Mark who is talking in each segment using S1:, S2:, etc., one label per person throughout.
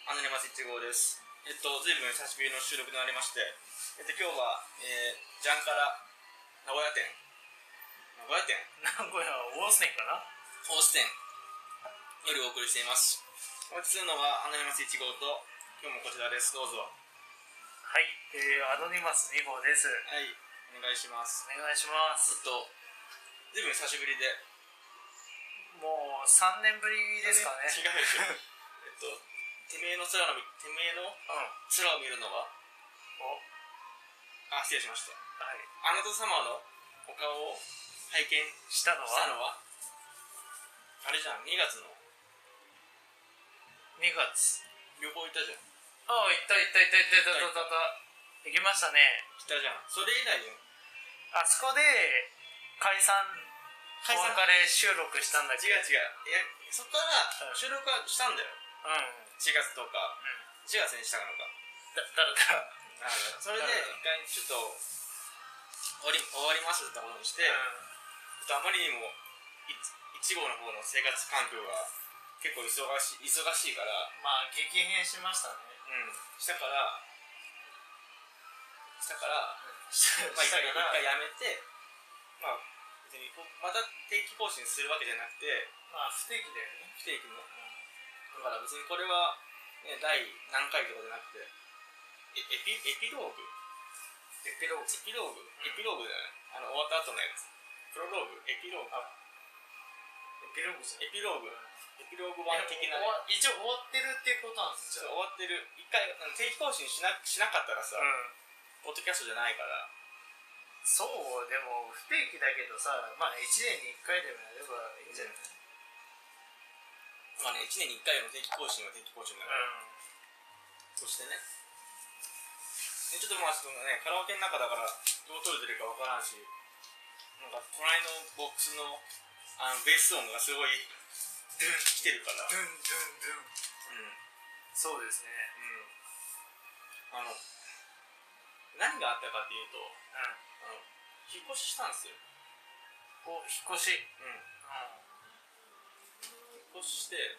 S1: です。えっと、ずいぶん久しぶりの収録となりまして、えっと、今日は、えー、ジャンから名古屋店、名古屋店、
S2: 名古屋は大瀬かな
S1: 大津店よりお送りしています。お待ちするのは、花山市1号と、今日もこちらです。どうぞ。は
S2: はい、えー、アドニマス2号です
S1: い、お願いします。
S2: お願いしま
S1: え
S2: す
S1: っと、ずいぶん久しぶりで、
S2: もう3年ぶりですかね
S1: 違うでしょ。 えっと、てめえの空の見、てめえの
S2: うん
S1: 空を見るのは、
S2: お
S1: あ、失礼しました。
S2: はい
S1: あなた様のお顔を拝見
S2: したの
S1: した
S2: は
S1: のはあれじゃん2月の
S2: 2月
S1: 旅行行ったじゃん
S2: ああ行った行った行った行った行った行った行きましたね
S1: 来たじゃんそれ以来よ
S2: あそこで解散お別
S1: お別れ
S2: れ収録したんだけ
S1: 違う違
S2: ど
S1: ういやそこから
S2: うん
S1: 収録はしたんだよ
S2: うんうん
S1: 4月とか4月にしたのか
S2: だだらだら
S1: それで
S2: うん
S1: 一回ちょっと終わり終わりますってことにして、ちょっとあまりにも1号の方の生活環境が結構忙しい忙しいから
S2: うんまあ激変しましたね
S1: うんしたからしたから
S2: し
S1: まあ、一
S2: た
S1: 回
S2: か
S1: 一
S2: ら
S1: 回やめて、まあ、別にこうまた定期更新するわけじゃなくて、
S2: まあ不定期だよね
S1: 不定期の。だから別にこれは、ね、第何回とかじゃなくて、えエピエピローグ
S2: エピロー
S1: エピローグ、エピローグじゃないあの、終わった後のやつ。プロローグ、エピローグ。
S2: エピローグじゃん
S1: エピローグ、エピローグ版的
S2: いや
S1: な
S2: 終
S1: ね、
S2: わ一応終わってるっていうことなんです
S1: ち
S2: よ
S1: ょっと終わってる。一回、あの定期更新しなしなかったらさ、
S2: うん、
S1: ポッドキャストじゃないから、
S2: そうでも不定期だけどさまあ1年に1回でもやればいいんじゃない、
S1: まあね、1年に1回の定期更新は定期更新だから。そしてねでちょっとまあちょっとねカラオケの中だからどう撮れてるかわからんしなんか隣のボックスのあのベース音がすごい
S2: ドゥ
S1: 来てる
S2: ン
S1: からうん
S2: ドゥンドゥン
S1: うん
S2: ドゥンそうですね
S1: あの何があったかっていうと
S2: う
S1: あの引っ越ししたんですよ
S2: んお引っ越し
S1: うん
S2: う
S1: 引っ越しして
S2: んうん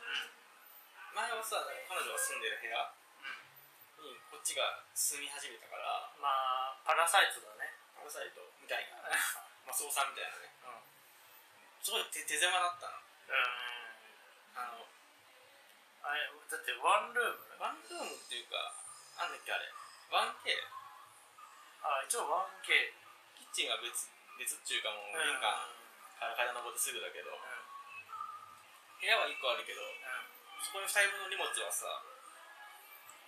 S1: 前はさ彼女が住んでる部屋にこっちが住み始めたから
S2: まあパラサイトだね
S1: アルサイトみたいな
S2: うん
S1: マスオさんみたいなねすごい手手狭だったのあの
S2: あれだってワンルーム
S1: ワンルームっていうか、なんだっけあれ、1K、
S2: あ一応 1K
S1: キッチンが別別っていうかもう
S2: うん
S1: 玄関から階段登ってすぐだけど、部屋は1個あるけど、
S2: う
S1: そこに2人分の荷物はさ、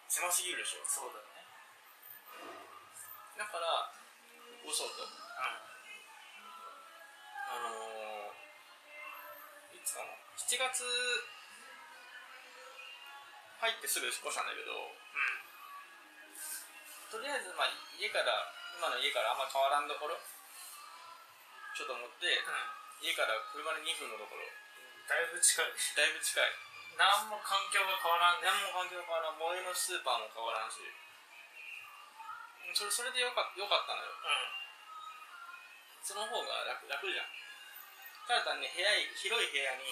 S1: 狭すぎるでしょ
S2: ん。そうだね
S1: だから、ごそうと、あのー、いつかな、7月入ってすぐ引っ越したんだけど、
S2: う
S1: とりあえずまあ家から、今の家からあんま変わらんところ、ちょっと思って、
S2: んうん
S1: 家から車で2分のところ、
S2: だいぶ近い
S1: だいぶ近い。
S2: 何も環境が変わらんね
S1: 何も環境変わらん燃えのスーパーも変わらんしそれそれでよかよかったのよ
S2: うん
S1: その方が楽楽じゃんただ単に部屋い広い部屋に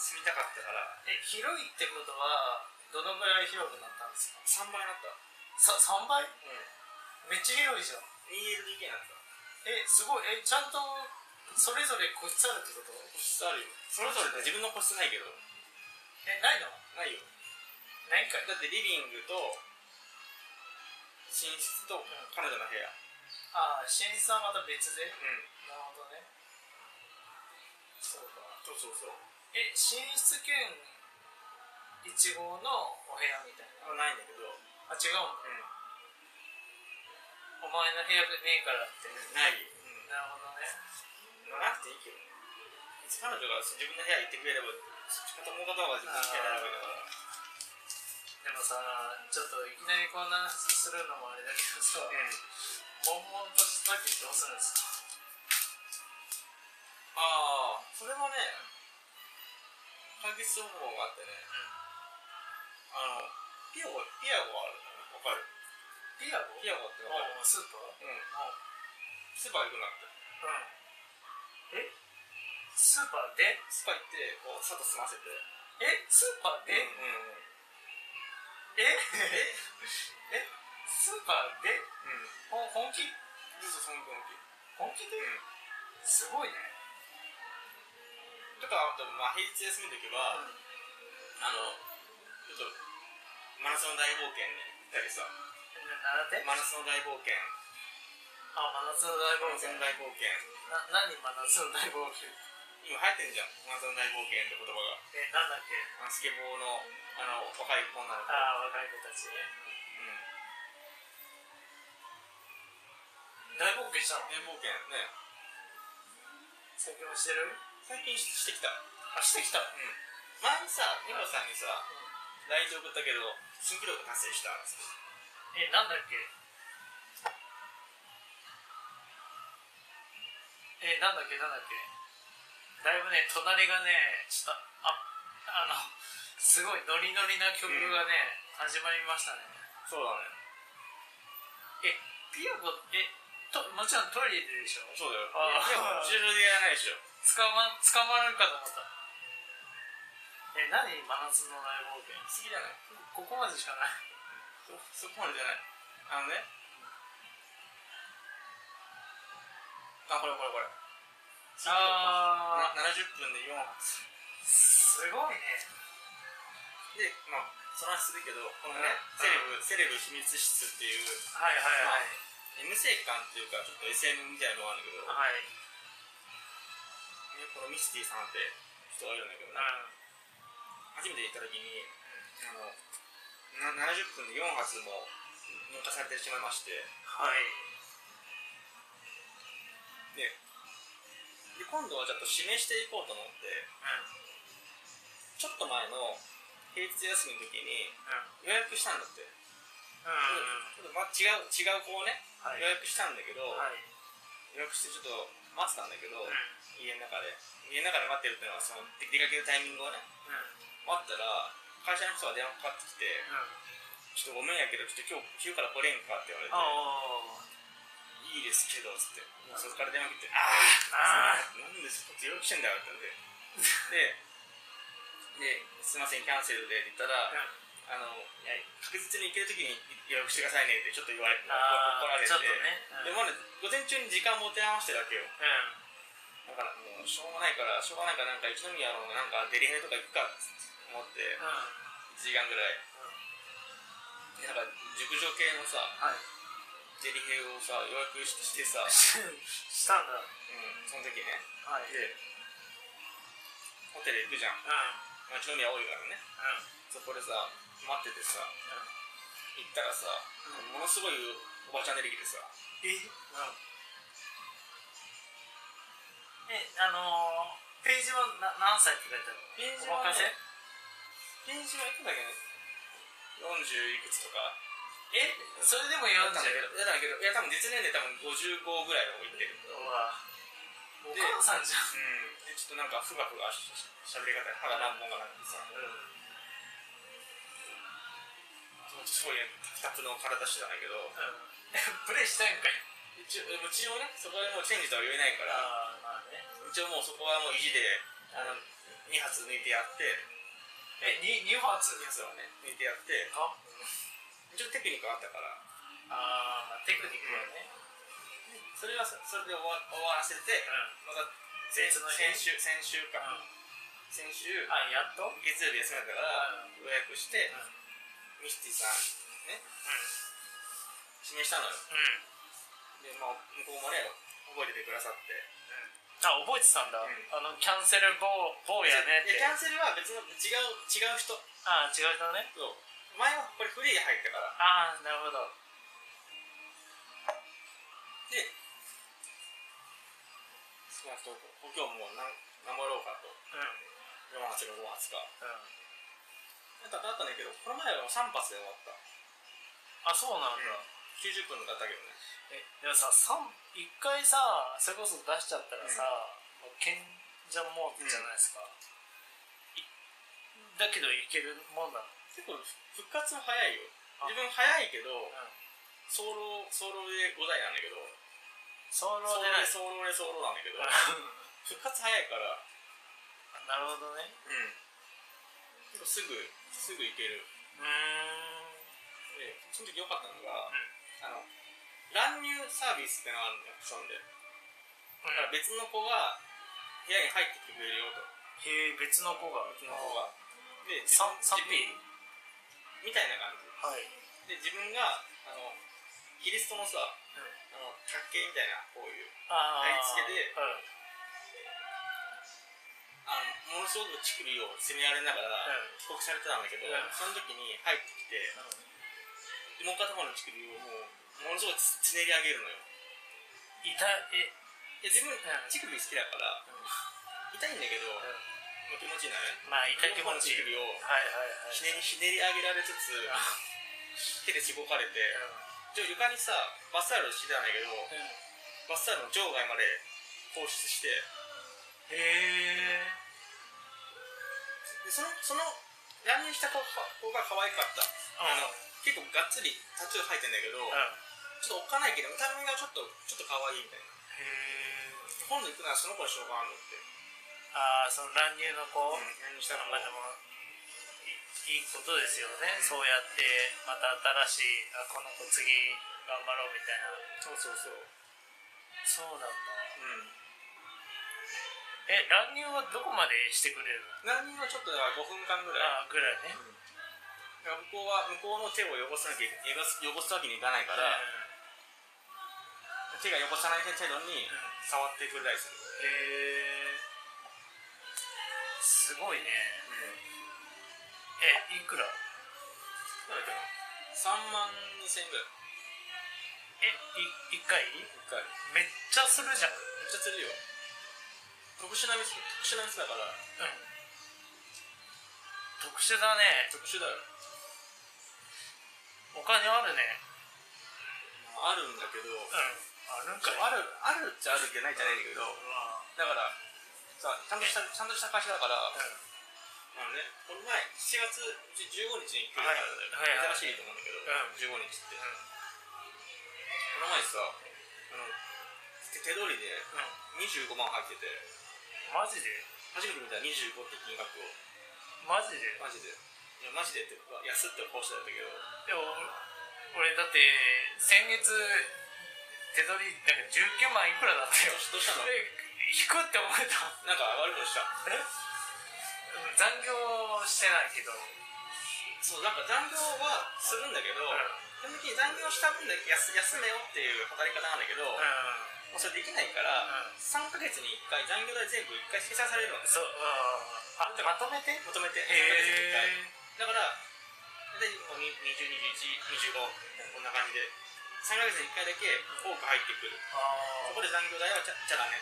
S1: 住みたかったから
S2: え広いってことはどのぐらい広くなったんですか
S1: 3倍になった
S2: さ3倍
S1: うん
S2: めっちゃ広いじゃん
S1: 2LDK になった
S2: えすごいえちゃんとそれぞれ個室あるってこと
S1: 個室あるよそれぞれで自分の個室ないけど
S2: えないの
S1: ないよ
S2: ないんかい
S1: だってリビングと寝室と彼女の部屋う
S2: ああ寝室はまた別で
S1: ん
S2: なるほどねそうか
S1: そうそうそう
S2: え寝室兼1号のお部屋みたいな
S1: あないんだけどう
S2: あ違うんだ
S1: ん
S2: お前の部屋ねえからって
S1: ないよ、うん
S2: なるほどね
S1: まあなくていいけどね彼女が自分の部屋行ってくれれば片方方は自分の部屋選べるから
S2: でもさちょっといきなりこんな話するのもあれだけどさ、
S1: うん
S2: 悶々とした時どうするんですか
S1: ああそれはね解決方法があってねあのピアゴピアゴあるのわかる
S2: ピアゴ
S1: ピアゴってわかる
S2: あスーパー
S1: うん
S2: う
S1: スーパー行くなって
S2: んえスーパーで
S1: スーパー行ってこう外済ませて
S2: えスーパ
S1: うん
S2: ーで、
S1: うんうん
S2: えええスーパーで
S1: うん
S2: ほ本気
S1: そうそう本当本気
S2: 本気で、
S1: うん
S2: すごいね、
S1: とかあとまあ平日休んでけば、
S2: うん
S1: あのちょっとマラソン大冒険に行ったりさ
S2: 7点
S1: マラソン大冒険
S2: あ真夏の大
S1: マラ
S2: 冒
S1: ソン大冒険
S2: 険な何真夏の大冒険
S1: 今流行ってんじゃんマラソン大冒険って言葉が
S2: えなんだっけ
S1: あのスケボーのあの若い女の子、
S2: ああ若い子たちね
S1: うん、
S2: 大冒険したの
S1: 大冒険ね
S2: 最近もしてる
S1: 最近ししてきた
S2: あしてきた
S1: うん前にさニコさんにさ LINE で送ったけど新記録達成したっつって
S2: えなんだっけえなんだっけなんだっけだいぶね隣がねちょっとああのすごいノリノリな曲がね、始まりましたね
S1: そうだね
S2: えピアゴえともちろんトイレででしょ
S1: そうだよ
S2: あー
S1: でも駐車場でやらないでしょ
S2: 捕ま捕まるかと思ったえ何真夏の大冒険
S1: 好きじゃない
S2: ここまでしかない
S1: そそこまでじゃないあのねあこれこれこれ
S2: あー
S1: な70分で4発
S2: すごいね
S1: でまあその話するけどこの
S2: う
S1: ね
S2: ん
S1: セレブセレブ秘密室っていう
S2: はいはいはい
S1: M 性感っていうかちょっと SM みたいなのがあるんだけどねこ
S2: はい、
S1: のミスティさんって人がいるんだけど
S2: う
S1: ね
S2: ん
S1: 初めて行った時にあのな70分で4発も抜かされてしまいまして
S2: はい。
S1: でで今度はちょっと指名していこうと思って
S2: う
S1: ちょっと前の平日休みの時に予約したんだって、ち
S2: ん。
S1: ょっとま違う違う子をね、
S2: はい。
S1: 予約したんだけど、
S2: はい。
S1: 予約してちょっと待ってたんだけど、
S2: うん。うん。
S1: 家の中で家の中で待ってるっていうのはその出出かけるタイミングをね待ってたら会社の人が電話かかってきて「ちょっとごめんやけどちょっと今日昼から来れんか」って言われて
S2: あ
S1: 「いいですけど」っつってもうそこから電話切って「ああ
S2: あ
S1: なんでそこ予約してんだよ」って言ってでで「すいませんキャンセルで」って言ったら
S2: あ。
S1: あのいや確実に行ける時に予約してくださいねってちょっと言われ怒られて
S2: ちょっとね。
S1: でもね午前中に時間持て余してるわけよだからもうしょうがないからしょうがないからなんか一宮のなんかデリヘルとか行くかって思って
S2: うん。うん。
S1: 1時間ぐらいでなんか熟女系のさ
S2: はい。
S1: デリヘルをさ予約ししてさ、うん、
S2: したんだ。
S1: その時ね
S2: はい。うん。
S1: でホテル行くじゃん、
S2: う
S1: まあ、一宮多いからね
S2: ん。
S1: そこでさ待っててさ行ったらさものすごいおばちゃん出てきてさ
S2: えうん。え、あのー、ページはな何歳って書いてあるの
S1: ページ
S2: お
S1: は、
S2: 任せ
S1: ね、ページはいくんだっけね40いくつとか
S2: え、それでも
S1: やった
S2: 読ん
S1: んだ
S2: じゃ
S1: けど
S2: う
S1: やったんだけどいや多分実年齢多分55ぐらいの方いってる
S2: うわお母さんじゃん。
S1: うんでちょっとなんかふがふがししゃべり方で歯が何本かなんかさ
S2: う
S1: すごいタプの体してたんだけど
S2: ん。プレイしたいんかい。
S1: 一応一応ねそこはもうチェンジとは言えないから
S2: ああ、まあね。
S1: 一応もうそこはもう意地であの2発抜いてやって
S2: え、に二発
S1: 2発はね抜いてやって
S2: あ
S1: 一応テクニックあったから
S2: あー、まあ、テクニックはね。
S1: それはそそれで終わ終わらせてま
S2: う
S1: た先
S2: 別の日
S1: 先週先週か
S2: ん。
S1: 先週
S2: あ、やっとうん。
S1: 月曜日休めたから
S2: う
S1: 予約してミスティさんね
S2: う
S1: 指名したのよ
S2: ん。
S1: でまあ向こうもね覚えててくださって
S2: あ、覚えてたん
S1: う
S2: だ。
S1: ん
S2: あの、キャンセルボー、ボーやねっ
S1: でキ
S2: て。
S1: ャンセルは別の違う違う人
S2: あー、違う人ね。
S1: そう前はこれフリーで入ったから
S2: あー、なるほど。
S1: で少なくとも今日もう何何もやろうかと
S2: う
S1: 4
S2: ん。う
S1: 発か5発か
S2: ん。
S1: だっただったんだけどこの前は3発で終わった
S2: あ、そうなんだ。
S1: 90分だったけどね
S2: え、でもさ、三一回さ、それこそ出しちゃったらさ、もう賢者モードじゃないですか。いだけど、いけるもんなの。
S1: 結構復活も早いよ
S2: あ
S1: 自分早いけ
S2: う
S1: ど
S2: ん。
S1: ソロソロで5台なんだけど
S2: ソロ
S1: ソロ
S2: でない
S1: で。ソロでソロなんだけど
S2: な
S1: 復活早いから
S2: るほどね。
S1: うん結構すぐすぐいける
S2: うーん
S1: でその時良かったのが、
S2: うん
S1: あの乱入サービスってのがあるんだよオプションでだから
S2: へ
S1: 別の子が部屋に入ってきてくれるよと
S2: え別の子が
S1: 別の子がで自分
S2: 3P
S1: みたいな感
S2: はい、
S1: じで自分があのキリストのさあの卓球みたいなこういう
S2: あ
S1: 貼り
S2: あ
S1: 付けで
S2: うん
S1: あのものすごく乳首を責められながら
S2: うん
S1: 帰国されてたんだけど、
S2: うん
S1: その時に入ってきてでもう片方の乳首をもうものすごくつつねり上げるのよ
S2: いたえ
S1: いや自分、
S2: ん
S1: 乳首好きだから痛いんだけど、もう気持ちいいんだね
S2: まあ痛い気持ちいい
S1: 両方の乳首を
S2: はいはいはい
S1: ひねりひねり上げられつつ手でしごかれてじゃあ床にさバスタオル敷いてたんだけど
S2: うんうん
S1: バスタオルの場外まで放出して
S2: へえ
S1: でそのその乱入した子が子が可愛かったあの結構がっつりタトゥー入ってんだけど
S2: うんへ
S1: ちょっとおっかないけど見た目がちょっとちょっと可愛いみたいな
S2: え
S1: 今度行くならその子にしようかなと思って、
S2: ああその乱入の子
S1: うん、乱入した子
S2: まあでもいいいことですよね、そうやってまた新しいあこの子次頑張ろうみたいな
S1: そうそうそう
S2: そうなんだ
S1: うん
S2: え乱入はどこまでしてくれるの
S1: 乱入はちょっとだから5分間ぐらい
S2: ああぐらい
S1: だ
S2: ね
S1: から向こうは向こうの手を汚さなきゃ汚す汚すわけにいかないか、
S2: からへ
S1: 手が汚さない程度に
S2: ん
S1: 触ってくれたりする、
S2: えすごいね
S1: うん、
S2: えいくら
S1: どれだっけな3万2000円ぐらい
S2: えい1回
S1: 1回め
S2: めっちゃするじゃん
S1: っちゃ釣るよ特殊な店特殊な店だから
S2: うん特殊だね
S1: 特殊だよ、
S2: お金あるね
S1: まあ、あるんだけど、
S2: うんあるんかい
S1: あるあるっちゃあるっゃないんだけど
S2: うわ
S1: だからさちゃんとしたちゃんとした会社だから、
S2: うんう
S1: あのねこの前7月15日に来るから
S2: はいはいはい
S1: 珍しいと思うんだけど、15
S2: うん
S1: 日って
S2: ん
S1: この前さあの手手取りで25
S2: う
S1: 万入ってて
S2: んマジで
S1: 初めて見た25って金額を
S2: マジで
S1: マジでいやマジでってうわ安ってこうしてたんだけど
S2: でも俺だって先月手取りなんか19万いくらだった
S1: ど う
S2: よ
S1: しどうしたの
S2: え引くって思えた
S1: なんか悪いことした
S2: え残業してないけど
S1: そうなんか残業はするんだけど基本的に残業した分だけ休休めようっていう働き方なんだけど、も
S2: う
S1: うそれできないから、
S2: うん
S1: 3ヶ月に1回残業代全部1回計算されるの
S2: ん
S1: ね
S2: そうああまとめてへ
S1: まとめて3ヶ月に1回
S2: え
S1: だから大体こう202125こんな感じで3ヶ月に1回だけ多く入ってくるそ
S2: あ
S1: こで残業代はちゃちゃだね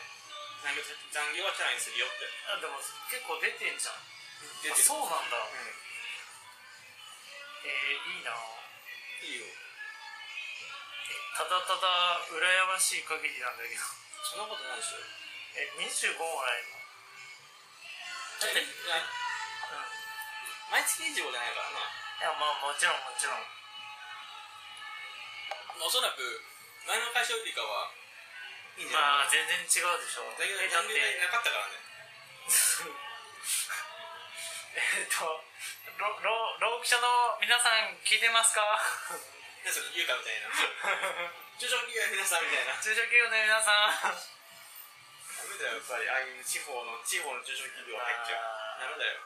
S1: 残業残業はチャラにするよって
S2: ーあでも結構出てんじゃん
S1: 出てる
S2: あそうなんだ
S1: うん
S2: えー、いいない
S1: いよ
S2: ただただ羨ましい限りなんだけど
S1: そんなことないでしょ
S2: え25もらえるのだって
S1: いや
S2: うん
S1: 毎月以上じゃないからない
S2: やまあもちろんもちろん
S1: おそらく前の会社よりかはいいんじ
S2: ま
S1: ゃない
S2: あ全然違うでしょ
S1: だけど
S2: えだっ
S1: 残
S2: て
S1: 業代なかったからね
S2: えっとろろ労基者の皆さん聞いてますか
S1: 何それ言うかみたいな中小企業の皆さんみたいな
S2: 中小企業の皆さん
S1: ダメだよやっぱりああいう地方の地方の中小企業入っちゃうダメだよ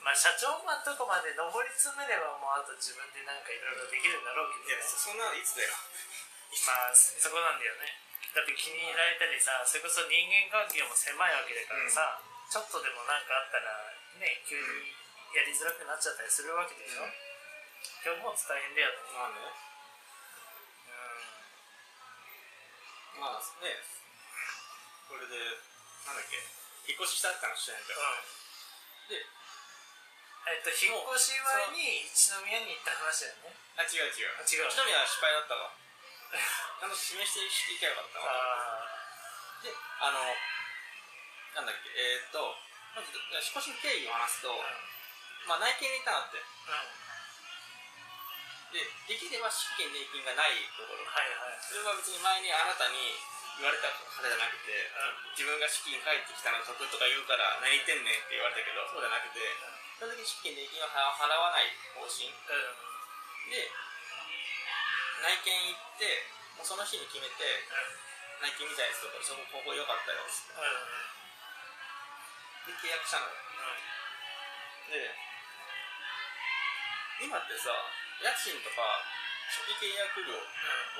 S2: まあ社長まとこまで上り詰めればもうあと自分でなんかいろいろできるんだろう
S1: い
S2: けど
S1: や
S2: ね
S1: そそんなのいつだよ
S2: まあそそこなんだよねだって気に入られたりさそれこそ人間関係も狭いわけだからさ、ちょっとでもなんかあったらね急にやりづらくなっちゃったりするわけでし
S1: う
S2: ょ、
S1: ん
S2: 今日もう大変だよね
S1: まあねまあねこれでなんだっけ引っ越ししたって話じゃないからで
S2: えっと引っ越し祝いに一宮に行った話だよね
S1: あ違う違う
S2: あ違う
S1: 一宮は失敗だった わあの示していけばよかったわ
S2: あ
S1: であのなんだっけえー、っとまず引っ越しの経緯を話すと、
S2: あうん
S1: まあ内見に行ったなって
S2: うん
S1: でできれば資金礼金がないところ
S2: はいはい
S1: それは別に前にあなたに言われたからじゃなくて、自分が資金入ってきたの得とか言うから何言ってんねんって言われたけどそうじゃなくてその時資金礼金を払払わない方針で内見行ってもうその日に決めて内見みたいですとかその高校良かったよっつってで契約したのよで今ってさ家賃とか初期契約料も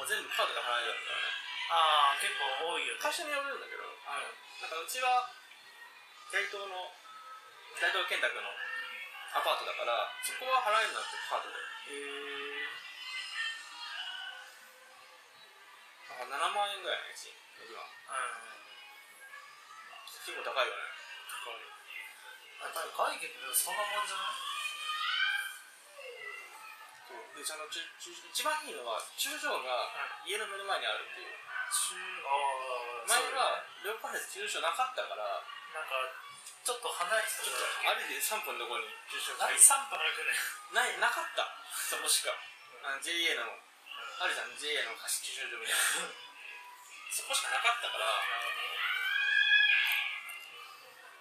S1: う全部カードで払えるんだよね
S2: ああ結構多いよね
S1: 会社によるんだけどあのなんかうちは大東の大東建託のアパートだからそこは払えるんだってカードで
S2: へえ
S1: だから7万円ぐらいの家賃今結構高いよね
S2: 高い高いけどそんなもんじゃない
S1: でそのちゅちゅ一番いいのは中条が家の目の前にあるっていう
S2: 中ああ
S1: 前はレオパレス中条なかったから
S2: なんかちょっと離れてた
S1: ちょっ
S2: と
S1: と歩いて3分のところに中条が
S2: 何3分歩く
S1: ない
S2: ね
S1: なかったそこしかあの JA のあるじゃん JA の貸し駐車場みたいな そこしかなかったから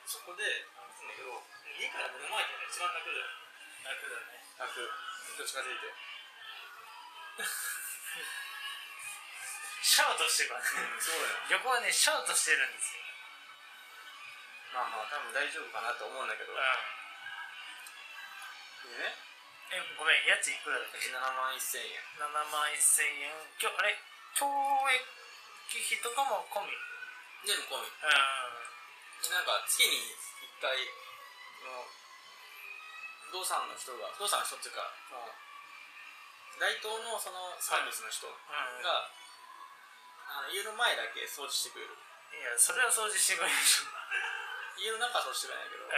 S1: そこでなんだけど家から目の前ってのが一番楽だよ
S2: 楽だね
S1: 楽どっちかというと
S2: シャウトしてからね
S1: そうだよ
S2: 旅行はねシャウトしてるんですよ
S1: まあまあ多分大丈夫かなと思うんだけど
S2: う
S1: で
S2: ん
S1: ね
S2: えごめん家賃いくらだったっけ
S1: 7万1000円
S2: 7万1000円今日あれ教育費とかも込みう
S1: 全部込み
S2: ん
S1: なんか月に1回の不動産の人が不動産の人っていうか、まあ、大東のそのサービスの人が、
S2: うん
S1: あの家の前だけ掃除してくれる
S2: いやそれは掃除してくれるでしょ
S1: 家の中は掃除してくれないけど、
S2: うん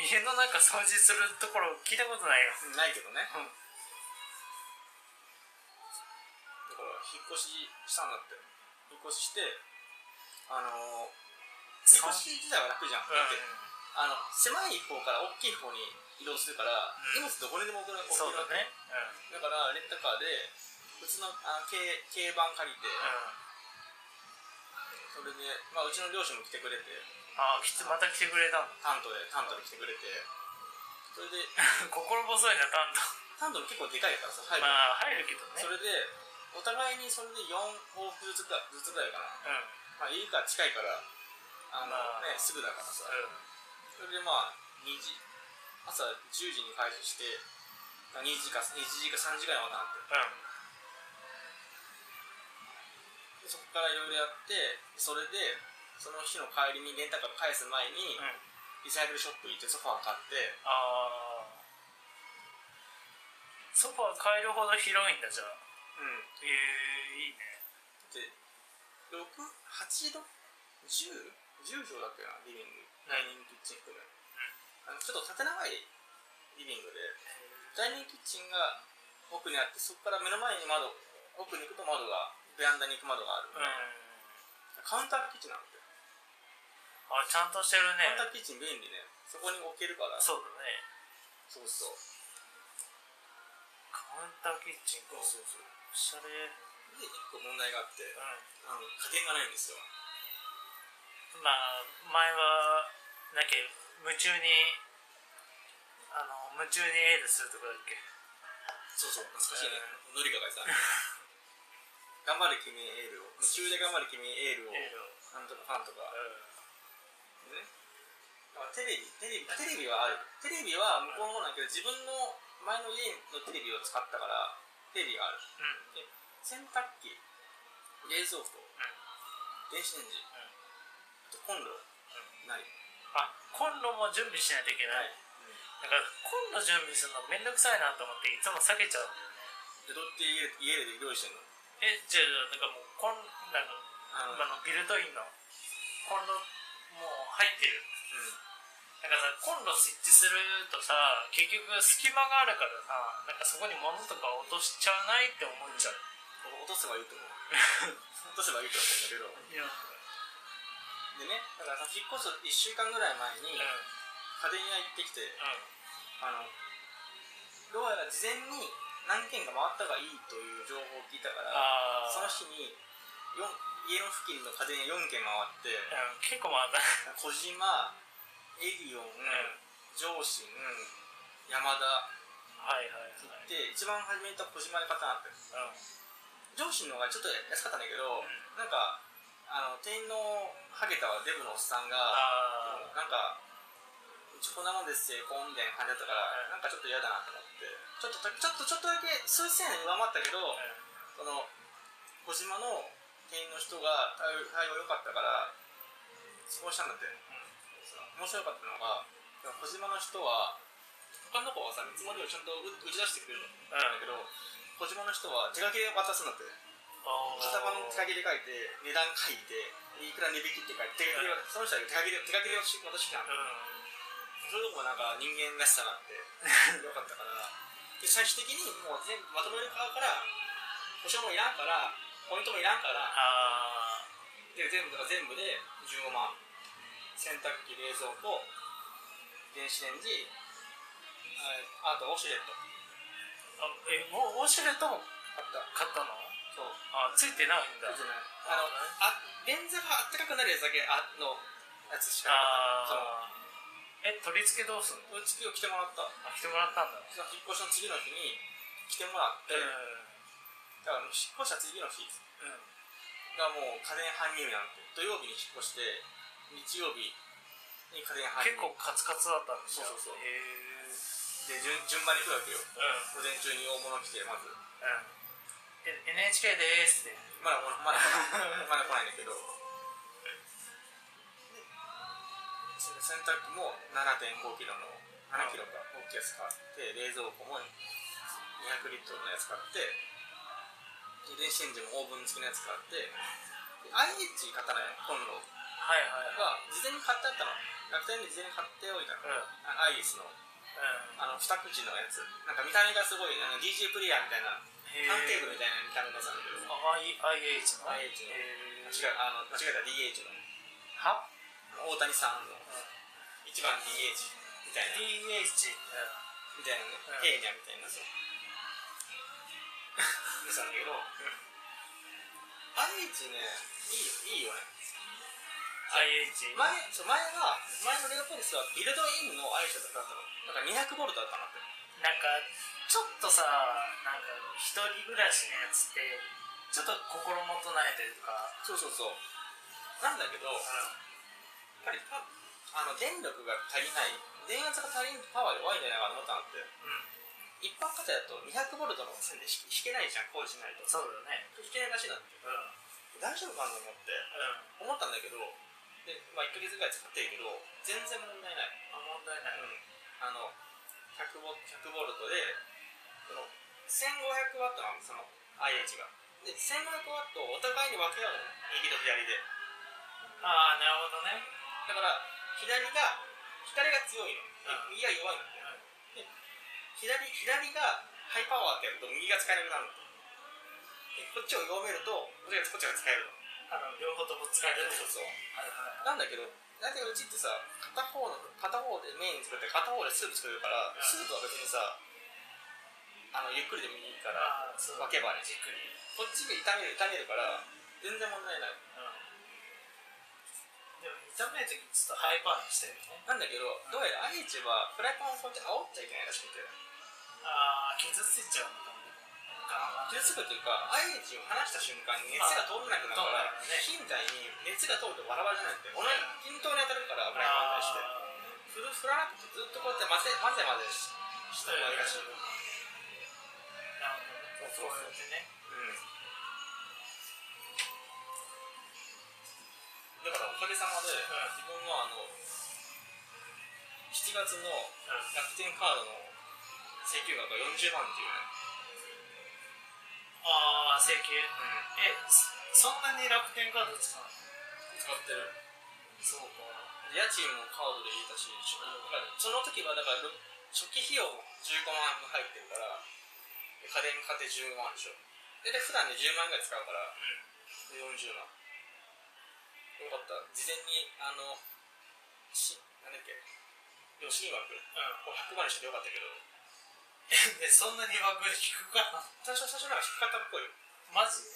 S2: 家の中掃除するところ聞いたことないよ
S1: ないけどね
S2: うん
S1: だから引っ越ししたんだって引っ越ししてあのー引っ
S2: そう
S1: 越し自体は楽じゃん、だってあの狭い方から大きい方に移動するから荷物どこにでも置ける置け
S2: そう
S1: るわ
S2: だ
S1: け
S2: ね
S1: だからレンタカーでうちのあ軽軽バン借りて、
S2: うん、うん、
S1: それで、まあ、うちの両親も来てくれて
S2: ああきつまた来てくれた の
S1: タントでタントで来てくれてそれで
S2: 心細いな担当
S1: タントも結構でかいからさ入る、
S2: まあ入るけどね
S1: それでお互いにそれで4往復ずつだずつぐらいかな、
S2: うんうん
S1: まあ、家から近いからあの、
S2: まあ
S1: ね、すぐだからさそれでまあ2時朝10時に開始して2時か2時か3時ぐらいまでなんて
S2: うん
S1: でそこからいろいろやってそれでその日の帰りにレンタカー返す前に、
S2: うん
S1: リサイクルショップ行ってソファー買って
S2: ああソファー変えるほど広いんだじゃあ
S1: うん
S2: ええいいね
S1: で6 8度10 10畳だっけなリビングダイニングキッチン含め、あのちょっと縦長いリビングでダイニングキッチンが奥にあってそこから目の前に窓奥に行くと窓がベランダに行く窓がある、
S2: うん
S1: カウンターキッチンなんだよ
S2: あちゃんとしてる
S1: カウン
S2: ね
S1: ターキッチン便利ねそこに置けるからそ
S2: そうだね
S1: うそう
S2: カウンターキッチンかおし
S1: うそう
S2: ゃれうん
S1: で一個問題があってあの加減がないんですよ
S2: まあ前はなんか夢中にあの夢中にエールするとこだっけ
S1: そうそう懐かしいね、ノリカがさ 頑張れ君へエールを夢中で頑張れ君へエールを
S2: エールを
S1: なんとかファンとか、
S2: うん
S1: ね、だからテレビテレビテレビはあるテレビは向こうのものだけど自分の前の家のテレビを使ったからテレビがある
S2: うん
S1: で洗濯機冷蔵庫電子レンジ、あとコンロ、ない
S2: あコンロも準備しないといけない、だからコンロ準備するのめんどくさいなと思っていつも避けちゃうんだよね
S1: でどうやって家で家で料理してんの
S2: えじゃあなんかもうコンなんか
S1: あ
S2: 今のビルトインのコンロもう入ってる
S1: う
S2: なんかさコンロ設置するとさ結局隙間があるからさなんかそこに物とか落としちゃわないって思っちゃう、
S1: ん、落とせばいいと思う 落とせばいいと思うんだけど
S2: いやうん
S1: でねだからさ引っ越す1週間ぐらい前に
S2: うん
S1: 家電屋行ってきて、
S2: う
S1: あのどうやら事前に何件か回った方がいいという情報を聞いたから
S2: あー
S1: その日によん家の付近の家電屋4軒回って、
S2: うん、結構まだ、
S1: 小島エリオン、上信山田
S2: はいはいはい、うん、
S1: で一番初めに行った小島で買ったなって上信の方がちょっと安かったんだけど、
S2: うん
S1: なんかあの店員のハゲたデブのおっさんが
S2: ああ
S1: なんかうちこんなもんですよこうみたいな感じだったから、なんかちょっと嫌だなと思ってちょっとちょっとちょっとだけ数千円上回ったけど、その小島の店員の人が対応対応良かったから質問したんだって面白かったのが小島の人は他の子はさ見積もりをちゃんと打打ち出してくれるん
S2: うん、
S1: だけど小島の人は手書きで渡すんだって型番の手書きで書いて値段書いていくら値引きって書いて手書きで渡その人は手書きで手書きで渡してきたの
S2: うん
S1: そういうとこもなんか人間らしさがあ ってよかったからで最終的にもう全部まとめる側から保証もいらんからポイントもいらんから
S2: あ
S1: で全部だから全部で15万洗濯機冷蔵庫電子レンジああとウォシュレット
S2: ーあえもうウォシュレットも
S1: あった
S2: 買ったの
S1: そう
S2: あついてないんだ
S1: あとねあのあ便座があったかくなるやつだけあのやつしかなかった
S2: あーえ取り付けどうすんの
S1: そううち今日着てもらった
S2: あ来てもらったんだ
S1: その引っ越しの次の日に着てもらって、
S2: う
S1: だからもう引っ越した次の日
S2: ん、うん
S1: がもう家電搬入なんて土曜日に引っ越して日曜日に家電搬入
S2: 結構カツカツだったんですよ
S1: そうそうそう
S2: へえ
S1: で順順番に来るわけよ
S2: うんう
S1: 午
S2: ん
S1: 前中に大物来てまず
S2: え NHK でーすって
S1: まだまだまだ来ないんだけどでその洗濯機も7 5キロの7キロか大きいやつ買って冷蔵庫も200リットルのやつ買ってで電子レンジもオーブン付きのやつ買ってで IH 買ったのよコンロ
S2: はいはいはい
S1: が事前に買ってあったの楽天で事前に買っておいた
S2: う
S1: の
S2: んうん
S1: あ IH のあの二口のやつなんか見た目がすごいあの DJ プレイヤーみたいな
S2: へ
S1: ターンテーブル
S2: ー
S1: みたいな見た目のやつなんだけど
S2: あ I- IH
S1: IH の
S2: のへー
S1: 違うあの間違えた DH の
S2: は
S1: 大谷さんの一番 DH みたいな
S2: DH う
S1: みたいなね
S2: うん
S1: ペーニャみたいなそうでしたんだけど IH ねいいよいいよね
S2: ん
S1: 前
S2: IH
S1: そう前は前のレゴポリスはビルドインの IH だったのなんか200ボルトだったなって
S2: なんかちょっとさなんか一人暮らしのやつってちょっと心もとないというか
S1: そうそうそうなんだけどやっ
S2: う
S1: ぱりパあの電力が足りない電圧が足りんパワー弱いんじゃないかなと思ったのって
S2: ん、
S1: 一般家庭だと200ボルトの線で引けないじゃん工事しないと
S2: そうだよね
S1: 引けないらしいなって
S2: うんうん
S1: 大丈夫かなと思って思ったんだけどで、まあ、1ヶ月ぐらい使ってるけど全然問題ない、
S2: あ問題ない
S1: あの 100, ボ100ボルトでその1500ワットなのその IH がで1500ワットをお互いに分け合うの右と左で
S2: ああなるほどね
S1: だから左が左が強いの
S2: う
S1: で右が弱いの左左がハイパワーってやると右が使えなくなるのでこっちを弱めるとこっちがこっちが使えるの
S2: あの両方とも使えるってこと
S1: そう
S2: はいはい
S1: なんだけど大体うちってさ片方の片方でメイン作って片方でスープ作るから
S2: うん
S1: スープは別にさあのゆっくりでもいいから
S2: ああそう
S1: 分けばね
S2: じっくり
S1: こっちで炒める炒めるから全然問題ない
S2: でも炒める時ちょっとハイパーにしたよね
S1: なんだけどどうやら IH はフライパンをこうやって煽っちゃいけないらしくて
S2: ああ傷ついちゃうのかもねあ
S1: 傷つくっていうか IH を離した瞬間に熱が通らなくなるから
S2: あーそ
S1: 火み
S2: う
S1: たいに熱が通るとバラバラじゃなくて同じ均等に当たるからフライパンに対して振る振らなくてずっとこうやって混ぜ混ぜ混ぜしした方がいいらしいよ
S2: なるほ
S1: そ
S2: どね
S1: うそうそう
S2: こうやってね
S1: だからおかげさまで、自分はあの7月の
S2: う
S1: 楽天カードの請求額が40万っていうね、
S2: ああ請求えそそんなに楽天カード使うの
S1: 使ってる
S2: そうか
S1: 家賃もカードで入れたし初だからその時はだからろ初期費用も15万入ってるからで家電買って15万でしょでで普段で10万ぐらい使うから
S2: う
S1: 40万よかった事前にあのしなんだっけ両親枠
S2: ん
S1: こう100万にしてよかったけど
S2: でそんなに枠引くかな
S1: 最初最初なんか低かったっぽいよ
S2: マジ
S1: い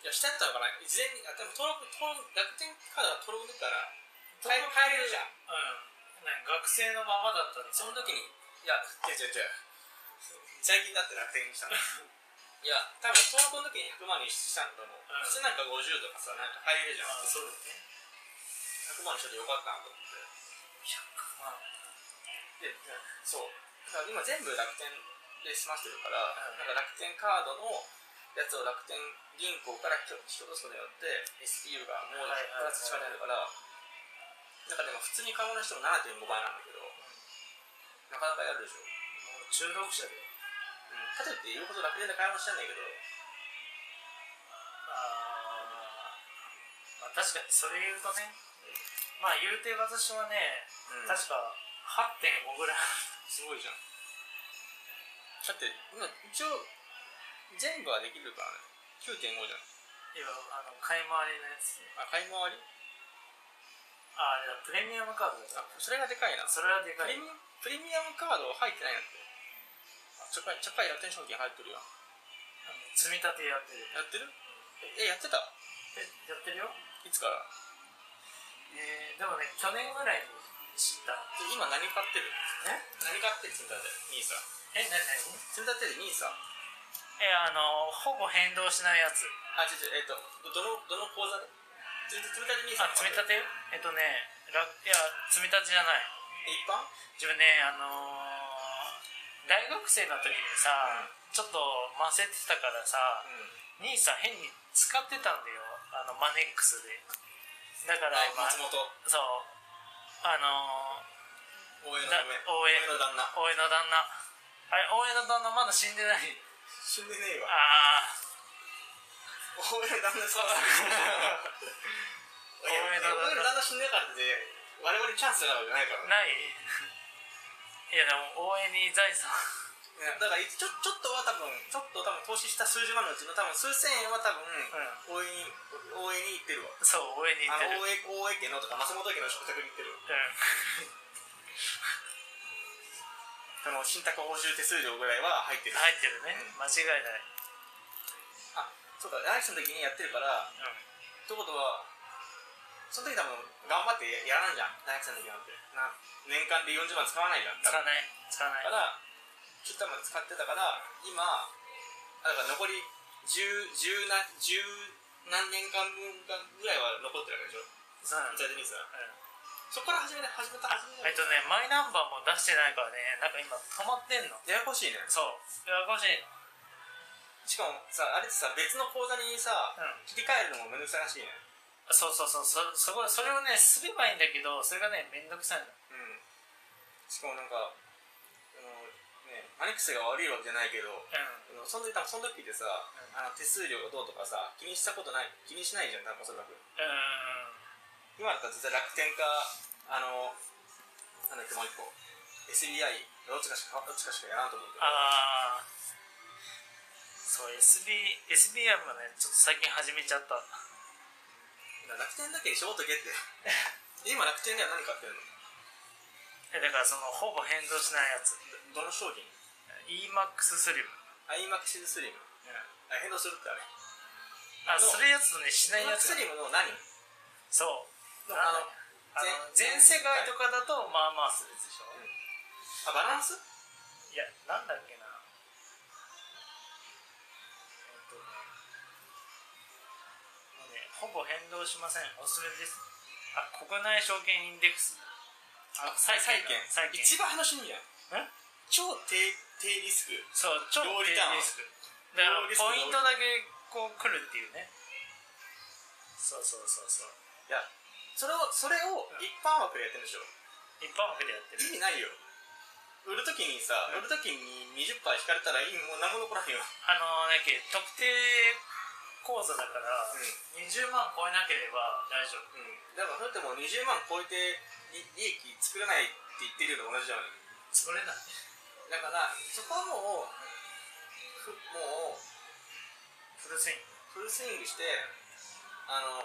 S1: やしてあったのかな事前にあでも登録登録楽天カードが登録できたら
S2: 登録
S1: 入れるじゃん
S2: うんなんか学生のままだったんです
S1: そ
S2: よ
S1: の時にいや違う違う違う最近だって楽天にしたの いや多分登録の時に100万にしたんだと思う、
S2: ん
S1: 普通なんか50とかさなんか入れるじゃ
S2: あ
S1: ん、
S2: そうだね
S1: 100万にしといてよかったなと思って
S2: 100万
S1: でそうだから今全部楽天で済ませてるから、
S2: ん
S1: なんか楽天カードのやつを楽天銀行から引き落とすことによって SPU がもう
S2: はい
S1: プ
S2: はいはい
S1: ラス力になるから、なんかでも普通に買うの人も7.5倍なんだけど、なかなかやるでしょ、
S2: もう中毒者で
S1: かといって言うほど楽天で買い物してんだけど
S2: あーまあ確かにそれ言うとねまあ言うて私はね、
S1: うん
S2: 確か8.5ぐらい
S1: すごいじゃんだって今一応全部はできるからね9.5じゃん
S2: 今あの買い回りのやつ
S1: あ買い回り
S2: ああれだプレミアムカードだ
S1: あそれがでかいな
S2: それはで
S1: プ
S2: かい
S1: レミプレミアムカード入ってないなんてあちょっかいちょっかい楽天証券入ってるよ
S2: あの積み立てやってる
S1: やってるええやってた
S2: えやってるよ
S1: いつから
S2: えー、でもね去年ぐらいに知った
S1: で今何買ってる
S2: え
S1: 何買ってる積み立てニーサ
S2: えなになに
S1: 積み立てでニーサ
S2: えあのほぼ変動しないやつ
S1: あ違う違うえっ、とどどのどの口座で積み積み立てニーサ
S2: あ積み立てえっとねらいや積み立てじゃない
S1: 一般
S2: 自分ねあのー大学生の時にさ、
S1: うん
S2: ちょっと混ぜてたからさ、
S1: うん
S2: 兄さん変に使ってたんだよあのマネックスでだから、
S1: はい
S2: まあ
S1: 松本
S2: そうあのー
S1: 応援の
S2: だ
S1: ため
S2: 応援
S1: の旦那
S2: 大江の旦那あれ大江の旦那まだ死んでない
S1: 死んでねえわ
S2: ああ
S1: 応援の旦那そうだ応
S2: 応
S1: 援
S2: 援の旦那
S1: の旦那死んでからって我々にチャンスがあるわけじゃないからね
S2: ないいやでも大江に財産
S1: ねだからいちょちょっとは多分ちょっと多分投資した数十万のうちの多分数千円は多分、応援に応援に行ってるわ
S2: そう大江に行
S1: あ
S2: って
S1: の
S2: る
S1: 大江大江家のとか松本家の食卓に行ってるわ
S2: うん
S1: その信託報酬手数料ぐらいは入ってる、
S2: 入ってるね
S1: うん
S2: 間違いない、
S1: あそうかライスの時にやってるからっ
S2: うん
S1: てことはその時多分頑張ってやらないじゃん大学生の時なんてな年間で40万使わないじゃん
S2: 使
S1: 多分
S2: わない使わない
S1: だからちょっと多分使ってたから今あだから残り10 10な10何年間分かぐらいは残ってるわけでしょ
S2: そうなん
S1: じゃあ
S2: だ
S1: デニーさん
S2: うん
S1: そこから始めた始めた
S2: あ
S1: 始め
S2: えっと
S1: た
S2: ねマイナンバーも出してないからねなんか今止まってんの
S1: ややこしいね
S2: そうややこしいの
S1: しかもさあれってさ別の口座にさ
S2: うん
S1: 切り替えるのもめんどくさいらしいね
S2: そうそうそうそそこそれをねすればいいんだけどそれがねめんどくさい
S1: う
S2: の
S1: んしかもなんかあのねマネックスが悪いわけじゃないけど
S2: う
S1: あのその時多分その時ってさ、あの手数料がどうとかさ気にしたことない気にしないじゃん多分おそらく
S2: ん
S1: 今だったら絶対楽天かあのなんだっけもう一個 SBI どっちかしかどっちかしかやらんと思うけど
S2: ああそう SB SBM がねちょっと最近始めちゃった
S1: 楽天だけにしようとけっ て今楽天では何買ってるの
S2: えだからそのほぼ変動しないやつ
S1: どの商品
S2: EMAX スリム
S1: iMac スリムあ変動するってあれ
S2: あ
S1: あの
S2: するやつとねしないや
S1: iMac
S2: つ
S1: スリムの何
S2: そう
S1: の
S2: あ
S1: あ
S2: の
S1: の
S2: あの全世界とかだとまあまあするやつでしょ
S1: うんあバランス
S2: いやなんだっけなえっとねもうねほぼ変動しませんおすすめですあ国内証券インデックスあ債
S1: 債券
S2: 債券
S1: 一番話にいいじゃん
S2: え
S1: 超低低リスク
S2: そう超
S1: ロー
S2: 低
S1: リターン
S2: リスクだから
S1: ローリスク
S2: ポイントだけこう来るっていうねそうそうそうそう
S1: いやそれをそれを一般枠でやってるんでしょ
S2: 一般枠でやって
S1: 意
S2: る
S1: 味ないよ売るときにさ、
S2: うん
S1: 売るときに20%引かれたらいいもう何も残らんよ、
S2: あのなんだっけ特定口座だから、
S1: う
S2: 20万超えなければ大丈夫
S1: だからそれってもう20万超えて利利益作らないって言ってるのと同じじゃん
S2: それない
S1: だからそこはもうふもう
S2: フルスイン
S1: フ
S2: グ
S1: ルスイングしてあの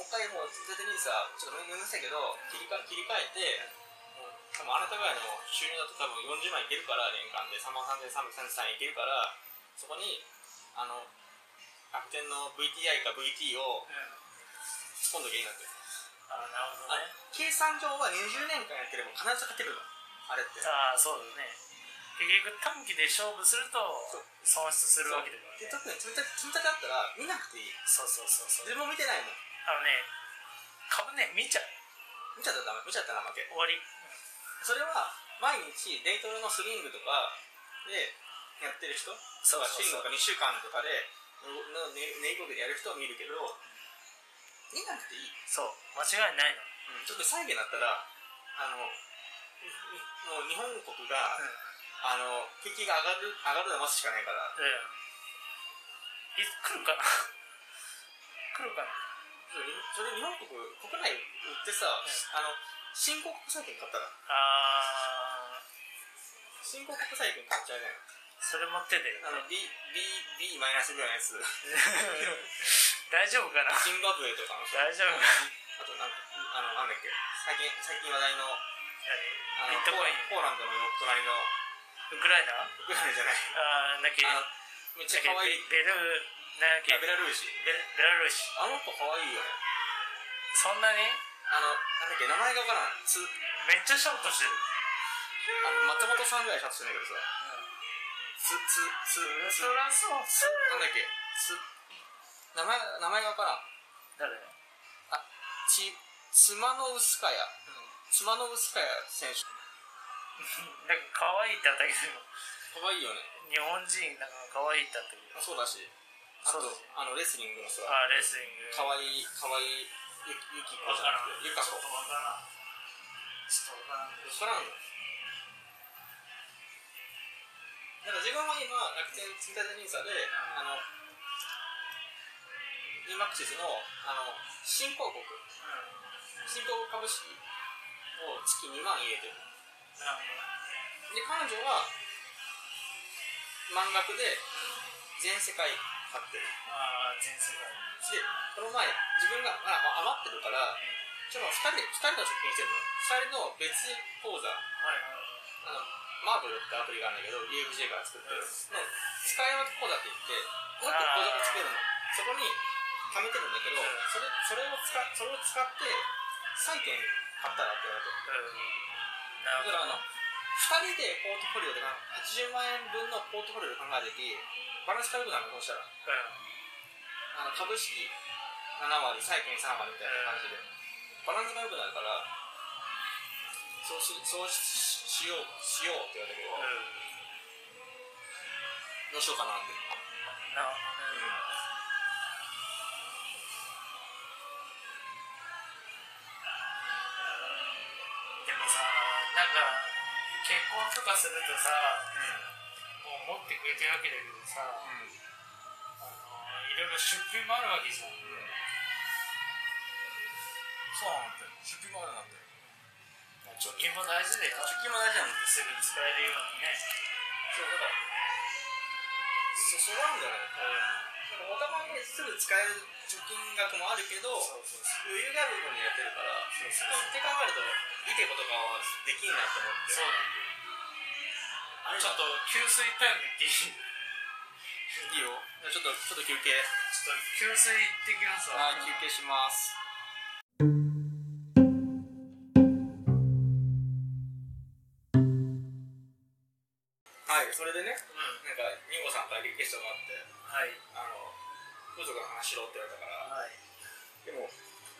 S1: もう一回もう積み立てにさちょっとむむずいけど切りか切り替えてもう多分あなたぐらいの収入だと多分40万いけるから年間で3万3333いけるからそこにあの楽天の VTI か VT を
S2: あ
S1: 今度弦楽
S2: あなるほど
S1: あ
S2: ね
S1: 計算上は20年間やってれば必ず勝てるのあれって
S2: ああそうだね結局短期で勝負すると
S1: そう
S2: 損失するわけだから
S1: で
S2: ね
S1: 特に積み立て積み立てだったら見なくていい
S2: そうそうそうそう
S1: 自分も見てないもん
S2: あのね株ね見ちゃう
S1: 見ちゃったらダメ見ちゃったら負け
S2: 終わり、
S1: それは毎日デイトロのスリングとかでやってる人
S2: そうそう
S1: シン
S2: そう
S1: グとか2週間とかでののね練り込みでやる人を見るけど見なくていい
S2: そう間違いないの、
S1: ちょっと再現だったらあのもう日本国が、
S2: うん
S1: あの景気が上がる上がるのは待つしかないから
S2: うん。い来るかな 来るかな
S1: それそれ日本国国内売ってさ、
S2: ん
S1: あの新興国債券買ったら
S2: あー
S1: 新興国債券買っちゃうじ
S2: それ持ってて、
S1: ゃないあの B B B マイナスぐらいのやつ
S2: 大丈夫かな
S1: ジンバブエとかのさ
S2: 大丈夫か
S1: あとなんかあのなんだっけ最近最近話題のあ
S2: な
S1: の
S2: ビットコイン
S1: ポーランドの隣の
S2: ウクライナ
S1: ウクライナじゃない
S2: あーだっけ
S1: あの
S2: だっ
S1: めっち
S2: け
S1: ゃ可愛い
S2: ベベルなんだっけ
S1: あベ
S2: ベ
S1: ラルーシ
S2: ベラルーシ
S1: あの子可愛いよね
S2: そんなに
S1: あのなんだっけ名前がわからないつ
S2: めっちゃショートしてる、
S1: あの松本さんぐらいシャツしてんだけどさつつつつ
S2: そりゃそう
S1: つなんだっけつ名前名前がわからん
S2: 誰、う
S1: ちツマノウスカヤ
S2: ん、
S1: ツマノウスカヤ選手
S2: なんか可愛いってあったけど
S1: 可愛いよね
S2: 日本人なんか可愛いってあったけど
S1: そうだしあと
S2: そうだし
S1: あのレスリングのさ
S2: あーレスリング
S1: 可愛い可愛いゆゆきこ
S2: わ
S1: じ
S2: か
S1: ゃ
S2: ら
S1: なく
S2: ん
S1: てゆか
S2: ちょ
S1: こ
S2: っとわからんちょっとわからんけど
S1: 分からんよなんか自分は今楽天積み立て NISA であの e マックスのあの新興国
S2: うん
S1: 新興国株式を月2万入れてる
S2: なるほど
S1: で彼女は満額で全世界買ってる
S2: ああ全世界
S1: でこの前自分がまあ余ってるからちょっと2人で2人の貯金してるの2人の別口座
S2: は
S1: あ
S2: いはい
S1: のマーブルってアプリがあるんだけど UFJ から作ってるの使い分け口座って言ってもう一個口座が作るのそこに貯めてるんだけど
S2: うん
S1: それそれを使それを使って債券買ったらって言われて
S2: な
S1: だか
S2: るほ
S1: ら
S2: ど
S1: あの2人でポートフォリオで考え80万円分のポートフォリオで考えてきバランス軽くなるのそうしたら
S2: う
S1: あの株式7割債券3割みたいな感じでバランスが良くなるからそうしそうししようしようって言われたけど、
S2: んうん
S1: どうしようかなって
S2: なるほどねでもさなんか結婚とかするとさもう持ってくれてるわけだけどさあのいろいろ出費もあるわけじゃん
S1: そうなんだよ出費もあるなんだよ
S2: 貯金も大事だよ
S1: 出費も大事なんだよ
S2: すぐ使えるようにね
S1: そうだからそそうなんだよねなんかお互いにすぐ使える貯金額もあるけど
S2: そうそうそう
S1: 余裕がある分にやってるから
S2: そうそうそう
S1: って考えるといいことかはできんなと思って
S2: そう
S1: あれ
S2: ちょっと給水タイム行っていいちょっ
S1: いいよちょっとちょっと休憩
S2: と給水行ってきますわ
S1: はい休憩しますはいそれでね
S2: うん
S1: なんかニンゴさんからリクエストがあって
S2: はい
S1: あの風俗の話しろって言われたから
S2: はい
S1: でも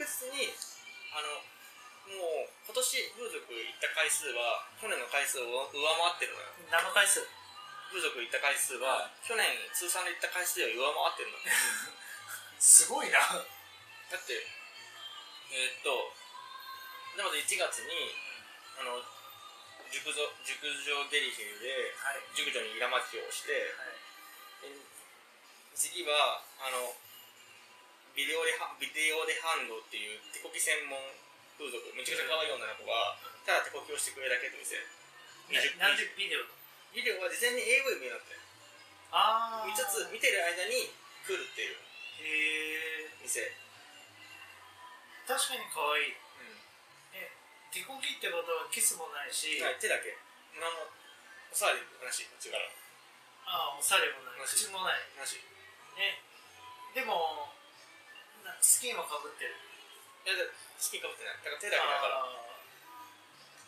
S1: 確実にあのもう今年風俗行った回数は去年の回数を上回ってるのよ
S2: 何の回数
S1: 風俗行った回数は去年通算で行った回数より上回ってるの
S2: すごいなうん
S1: だってえーっとでまず1月にあの熟女熟女デリヘルで
S2: はい
S1: 熟女にイラまきをして
S2: はい
S1: で次はあのビデオレハビデオレハンドっていう手こき専門風俗めちゃくちゃ可愛い女の子がただ手こきをしてくれるだけの店20
S2: 何十ビデオ
S1: ビデオは事前に AV 見るんだって
S2: あ
S1: 見つつ見てる間に来るっていう
S2: へえ
S1: 店、
S2: 確かに可愛い
S1: は
S2: え手こきってことはキスもない
S1: い、
S2: し、
S1: 手だけ何もおさわりなしこっちから
S2: ああおされもな
S1: な
S2: い
S1: し
S2: 口もない
S1: なし
S2: ねでもなスキンはかぶってる
S1: いやだスキンかぶってないだから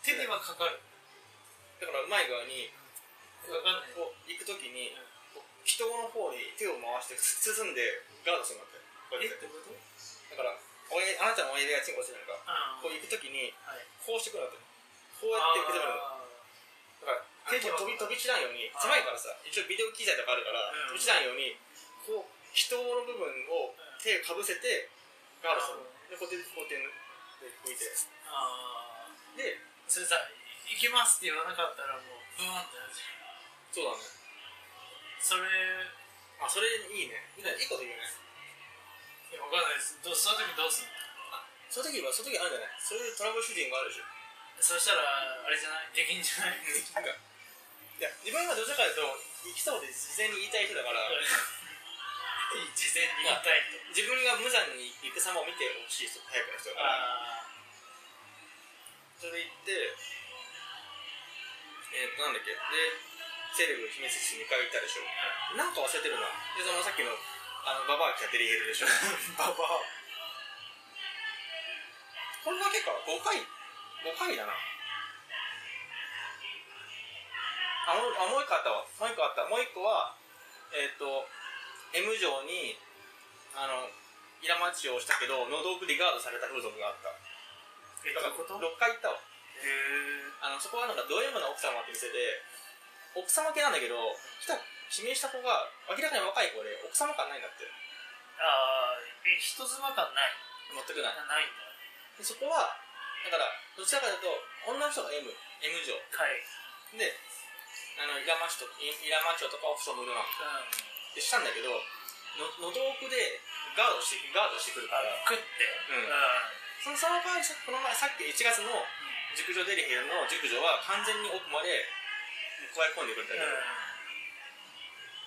S1: 手だけだからだか
S2: あー手にはかかる
S1: らうまい具合に
S2: わかんない
S1: こう行く時にこう人の方に手を回して 包んでガードするんだってこう
S2: え
S1: やっ
S2: っ
S1: てて
S2: こと
S1: だから親指あなたの親指がチンコしてるのか
S2: あ
S1: こう行く時に
S2: はい
S1: こうしてくるんだってこうやってくるんだってだから手
S2: 手
S1: で
S2: で
S1: 飛び飛び散らんように
S2: あー
S1: 狭いからさ一応ビデオ機材とかあるから
S2: うん
S1: 飛び散らんようにこう人の部分を手かぶせてガードするのでこうやってこうやって拭いて
S2: あーあー
S1: で
S2: それさ行きますって言わなかったらもうブーンってなるじゃん
S1: そうだね
S2: それ
S1: あそれいいねみんないいこと言うね
S2: いやわかんないですどうその時どうすんの
S1: その時はその時あるんじゃないそういうトラブル主人があるでしょ
S2: そしたらあれじゃないできんじゃない
S1: なんかいや自分はどちらかというと生きそうで事前に言いたい人だから
S2: 事前に言いたいと
S1: 自分が無残に行く様を見てほしい人タイプの人だから
S2: あ
S1: それで行ってえー、となんだっけでセレブ秘密室2回行ったでしょな
S2: あ
S1: んか忘れてるなでそのさっきのあのババア来たデリヘルでしょ
S2: ババア
S1: これだけか5回5回だなあもうあもう1個あったわもう1個あったもう1個はえっ、と M 城にあのイラマチをしたけど喉奥リガードされた風俗があった
S2: え
S1: だから
S2: どういうこと
S1: 6回行ったわ
S2: え
S1: あのそこはなんかド M な奥様って店で奥様系なんだけど来た指名した子が明らかに若い子で奥様感ないんだって
S2: ああえ人妻感ない
S1: 全くない
S2: ないんだ
S1: でそこはだからどちらかというと女の人が MM 女
S2: はい
S1: であのイラマチとイイラマチョとかオプション無料なの
S2: う
S1: でしたんだけどの喉奥でガードしてガードしてくる
S2: ん
S1: か
S2: あ
S1: ら
S2: 食って
S1: うん
S2: うん
S1: そのその場合さこの前さっき1月の熟女デリヘルの熟女は完全に奥まで加え込んでくれたけど、
S2: う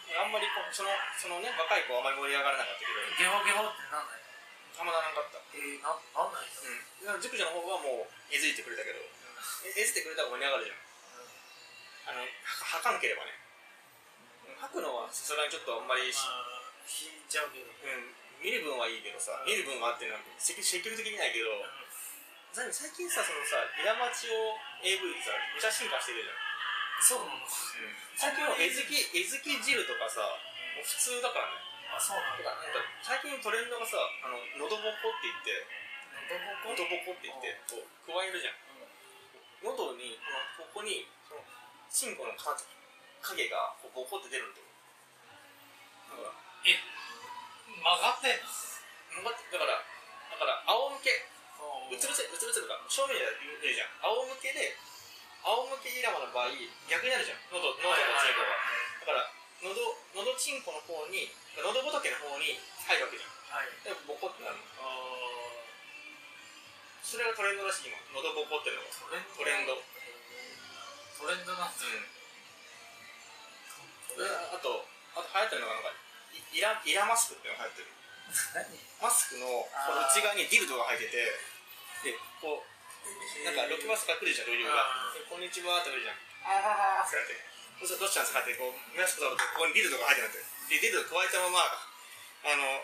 S1: あんまりこうそのそのね若い子はあんまり盛り上がらなかったけど
S2: んゲホゲホってなんない
S1: あんまならなかった
S2: えー、なんなんないん
S1: うんだ
S2: だ
S1: から熟女の方はもうえずいてくれたけどええずいてくれたら盛り上がるじゃんあのはかなければね吐くのはさすがにちょっとあんまりし、
S2: あー引いちゃうけど
S1: うん、見る分はいいけどさ、
S2: うん
S1: 見る分はっていうのは積積極的にないけど、最近さそのさイラマチを AV でさめちゃ進化してるじゃん、
S2: そうなの
S1: 最近のえずきえずき汁とかさもう普通だからね
S2: あそうな
S1: だ
S2: の
S1: からなんか最近のトレンドがさあののどぼこって言っての
S2: ど
S1: ど
S2: こ
S1: ぼこって言ってこう加えるじゃん喉にこのここにそのチンコのか影がこうボコって出るんだよだから
S2: え曲がってん
S1: 曲
S2: の
S1: がってだからだから仰向けうつぶせうつぶせとか正面でやるじゃん仰向けで仰向けイラマの場合逆になるじゃん喉喉のチンコがだから喉喉チンコの方に喉仏の方に入るわけじゃん
S2: はい
S1: でボコってなるの
S2: あー
S1: それがトレンドらしい今喉ボコってのが
S2: トレンド
S1: トレンド
S2: トレンドなんだ
S1: うんあとあと流行ってるのがなんかイイライラマスクっていうのが流行ってる
S2: 何
S1: マスクのこの内側にディルドが入っててでこうなんかロケバスから来るじゃん同僚が
S2: あー
S1: で「こんにちは」って来るじゃん
S2: ああ
S1: そうやってどうしたどうしたんですかってこう目安くだろうとここにディルドが入ってなくてでディルド加えたままあの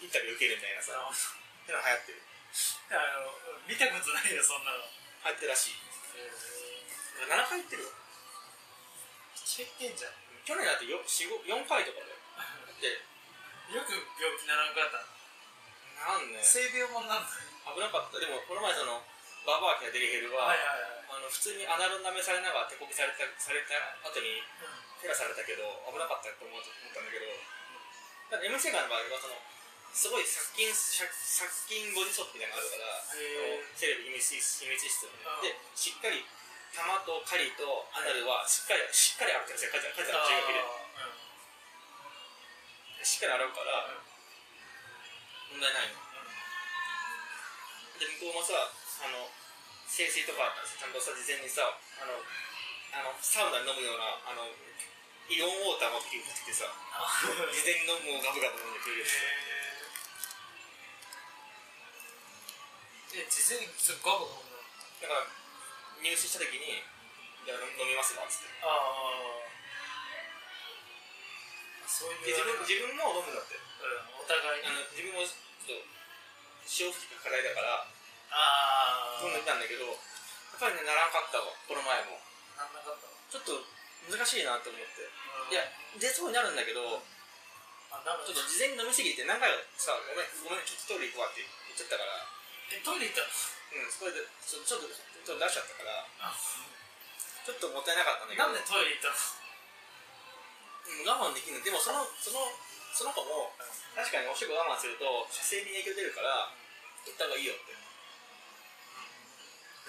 S1: インタビュー受けるみたいなさってのが流行ってる
S2: あの見たことないよそんなの
S1: 流行ってるらしい7回行ってるわ
S2: 知ってんじゃん
S1: 去年だってよ四五4回とかだよだって
S2: よく病気ならんかった
S1: なんね
S2: 性病もなんだ
S1: 危なかったでもこの前そのババアキャデリヘルは、
S2: はい
S1: あの普通にアナロン舐めされながら手こきされたされた後に手がされたけど危なかったと思うと思ったんだけど、だから MC ガの場合はそのすごい殺菌殺殺菌ボディソープみたいなのがあるから
S2: へー
S1: そのセレブ秘密室秘密室みたいな
S2: うん
S1: でしっかり玉と狩りとアナルはしっかりしっかり洗ってるんですよカジャカジャの中学でしっかり洗うから問題ないので向こうもさあの清水とかあったんですよちゃんとさ事前にさあのあのサウナで飲むようなあのイオンウォーターをピッてきてさ事前に飲むガブガブ飲んでくれる
S2: え事前にすっごい
S1: だから入手した時に「いや飲飲みますわ」っつって
S2: ああそういう
S1: で自分
S2: あれ
S1: 自分も飲むんだって
S2: うん、お互い
S1: あ
S2: に、
S1: の自分もちょっと潮吹きが課題だから
S2: ああ
S1: 飲んでみたんだけどやっぱりねならんかったわこの前も
S2: なんなかったわ
S1: ちょっと難しいなと思って
S2: うん
S1: いや出そうになるんだけど
S2: あなる
S1: ち
S2: ほ
S1: ょっ
S2: ど
S1: と事前に飲みすぎて何回もさ「ごめんごめんちょっとトイレ行こう」って言っちゃったから
S2: えトイレ行ったの
S1: うんそれでちょちょっとちょっと出しちゃったから
S2: あ
S1: ちょっともったいなかったんだけど
S2: なんでトイレ行ったの
S1: うん我慢できるでもそのそのその子も確かにおしっこ我慢すると姿勢に影響出るから行った方がいいよって言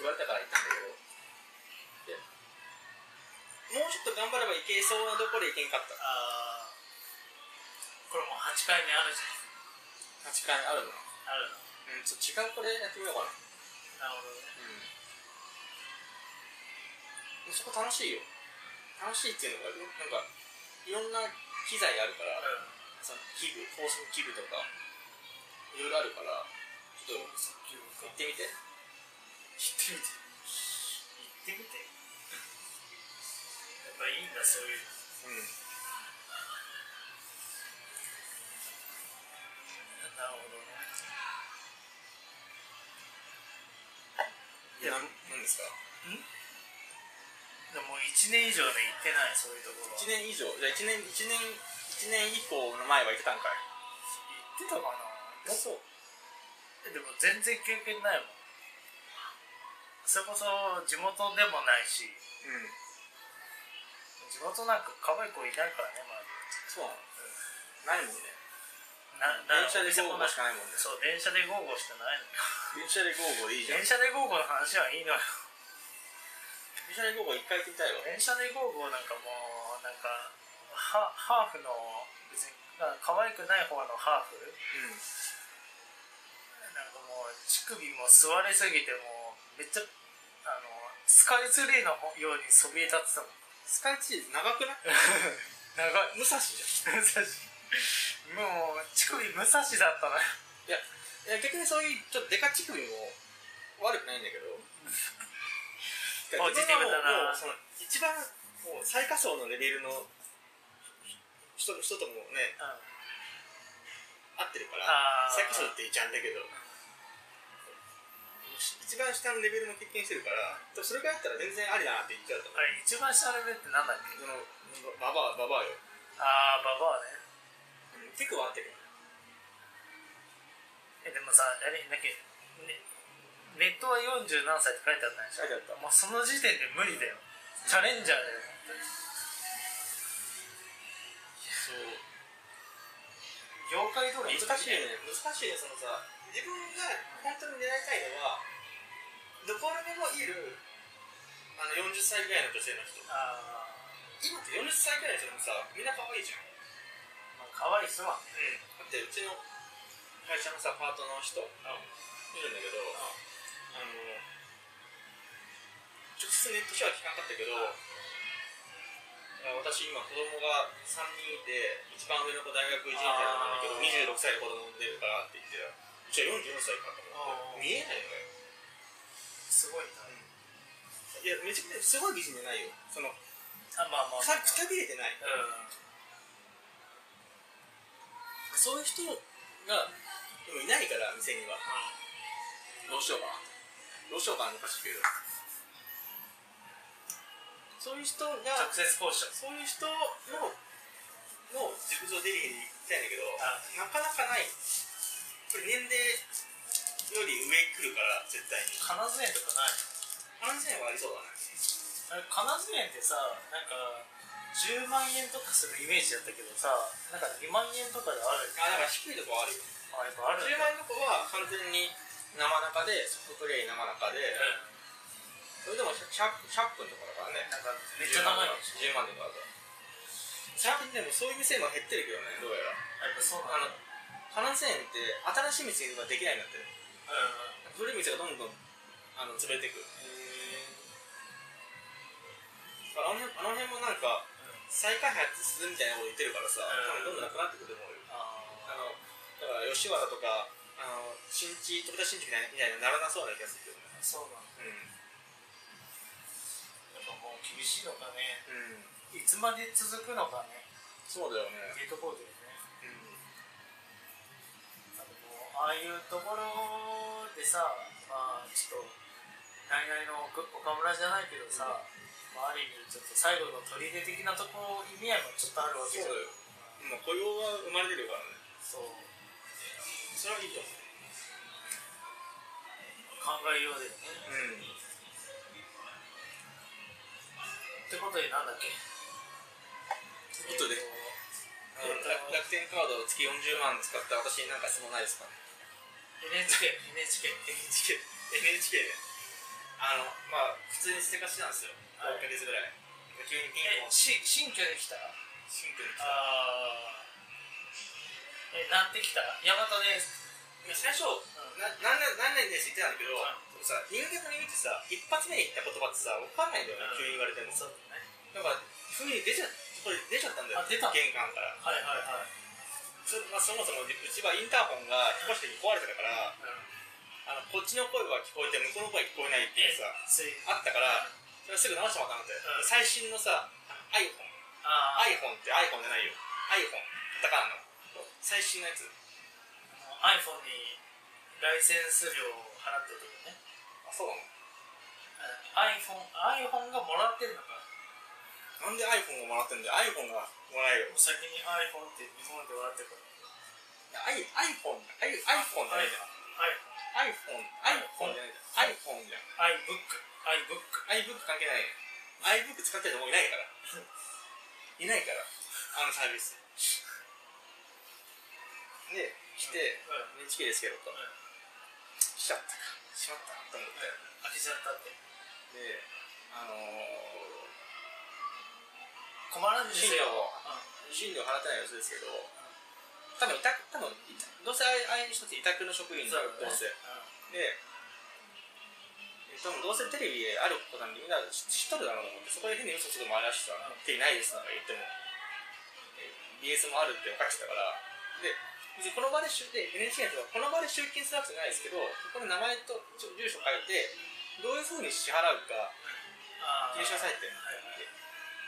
S1: われたから行ったんだけどでもうちょっと頑張ればいけそうなところで行けんかった
S2: あーこれもう8回目あるじ
S1: 8回あるのう
S2: ゃんあるの
S1: んちょっと違うこれやってみようかな
S2: なるほどね
S1: うんそこ楽しいよ楽しいっていうのがなんかいろんな機材あるから
S2: う
S1: その器具放送器具とかいろいろあるからちょっと
S2: んそっち
S1: 行
S2: 行
S1: っ
S2: って
S1: みて
S2: てみて行ってみ てやっぱいいんだそういうの
S1: うん
S2: なるほどね
S1: いや、なんなんですか
S2: でも1年以上ね行ってないそういうところは
S1: 1年以上じゃあ1年一年一年以降の前は行ってたんかい
S2: 行ってたかな
S1: そう
S2: えでも全然経験ないもんそれこそ地元でもないし
S1: うん
S2: 地元なんか可愛い子いないからねま
S1: そうなのないもんね
S2: だな
S1: 電車で
S2: お店
S1: ゴーゴ
S2: も
S1: ー
S2: な
S1: しかないもんね
S2: そう電車でゴーゴーしてないのよ
S1: 電車でゴーゴーでいいじゃん
S2: 電
S1: 電
S2: 車でゴーゴーの話はいいのよ
S1: 車でゴーゴー一回行ってみたいわ
S2: 電車でゴーゴーなんかもうなんかハハーフの別になんか可愛くない方のハーフ
S1: うん
S2: なんかもう乳首も座りすぎてもうめっちゃあのスカイツリーのようにそびえ立ってたもん
S1: スカイツリー長くない
S2: 長
S1: 武
S2: い
S1: 蔵じゃん
S2: 武蔵もう乳首武蔵だったな
S1: いや逆にそういうちょっとデカ乳首も悪くないんだけど
S2: ポジティブだ
S1: 自
S2: な
S1: 分はもうもうその一番もう最下層のレベルの人人ともね
S2: うん
S1: 合ってるから
S2: あー
S1: 最下層って言っちゃうんだけど一番下のレベルも経験してるからでもそれがあったら全然ありだなって言っちゃうと思う
S2: あれ一番下のレベルってなんだっけ
S1: そのババアババアよ
S2: ああババアね
S1: 結構あってる
S2: えでもさあれだっけ、ね、ネットは40何歳って書いてあったんでし
S1: 書い
S2: ょ
S1: てあった
S2: もうその時点で無理だよチャレンジャーだよ
S1: そう
S2: 業界と
S1: 難
S2: か
S1: しいよね難しいねそのさ自分が本当に狙いたいのはどこにでもいるあの40歳ぐらいの女性の人
S2: あ
S1: 今って40歳ぐらいの人でもさみんな可愛いじゃん、う
S2: ーまあ可愛い人
S1: ん、
S2: は
S1: だってうちの会社のさパートの人い
S2: うん
S1: るんだけどあの直接ネットショア聞かなかったけどあ私今子供が3人いて一番上の子大学1年生なんだけど
S2: あー
S1: 26歳で子供産んでるからって言ってたじゃあ44歳かと思って
S2: あー
S1: 見えないのよ
S2: すごいな
S1: ねいやめちゃくちゃすごい美人じゃないよその
S2: あまあまあ、まあ、
S1: くたくたびれてない
S2: うん
S1: そういう人がでもいないから店にはどうしようかなどうしようかなのかしいけどそういう人が
S2: 直接交渉
S1: そういう人の、の熟女デリヘルに行きたいんだけど、
S2: あ
S1: なかなかない。これ年齢より上来るから、絶対に。
S2: 金津園とか
S1: 感
S2: ない
S1: 染はありそうだね。
S2: あれ金津園ってさなんか10万円とかするイメージだったけどさなんか2万円とかである
S1: あ、だから低いとこはあるよ。
S2: あやっぱある
S1: 10万の子は完全に生中で、ソフトプレイ生中
S2: う
S1: で、
S2: ん
S1: それでも 100, 100分とかだからね。
S2: なんかめっちゃ長いの
S1: 10万とかだと。最近でもそういう店も減ってるけどね、どうやら。
S2: やっぱそう
S1: あの
S2: なの、
S1: 感染って新しい店ができないんだって。古
S2: うん
S1: い店がどんどんあの潰れていくあの辺あの辺もなんか再開発するみたいなこと言ってるからさ、
S2: うん
S1: 多分どんどんなくなってくると思うよあのだか
S2: あ
S1: ら吉原とかあの新地飛び出し新地みたいなみたいなならなそうな気がするけどね
S2: ーそうなのやっぱもう厳しいのかね
S1: うん、うん、
S2: いつまで続くのかね
S1: そうだよね
S2: っていうところでね
S1: う
S2: あのああいうところでさまあちょっと大々の岡村じゃないけどさ、まあ、ある意味ちょっと最後の砦的なとこ意味合いもちょっとあるわ
S1: んそ
S2: けじ
S1: う
S2: ゃ
S1: だよ
S2: ん
S1: 今雇用が生まれてるからね
S2: そう
S1: それはいいと思
S2: 考えようだよね
S1: ううん
S2: ってことでなんだっけ
S1: てことで
S2: えっ
S1: あの楽楽天カードを月40万使った私に何か質問ないですかね
S2: NHK NHK
S1: NHK NHK あのまあ普通に捨てかしなんですよ
S2: は
S1: 1
S2: い
S1: ヶ月ぐらい急にピ
S2: え
S1: ンポン
S2: し新居に来た
S1: 新居に来た
S2: あーえなんて来た大和です
S1: いや最初な何年何年ですって言ってたんだけど
S2: う
S1: さ入学の意味ってさ一発目に言った言葉ってさ分かんないんだよね急に言われても
S2: そうだね
S1: なんかふうに出ちゃこれ出ちゃったんだよ
S2: あ出た
S1: 玄関から
S2: はいはいはい、
S1: そ,、まあ、そもそもうちはインターホンが引っ越して壊れてたから
S2: うん、
S1: あのこっちの声は聞こえて向こうの声は聞こえないっていうさ
S2: つい
S1: あったからそれすぐ直してもらったんだよ、
S2: うん
S1: 最新のさ iPhone
S2: あー
S1: iPhone って iPhone じゃないよ iPhone カタカナの最新のやつ
S2: iPhone にライセンス料を払ってるよね
S1: あそうな
S2: iPhone, iPhone がもらってるのか
S1: のなんで iPhone をもらってんだよ iPhone がもらえよ
S2: 先に iPhone って日本でもらってるから
S1: いや i- iPhone i- iPhone じゃないじゃん iPhone iPhone じゃないじゃん iPhone じゃん
S2: iPhoneiBook iBook
S1: iBook 関係ないよ iBook 使ってる人もういないからいないからあのサービスで来て
S2: う
S1: NHK ですけどと
S2: んうん
S1: しちゃったかしまったなと思って
S2: 開けちゃったって
S1: であのー
S2: 困らんです
S1: 診療
S2: よ、
S1: を
S2: うん
S1: 診療払ってない様子ですけど多分委託多分委託どうせああいう人って委託の職員だ
S2: そう
S1: よ
S2: だね
S1: どうせで多分どうせテレビであることなんでみんな知知っとるだろうと思ってそこで変に嘘つくもあらしてたっていないですなんか言ってもで BS もあるって分かってたからで別にこの場で集で NHK の人はこの場で集金するわけじゃないですけどここに名前とちょ住所書いてどういうふうに支払うか
S2: あー
S1: 記入しなさいって
S2: はいはい
S1: で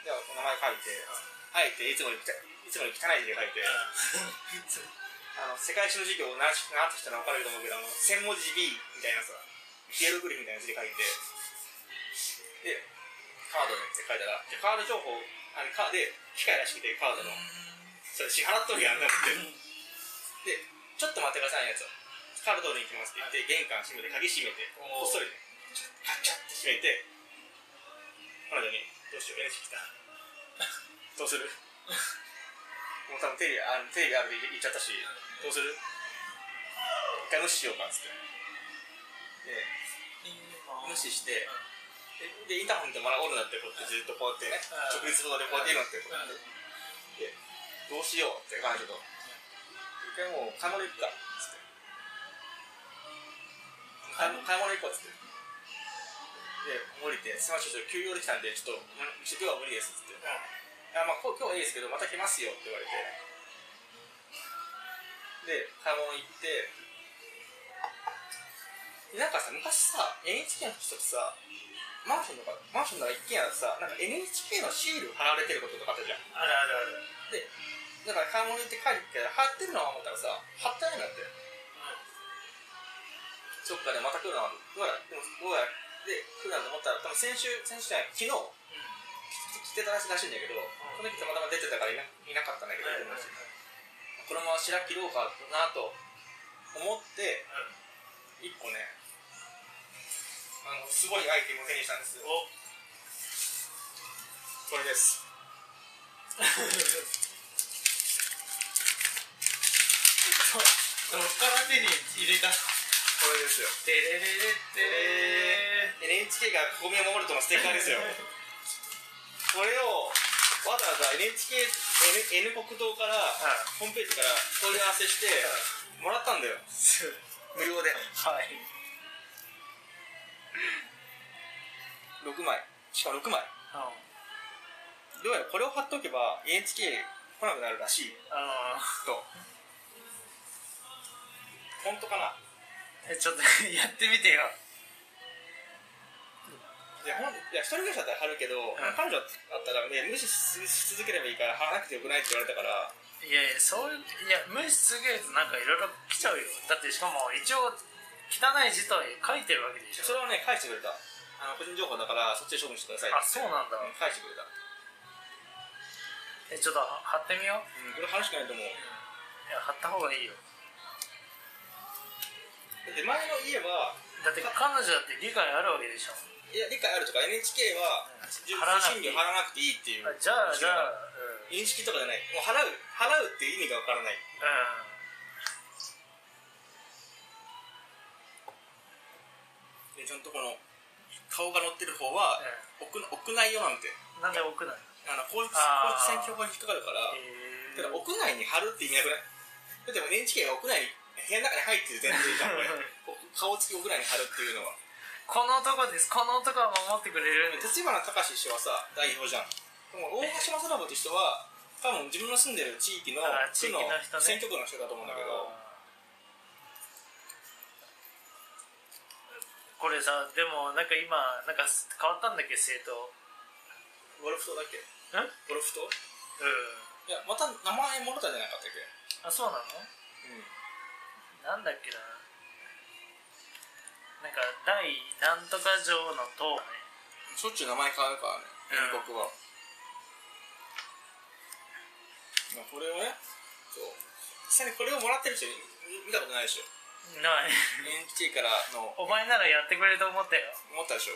S1: でお名前書いてあえていつもより汚いいつもより汚い字で書いてあの世界史の授業を習ってきたら分かると思うけどあの1000文字 B みたいなさヒエログリフみたいな字で書いてでカードでって書いたらでカード情報あれカードで機械らしくてカードのそれ支払っとるやんなってでちょっと待ってくださいねやつをカード取りに行きますって言って玄関閉めて鍵閉めてこ
S2: おー
S1: っそりねカチャッて閉めて彼女に「どうしよう NHK 来た どうする?」もう多分テレビあのテレビあるで行っちゃったしどうする一回無視しようかっつってで無視してででインターホンってまだおるなってこうやってずっとこうやってね
S2: うん
S1: 直立法でこうやっているのってこうやってどうしようって彼女と一回もう買い物行くかっつって買い物買い物行こうっつってで降りて「すみませんちょっと休業できたんでちょっとうんちょっと今日は無理です」っつってあまあ、こう今日はいいですけどまた来ますよって言われてで買い物行ってでなんかさ昔さ NHK の人ってさマンションとかマンションとか一軒家でさなんか NHK のシール貼られてることとかあったじゃん
S2: あるあるある
S1: でだから買い物行って帰ってきたら貼ってるのは思ったらさ貼ってないんだってそっかでまた来るのはどうやらでもどうやらで来るなと思ったら多分先週先週じゃない昨日来てたらしいらしいんだけど、その時たまたま出てたからいないなかったんだけど、
S2: はいはいはい
S1: このまま白切ろうかなと思って一個ねあのすごいアイテムを手にしたんですよ
S2: お
S1: これです
S2: どっから手に入れたの
S1: これですよ
S2: てれれれって
S1: NHK が国民を守るとのステッカーですよこれをわざわざ NHK N, N 国党からホームページから問い合わせしてもらったんだよ無料で
S2: はい
S1: 6枚しかも6枚どうやらこれを貼っとけば NHK 来なくなるらしい
S2: あ
S1: と本当かな
S2: のちょっとやってみてよ
S1: でや本いや一人暮らしだったら貼るけど、彼女だったら、ね、無視しし続ければいいから貼らなくてよくないって言われたから
S2: いやいやそういういや無視続けるとなんかいろいろ来ちゃうよだってしかも一応汚い字とは書いてるわけでし
S1: それは
S2: ょ
S1: ね返してくれたあの個人情報だからそっちで処分してください
S2: あそうなんだ
S1: うん返してくれた、
S2: えちょっと貼ってみよう
S1: うん、これ貼るしかないと思う
S2: いや貼った方がいいよ
S1: だって前の家は
S2: だって彼女だって理解あるわけでしょ
S1: いや理解あるとか NHK は
S2: うん
S1: 受信
S2: 払わなくていい
S1: 料払わなくていいっていう
S2: あじゃあじゃあうん、
S1: 認識とかじゃないもう払う払うっていう意味がわからない
S2: うん
S1: でちゃんとこの顔が乗ってる方は置く置くないよなんて
S2: なんで奥なの
S1: あの公式
S2: あ
S1: 公式選
S2: ー
S1: 挙法に引っかかるからただ屋外に貼るって意味なくないだってもう NHK が屋内に部屋の中に入ってる前提じゃん これこ顔つき屋内に貼るっていうのは
S2: この男ですこの男は守ってくれるんです
S1: 立花隆史氏はさ代表じゃんでも大橋正信って人は多分自分の住んでる地域の
S2: あー地域の人ね
S1: 区選挙区の人だと思うんだけど
S2: これさでもなんか今なんか変わったんだっけ政党
S1: ゴルフ島だっけ
S2: んうん
S1: ゴルフ島いやまた名前もろたじゃなかったっけ
S2: あそうなの
S1: うん
S2: なんだっけななんか第なんとか城の塔ね
S1: しょっちゅう名前変わるからね
S2: うん
S1: 原告は、まあ、これをねそう実際にこれをもらってる人に見見たことないでしょ
S2: ない
S1: NHK からの
S2: お前ならやってくれると思ったよ
S1: 思ったでしょ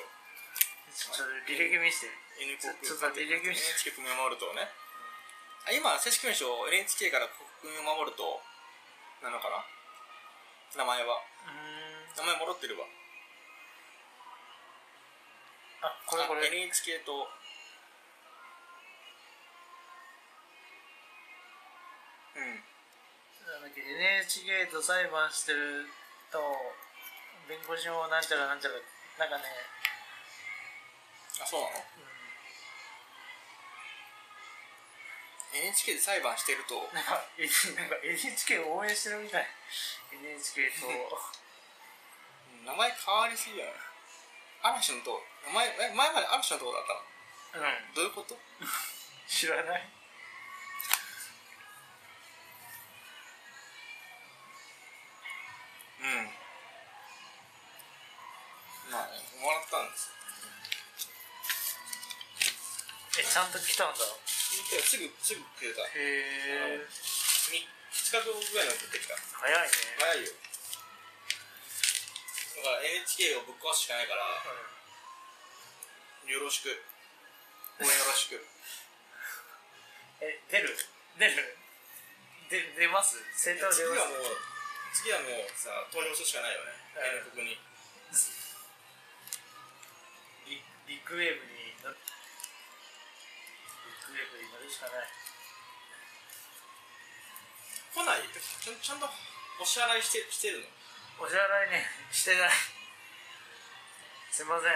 S2: ちょっと履歴見して
S1: N 国
S2: ちょっと履歴見せ
S1: NHK 国民を守るとね、あ今正式名称 NHK から国民を守るとなのかな名前は
S2: うーん
S1: 名前もろってるわ
S2: あこれこれ
S1: あ NHK とうん
S2: なんだっけ NHK と裁判してると弁護士もなんちゃらなんちゃらなんかね、
S1: あそうなの
S2: うん
S1: NHK で裁判してると
S2: なんかえなんか NHK を応援してるみたい NHK と
S1: 名前変わりすぎじゃない嵐の塔名前え前まで嵐の塔だったの
S2: うん
S1: どういうこと
S2: 知らない
S1: うんまあねもらったんです
S2: えちゃんと来たんだ
S1: よすぐすぐくれた2
S2: へえ
S1: 日後ぐらいに送ってきた
S2: 早いね、
S1: 早いよだから NHK をぶっ壊すしかないからよろしく応援よろしく
S2: うんえ出る出るで出ます政党
S1: 次
S2: 出
S1: は
S2: ま
S1: もう次はもうさ投票するしかないよね
S2: うん
S1: 原告に
S2: すビビッグウェーブに乗るビッグウェーブに乗るしかない
S1: 来ないちゃんちゃんとお支払いしてしてるの
S2: お支払いねしてないすいません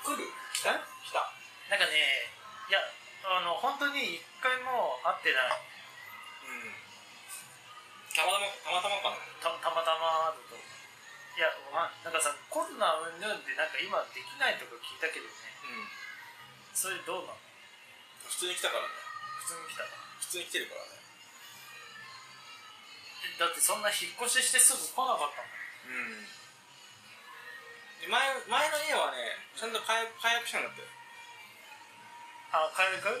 S1: 来る来た来た
S2: なんかねいやあの本当に一回も会ってない
S1: うんたまたまたまたまかな
S2: たたまたまだといやまあなんかさコロナうんぬんってなんか今できないとか聞いたけどね
S1: うん
S2: それどうなの
S1: 普通に来たからね
S2: 普通に来たの
S1: 普通に来てるからね
S2: えだってそんな引っ越ししてすぐ来なかったも
S1: う
S2: ん
S1: んで前前の家はねちゃんと解解約したんだってよ
S2: あ解約
S1: うん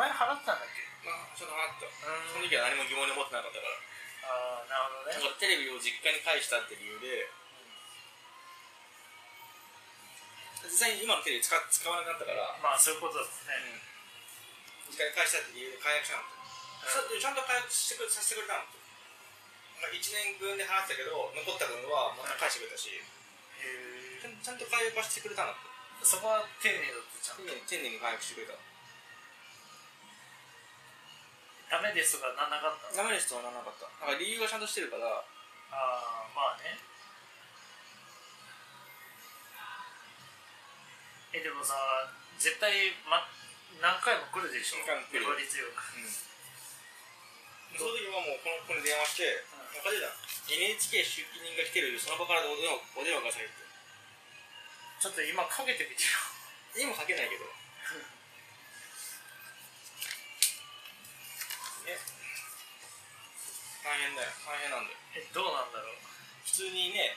S2: 前払ってたんだっけ
S1: まあちょっと待ったその
S2: うーん
S1: 時は何も疑問に思ってなかったから
S2: ああなるほど
S1: なん
S2: ね
S1: かテレビを実家に返したって理由で実際に今のテレビ使使わなくなったから、
S2: まあそういうことだもんね、
S1: 実家に返したって理由で解約したの
S2: うん
S1: ちゃんと解約してくれさせてくれたのまあ1年分で払ってたけど残った分はまた返してくれたしちゃ
S2: へ
S1: んちゃんと解約はしてくれたの
S2: えそこは丁寧だったじゃん
S1: 丁寧に丁寧に解約してくれた
S2: ダメですとかなんなかったの
S1: ダメですとはならなかったなんか理由がちゃんとしてるから
S2: ああまあねえでもさ絶対、ま、何回も来るでしょ
S1: 何回も来る
S2: 粘り強く
S1: その時はもうこの子に電話して「中出た NHK 出勤人が来てるその場からお電話お電話ください」って
S2: ちょっと今かけてみて
S1: 絵
S2: よ
S1: も描けない けど。え大変だよ、大変なんだよ。
S2: えどうなんだろう
S1: 普通にね、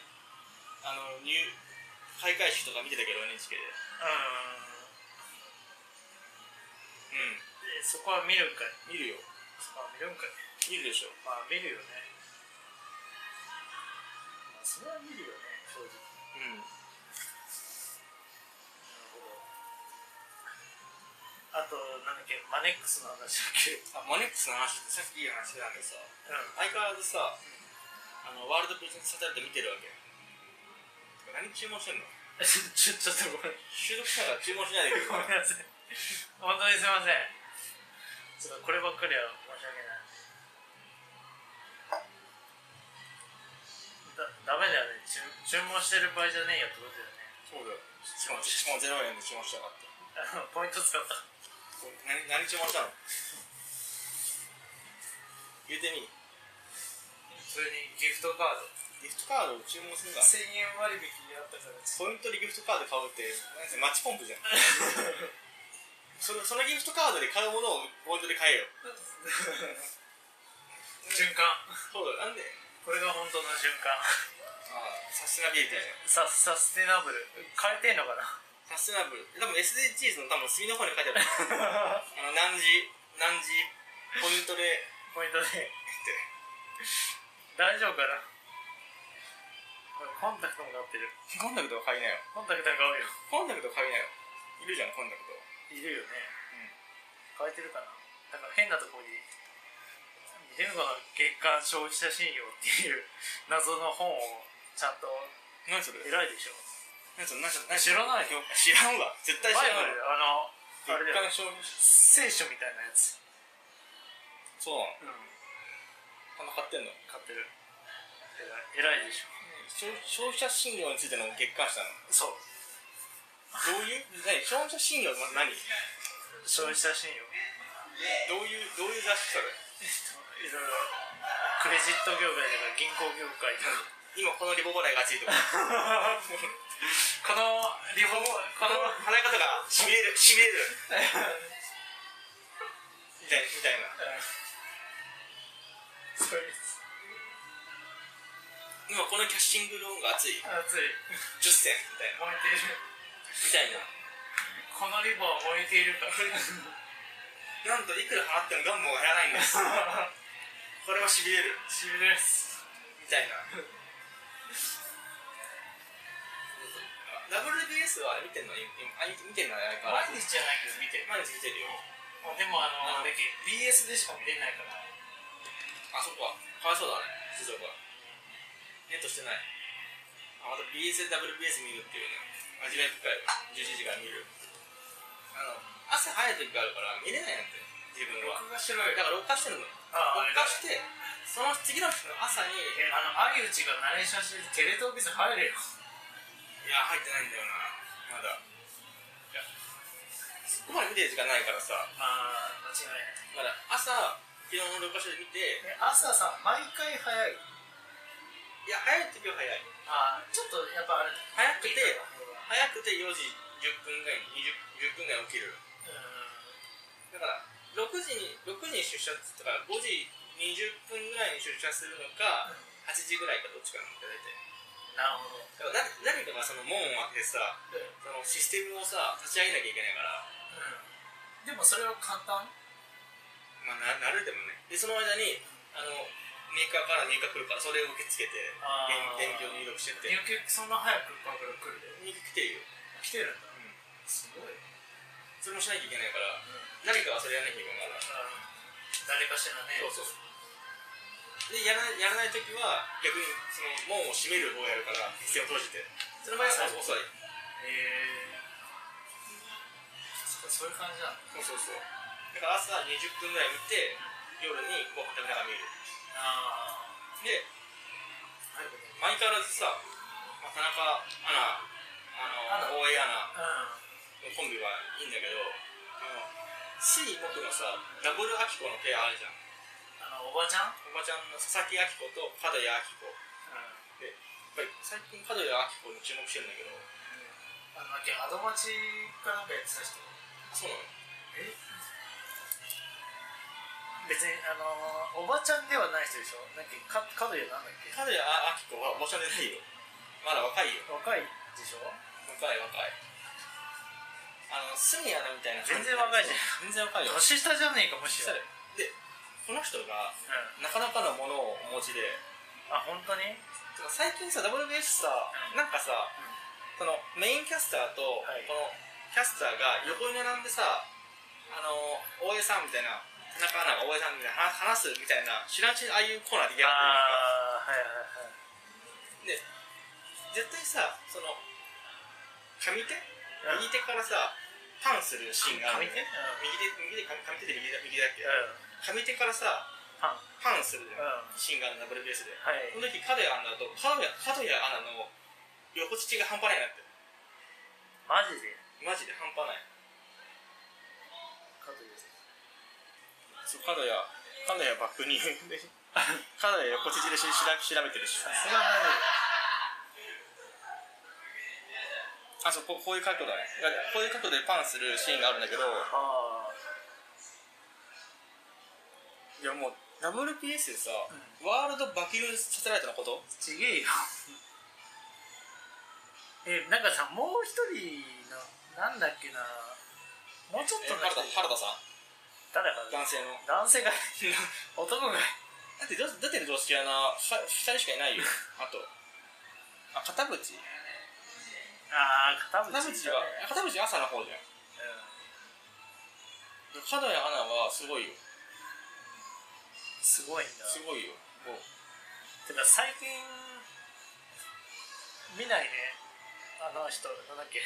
S1: あの、入、開会式とか見てたけど、NHK で。
S2: う
S1: うん
S2: でそこは見るんかい
S1: ん、見るよ。
S2: まあ見るんかい
S1: 見るでしょ。
S2: まあ見るよねまあそれは見るよね正直
S1: うん。
S2: なるほどあとなんだっけマネックスの話だっけ
S1: あ、マネックスの話ってさっきいい話してたんでさ、
S2: うん
S1: 相変わらずさ、あの、ワールドビジネスサタリット見てるわけ。何注文してんの
S2: ちょちょっとごめん
S1: 収録したから注文しないでく
S2: ごめん
S1: れるかな。
S2: なさい本当にすいませんちょっとこればっかりは申し訳ないだダメだよね注注文してる場合じゃねえよってことだ
S1: そうだ
S2: よね
S1: よ。しかも、しかも0円で注文したかった。
S2: あのポイント使った
S1: これ何何注文したの言うてみ
S2: 普通にギフトカード
S1: ギフトカードを注文するんだ
S2: 1000円割引あったから
S1: ポイントでギフトカード買うってなんせマッチポンプじゃん そのそのギフトカードで買うものをポイントで買えよ
S2: 瞬間
S1: そうだよなんで
S2: これが本当の瞬間
S1: ああサステナビリティだよ
S2: ササステナブル 変えてんのかな
S1: サステナブル多分 SDGs の多分隅の方に書いてあるあの何時何時ポイントでっ
S2: ポイントで
S1: て
S2: 大丈夫かなこれコンタクトも買ってる
S1: コンタクトは買いなよ
S2: コンタクト買うよ
S1: コンタクトは買いなよいるじゃんコンタクト
S2: いるよね変えてるかななんか変なとこに見てるのかな月刊消費者信用っていう 謎の本をちゃんと
S1: 何それ
S2: 偉いでしょ
S1: 何それ何それ何そ
S2: 知
S1: れ
S2: らないよ
S1: 知らんわ絶対
S2: 前
S1: 知
S2: ま
S1: らん
S2: で
S1: わ
S2: あのあれ
S1: 一
S2: だ
S1: 貫
S2: よ
S1: 消費者
S2: 聖書みたいなやつ
S1: そうなの
S2: うん
S1: こんな買ってんの
S2: 買ってる偉い偉いでしょ
S1: 消消費者信用についての月刊誌なの
S2: そう
S1: どういう何消費者信用ってまず何
S2: 消費者信用
S1: どういうどういう雑誌それ
S2: いろいろクレジット業界とか銀行業界とか
S1: 今このリボ払いが熱いとか
S2: このリフォーム
S1: この払い方がしびれるしびれるみたいみたいな
S2: そうです
S1: 今このキャッシングローンが熱い
S2: 熱い
S1: 10銭みたいな
S2: 燃えている
S1: みたいな
S2: このリボンは燃えているから
S1: なんといくら払ってもガンボが減らないんですこれはしびれる
S2: しびれです
S1: みたいな WBS は見てんの今今あ見てんのあれから
S2: 毎日じゃないけど見てる
S1: 毎日見てるよ
S2: でもあのなんだっけ BS でしか見れないから
S1: あそこはかわいそうだね静岡はネットしてないあまた BS で WBS 見るっていうね味わい深いよ11時から見るあの朝早い時があるから見れないなんて自分は
S2: 画しろ
S1: だから録画してるの
S2: ああ
S1: 録画してその次の日の朝にい
S2: えあの相内がナレーションしてるテレ東ビズ入れよ
S1: や入ってないんだよなまだいやそこまで見てる時間ないからさ
S2: まあ間違いない
S1: だから朝昨日の録画書で見て
S2: え朝さ毎回早い
S1: いや早い時は早い
S2: ああちょっとやっぱあるね
S1: 早くて
S2: う
S1: 早くて4時10分ぐらいに20 10分ぐらい起きるだ
S2: ん
S1: から6時に6時に出社っつったから5時20分ぐらいに出社するのか8時ぐらいかどっちかなんだよ
S2: なるほど。
S1: 大体だから誰誰かがその門を開けてさその
S2: うん。
S1: システムをさ立ち上げなきゃいけないから
S2: でもそれは簡単。
S1: まあななるでもねでその間にあのメーカーからメーカー来るからそれを受け付けて
S2: あー
S1: 電電気を入力してって
S2: 入居そんな早くバから来る
S1: 入
S2: で。
S1: 力来てるよ、
S2: 来てるんだ。
S1: うん、
S2: すごい。
S1: それもしなきゃいけないから
S2: うん。
S1: 誰かがそれやらなきゃいけないから
S2: 誰かしらね。
S1: そうそうでやらないやらない時は逆にその門を閉める方やるから一線を閉じてその場合は遅い
S2: へえそっかそういう感じなんだ。
S1: そうそうそうだから朝20分ぐらい見て夜にご飯食べながら見る
S2: ああ。
S1: で
S2: なるほど
S1: 相
S2: ね。
S1: 変わらずさ、まあ、田中アナあの大江アナ
S2: う
S1: のコンビはいいんだけどあの C 僕のさダブルアキコのペアあるじゃん
S2: ん。あのおばちゃん。
S1: おばちゃんの佐々木アキコと角谷アキコやっぱり最近角谷アキコに注目してるんだけどあ
S2: あの、けアドマチかなんかやってた人
S1: そうなの
S2: え別に、あのーおばちゃんではない人でしょなんか、か、角谷なんだっけ
S1: 彼はあきこはおばちゃんじゃないよまだ若いよ
S2: 若いでしょ
S1: 若い若いあのスミアナみたいな
S2: 全然若いじゃ
S1: ん全然若いよ
S2: 年下じゃねえか、もしろ。うん。
S1: でこの人が
S2: あ、
S1: なかなかのものをお持ちで
S2: 本当に
S1: てか最近さ WBS さ
S2: うん
S1: なんかさそのメインキャスターとこ
S2: はい
S1: のキャスターが横に並んでさあの大江さんみたいな田中アナが大江さんみたいな話話すみたいな知らんちにああいうコーナーでやってる絶
S2: あー、はいはいはい。
S1: 対さその上手
S2: うん
S1: 右手からさパンするシーンがあるのね
S2: う
S1: 右手右手上上手で右だ右だっけ
S2: ん。
S1: 上手からさ
S2: パン。
S1: パンするじ
S2: うん。
S1: ゃん
S2: は
S1: シーンがあるの WBS で
S2: い。
S1: この時角谷アナと角谷角谷アナの横乳が半端ないなって
S2: マジで
S1: マジで半端ない
S2: 角谷さん。
S1: そう角谷角谷バックに 角谷横乳でししら調べてるし
S2: さすがマジで。
S1: あそうここういう角度だねだからこういう角度でパンするシーンがあるんだけどい
S2: ああ。
S1: やもう WPS でさ、ワールドバキューサテライトのこと
S2: ちげえよ えなんかさもう一人のなんだっけなもうちょっ
S1: え
S2: と
S1: 原
S2: の
S1: 田
S2: 人
S1: 原田さん
S2: 誰か
S1: 男性の
S2: 男性が
S1: だ
S2: 男が
S1: ってど出てる常識はな2人しかいない よあとあ片渕
S2: ああ片
S1: 片渕
S2: 渕
S1: は片渕朝の方じゃん
S2: うん
S1: 角谷アナはすごいよ
S2: すごいんだ
S1: すごいよもう
S2: てか最近見ないねあの人なんだっけ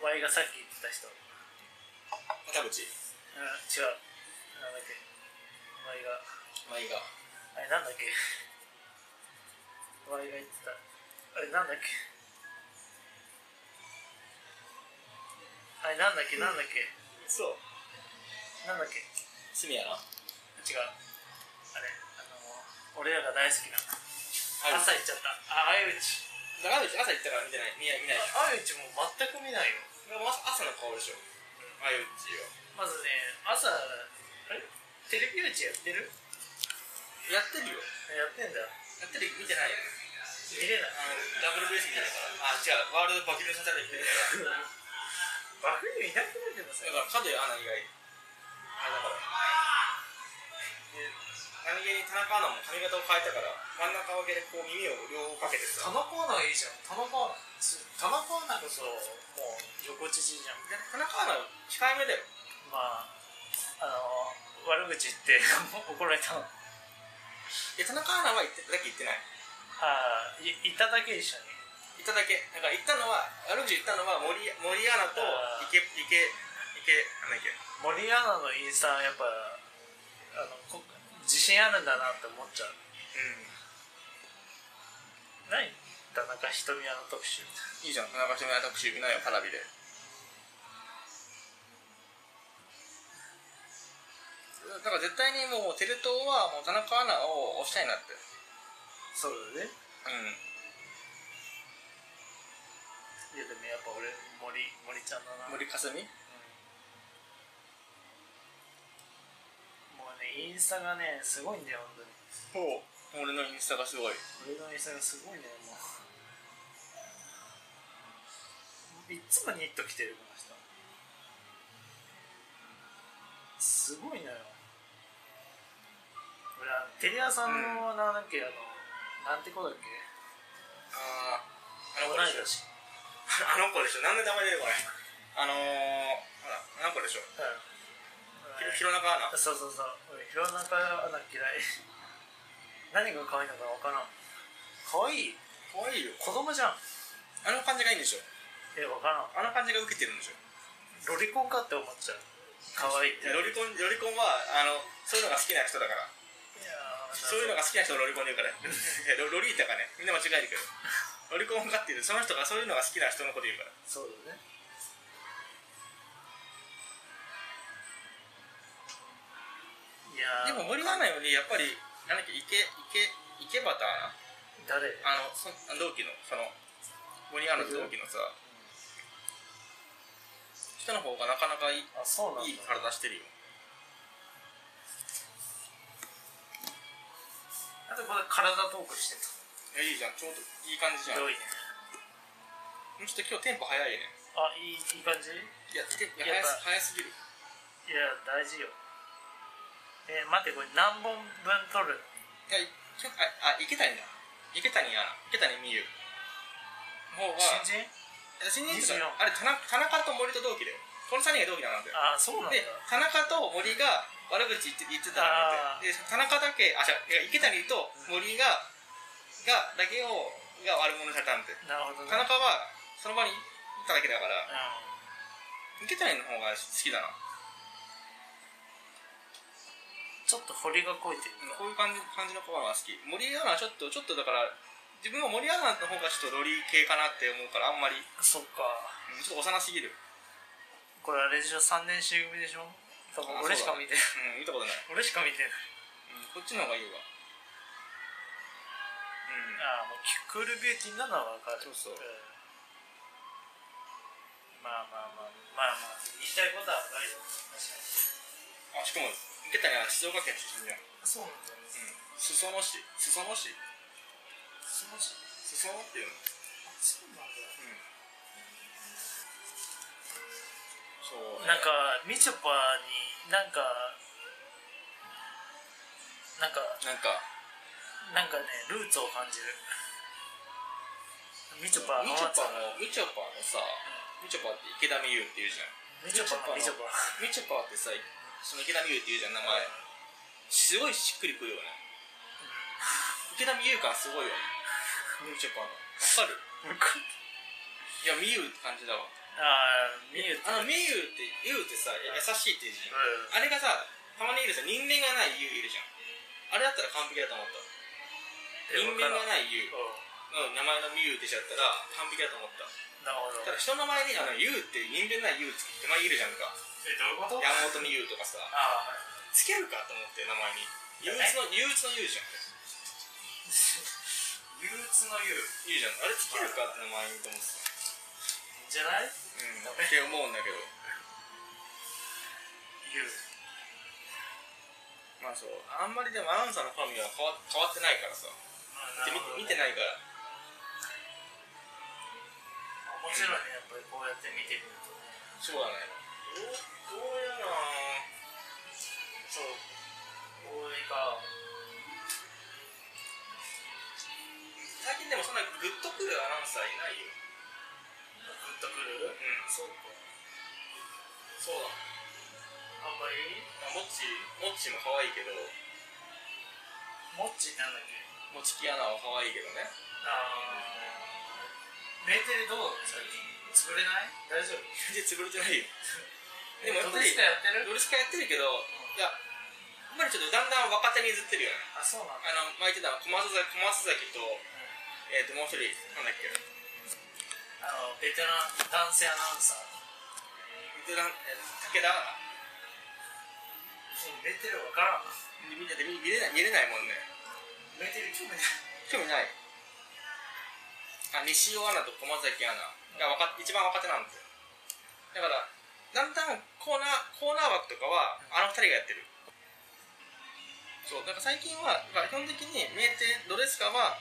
S2: ワイがさっき言ってた人
S1: 片渕
S2: うん違うなんだっけワイが
S1: まあいいが
S2: あれなんだっけ俺が言ってたあれなんだっけあれなんだっけなんだっけ、
S1: そう
S2: なんだっけ
S1: 住谷な
S2: 違うあれあのー、俺らが大好きな
S1: 朝
S2: 朝行っちゃったああいうち
S1: 高橋朝行ったから見てない見ない見ないでしょ
S2: ああいうちもう全く見ないよ
S1: でも朝朝の顔でしょあゆっちよ
S2: まずね朝あれテレビ打ちやってる
S1: やってるよ
S2: やってんだ
S1: やってる見てないよ
S2: 見れな
S1: あ
S2: い
S1: の WBS 見てないからあ違うワールドバキューサテライト見てないから
S2: バフにいなくなってま
S1: だから角谷アナ以外あれだからで何気に田中アナも髪型を変えたから真ん中分けでこう耳を両方かけて
S2: 田
S1: さ
S2: 中アナいいじゃん田中アナ田中アナこそもう横乳じゃん
S1: で田中アナ控えめだよ
S2: まああの悪口言って 怒られたの
S1: で田中アナは言ってだけ言ってない
S2: ああいいただけ一緒に
S1: 言っただけだから言ったのは悪口言ったのは森森アナと
S2: あー
S1: 池池池なんだっけ
S2: 森アナのインスタやっぱあのこ自信あるんだなって思っちゃう
S1: うん
S2: 何田中瞳アナ特集
S1: いいじゃん田中島特集見ないよ花火でだから絶対にもうテレ東はもう田中アナを押したいなってう
S2: そうだ
S1: ん
S2: ねいやでもやっぱ俺森森ちゃんだな、うん
S1: 森かすみ
S2: もうねインスタがねすごいんだよ本当
S1: ほう俺
S2: に
S1: のインスタがすごい
S2: 俺のインスタがすごいねもういっつもニット着てるこの人すごいのよ俺はテレ朝の、なんだっけあのなんて子だっけ
S1: あああ
S2: 同
S1: の
S2: い
S1: 子で
S2: 年
S1: しょ あの子でしょなんで名前出てこないあのー、ほらあの子でしょ
S2: うん
S1: ひろ弘中アナ
S2: そうそうそう俺弘中アナ嫌い 何が可愛いのか分からん可愛い
S1: 可愛いよ
S2: 子供じゃん
S1: あの感じがいいんでしょ
S2: え分からん
S1: あの感じが受けてるんでしょ
S2: ロリコンかって思っちゃう可愛いって
S1: いやロリコンロリコンはあのそういうのが好きな人だから
S2: いやー
S1: そういうのが好きな人をロリコンで言う からいやロロリータがねみんな間違えるけどロリコンかっていうその人がそういうのが好きな人のこと言うから
S2: そうだねいや
S1: で
S2: ー
S1: も森アナよりやっぱりなんだっけ池池池端アナ
S2: 誰
S1: あのそ同期のそのここにある同期のさ人の方がなかなかいい
S2: あそうなんだ
S1: いい体してるよ
S2: あとこれ体トークしてた
S1: いやいいじゃんちょうどいい感じじゃん
S2: ど
S1: もう
S2: ういね
S1: ちょっと今日テンポ早いね
S2: あいいいい感じ
S1: いやていや
S2: やっ
S1: 早す早すぎる
S2: いや大事よえー、待ってこれ何本分取るの
S1: いやいけああ池谷だ池谷やな池谷美優の方が
S2: 新人
S1: いや新人っていう
S2: 24
S1: かあれ田中田中と森と同期だよこの3人が同期なんだよ
S2: あそうなんだ
S1: で田中と森が悪口言って言ってたら
S2: あ
S1: ってで田中だけあ違ういや池谷と森ががだけをが悪者にされたんで
S2: なるほど
S1: 田
S2: ね、うん、
S1: 中はその場にいただけだから池谷の方が好きだな
S2: ちょっと掘りがこいてる
S1: うん
S2: か、
S1: こういう感じ感じの子が好き森アナはちょっとちょっとだから自分は森アナの方がちょっとロリ系かなって思うからあんまりう
S2: そっか
S1: んちょっと幼すぎる、
S2: これあれでしょ3年 C 組でしょ多分
S1: あ
S2: 俺し
S1: そう
S2: か
S1: だ
S2: 見てない
S1: うん、見たことない、
S2: 俺しか見てない
S1: うん、こっちの方がいいわうん
S2: ああもうキクールビューティーなのは分かる
S1: そうそうん
S2: まあまあまあまあまあ言いたいことは分かるよ確かに
S1: あしかも池谷は静岡県出身じゃん、うん、
S2: そうなんだね
S1: 裾野市裾野市
S2: そのし
S1: 裾野っていうの
S2: そうなんだ
S1: うんそう
S2: なんかみちょぱになんかなんか
S1: なんか
S2: なんかねルーツを感じるみちょぱ
S1: みちょぱ
S2: 浜
S1: のみちょぱのさみちょぱって池田美優っていうじゃん
S2: 松みちょぱのみちょぱ
S1: みちょぱってさその池田美優っていうじゃん名前すごいしっくりくるよね池田美優感すごいよねみちょぱのわかる
S2: 向こ
S1: い
S2: う
S1: や美優って感じだわ
S2: ああみゆ
S1: あの美優って優ってさ優しいっていう字じゃんあ
S2: うん
S1: れがさたまにいるさ人間がない優いるじゃんあれだったら完璧だと思った人間がない優
S2: うん
S1: の名前の美優ってしちゃったら完璧だと思った
S2: なるほど
S1: ただ人の名前にあの優って人間ない優つけて前いるじゃんか
S2: えどういうこと
S1: 山本美優とかさ
S2: ああ
S1: つけるかと思って名前に憂鬱の憂鬱の優じゃん
S2: 憂鬱の憂
S1: 優じゃんあれつけるかって名前にと思ってた
S2: じゃない
S1: うんって思うんだけど
S2: 憂
S1: まあそうあんまりでもアナウンサーの好みは変わ変わってないからさ
S2: まあ
S1: で
S2: なる
S1: 見見
S2: ほど
S1: てないから
S2: 面白いねやっぱりこうやって見てみるとね
S1: そうだねどうどうやら
S2: そう応援か
S1: 最近でもそんなグッとくるアナウンサーいないよ
S2: グッとく
S1: うん
S2: るそうか
S1: そうだ
S2: あんまり
S1: まあ、もっちもっちも可愛いけど
S2: モッチなんだっけ
S1: もちきアナは可愛いけどね
S2: あーメーテルどうなの最近潰れない大丈夫
S1: 全然潰れてないよ
S2: で
S1: で
S2: も
S1: も
S2: や
S1: や
S2: っ
S1: っぱりド
S2: ぱりやってる
S1: ルスカやってるけどいややっぱりちょっとだんだん若手に譲ってるよね
S2: あそうなんだ
S1: あの前言ってた小松崎小松崎と,、えー、ともう一人なんだっけ
S2: あのベテラン男性アナウンサー
S1: ベテラン、えー、武田
S2: メーテル分からん
S1: 見てて見見れない見れないもんね
S2: メーテル興味ない
S1: 興味ないあ西尾アナと小松崎アナが若一番若手なんですよだからだんだんコーナーコーナー枠とかはあの二人がやってるそうだから最近はまあ基本的に名店ドレスカは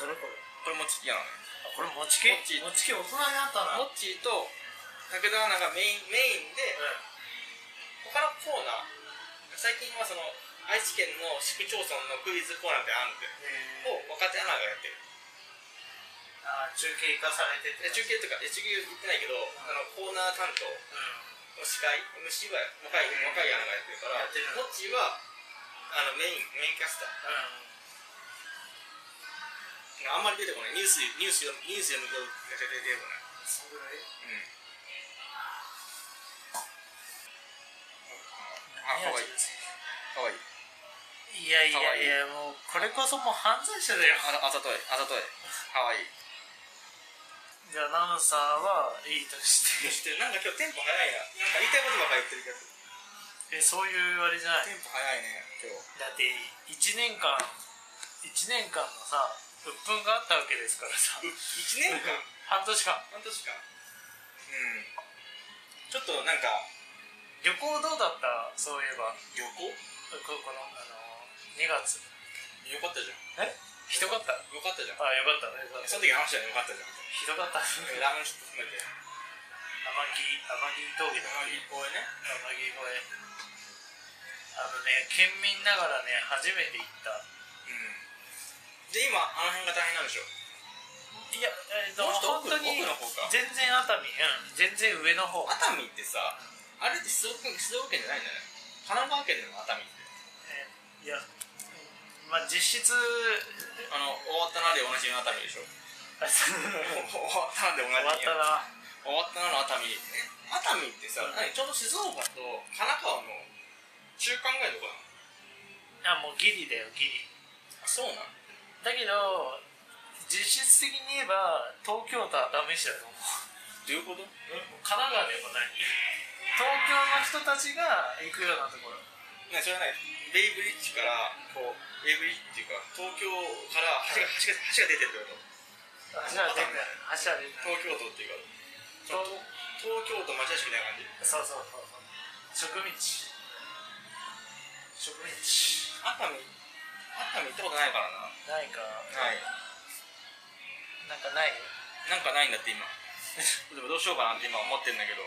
S2: どれこれ
S1: これもチキアナね
S2: あこれモチケ
S1: モチ
S2: モチケ大人になったな
S1: モッチーと武田アナがメインメインで
S2: う
S1: 他のコーナー最近はその愛知県の市区町村のクイズコーナーってあるんで
S2: ん
S1: を若手アナがやってる
S2: あー中継化されてて
S1: で中継とかえ中継言ってないけどあのコーナー担当
S2: う
S1: の司会 MC は若い若いアナがやってるから
S2: やってる
S1: モッチーはあのメインメインキャスター
S2: んうん
S1: あんまり出てこないニュースニュース読むニュース読むと出てこない
S2: そんぐらい
S1: うんあかわいいかわいい
S2: いやいやいやもうこれこそもう犯罪者だよ
S1: ああざといあざといかわいい
S2: じゃあアナウンサーはいいとして
S1: してるなんか今日テンポ早いななんか言いたいことばっかり言ってるけど
S2: えそういうあれじゃない
S1: テンポ早いね今日
S2: だって1年間1年間のさ鬱憤があったわけですからさ
S1: 1年間
S2: 半年間
S1: 半年間うんちょっとなんか
S2: 旅行どうだったそういえば
S1: 旅行
S2: ここの、あの2月
S1: よかったじゃん
S2: えひどかった
S1: よかったじゃん
S2: あよかったね
S1: その時話したらよかったじゃんみ
S2: ひど かった天
S1: たいなラーメンショップ含めて
S2: 城天城峠だっけ
S1: 一方へね
S2: 天城越えあのね県民ながらね初めて行った
S1: うんで今あの辺が大変なんでしょ
S2: いや、えっと、
S1: もうちょっと
S2: 本
S1: 奥
S2: 当に
S1: 奥の方か
S2: 全然熱海、うん、全然上の方、
S1: 熱海ってさあれって静岡静岡県じゃないんだよね神奈川県でも熱海って
S2: えーいや、まあ、実 質、
S1: あの終わったなでおなじみの熱海でしょ
S2: あそう
S1: 終
S2: 終
S1: わったなでおな
S2: わっ
S1: じみ
S2: たな。
S1: 終わったなの熱海え熱海ってさ、
S2: うん
S1: 何ちょうど静岡と神奈川の中間ぐらいのとこなの
S2: あ、もうギリだよ、ギリ。
S1: あそうなの
S2: だけど、実質的に言えば、東京都熱海市だと思
S1: どういうこと
S2: う。神奈川でもない。東京の人たちが行くようなところ。
S1: ねそれはねベイブリッジからこうベイブリッジっていうか東京から橋が橋が橋が出てるってこ
S2: 橋は出てない。橋は出てない。
S1: と東京都っていうか
S2: 東
S1: 東京都町屋敷みたいな感じ
S2: そうそうそうそう。植民地。植民地。
S1: 熱海熱海行ったことないからな
S2: ないか。
S1: はい
S2: なんかない
S1: なんかないんだって今 でもどうしようかなって今思ってんだけど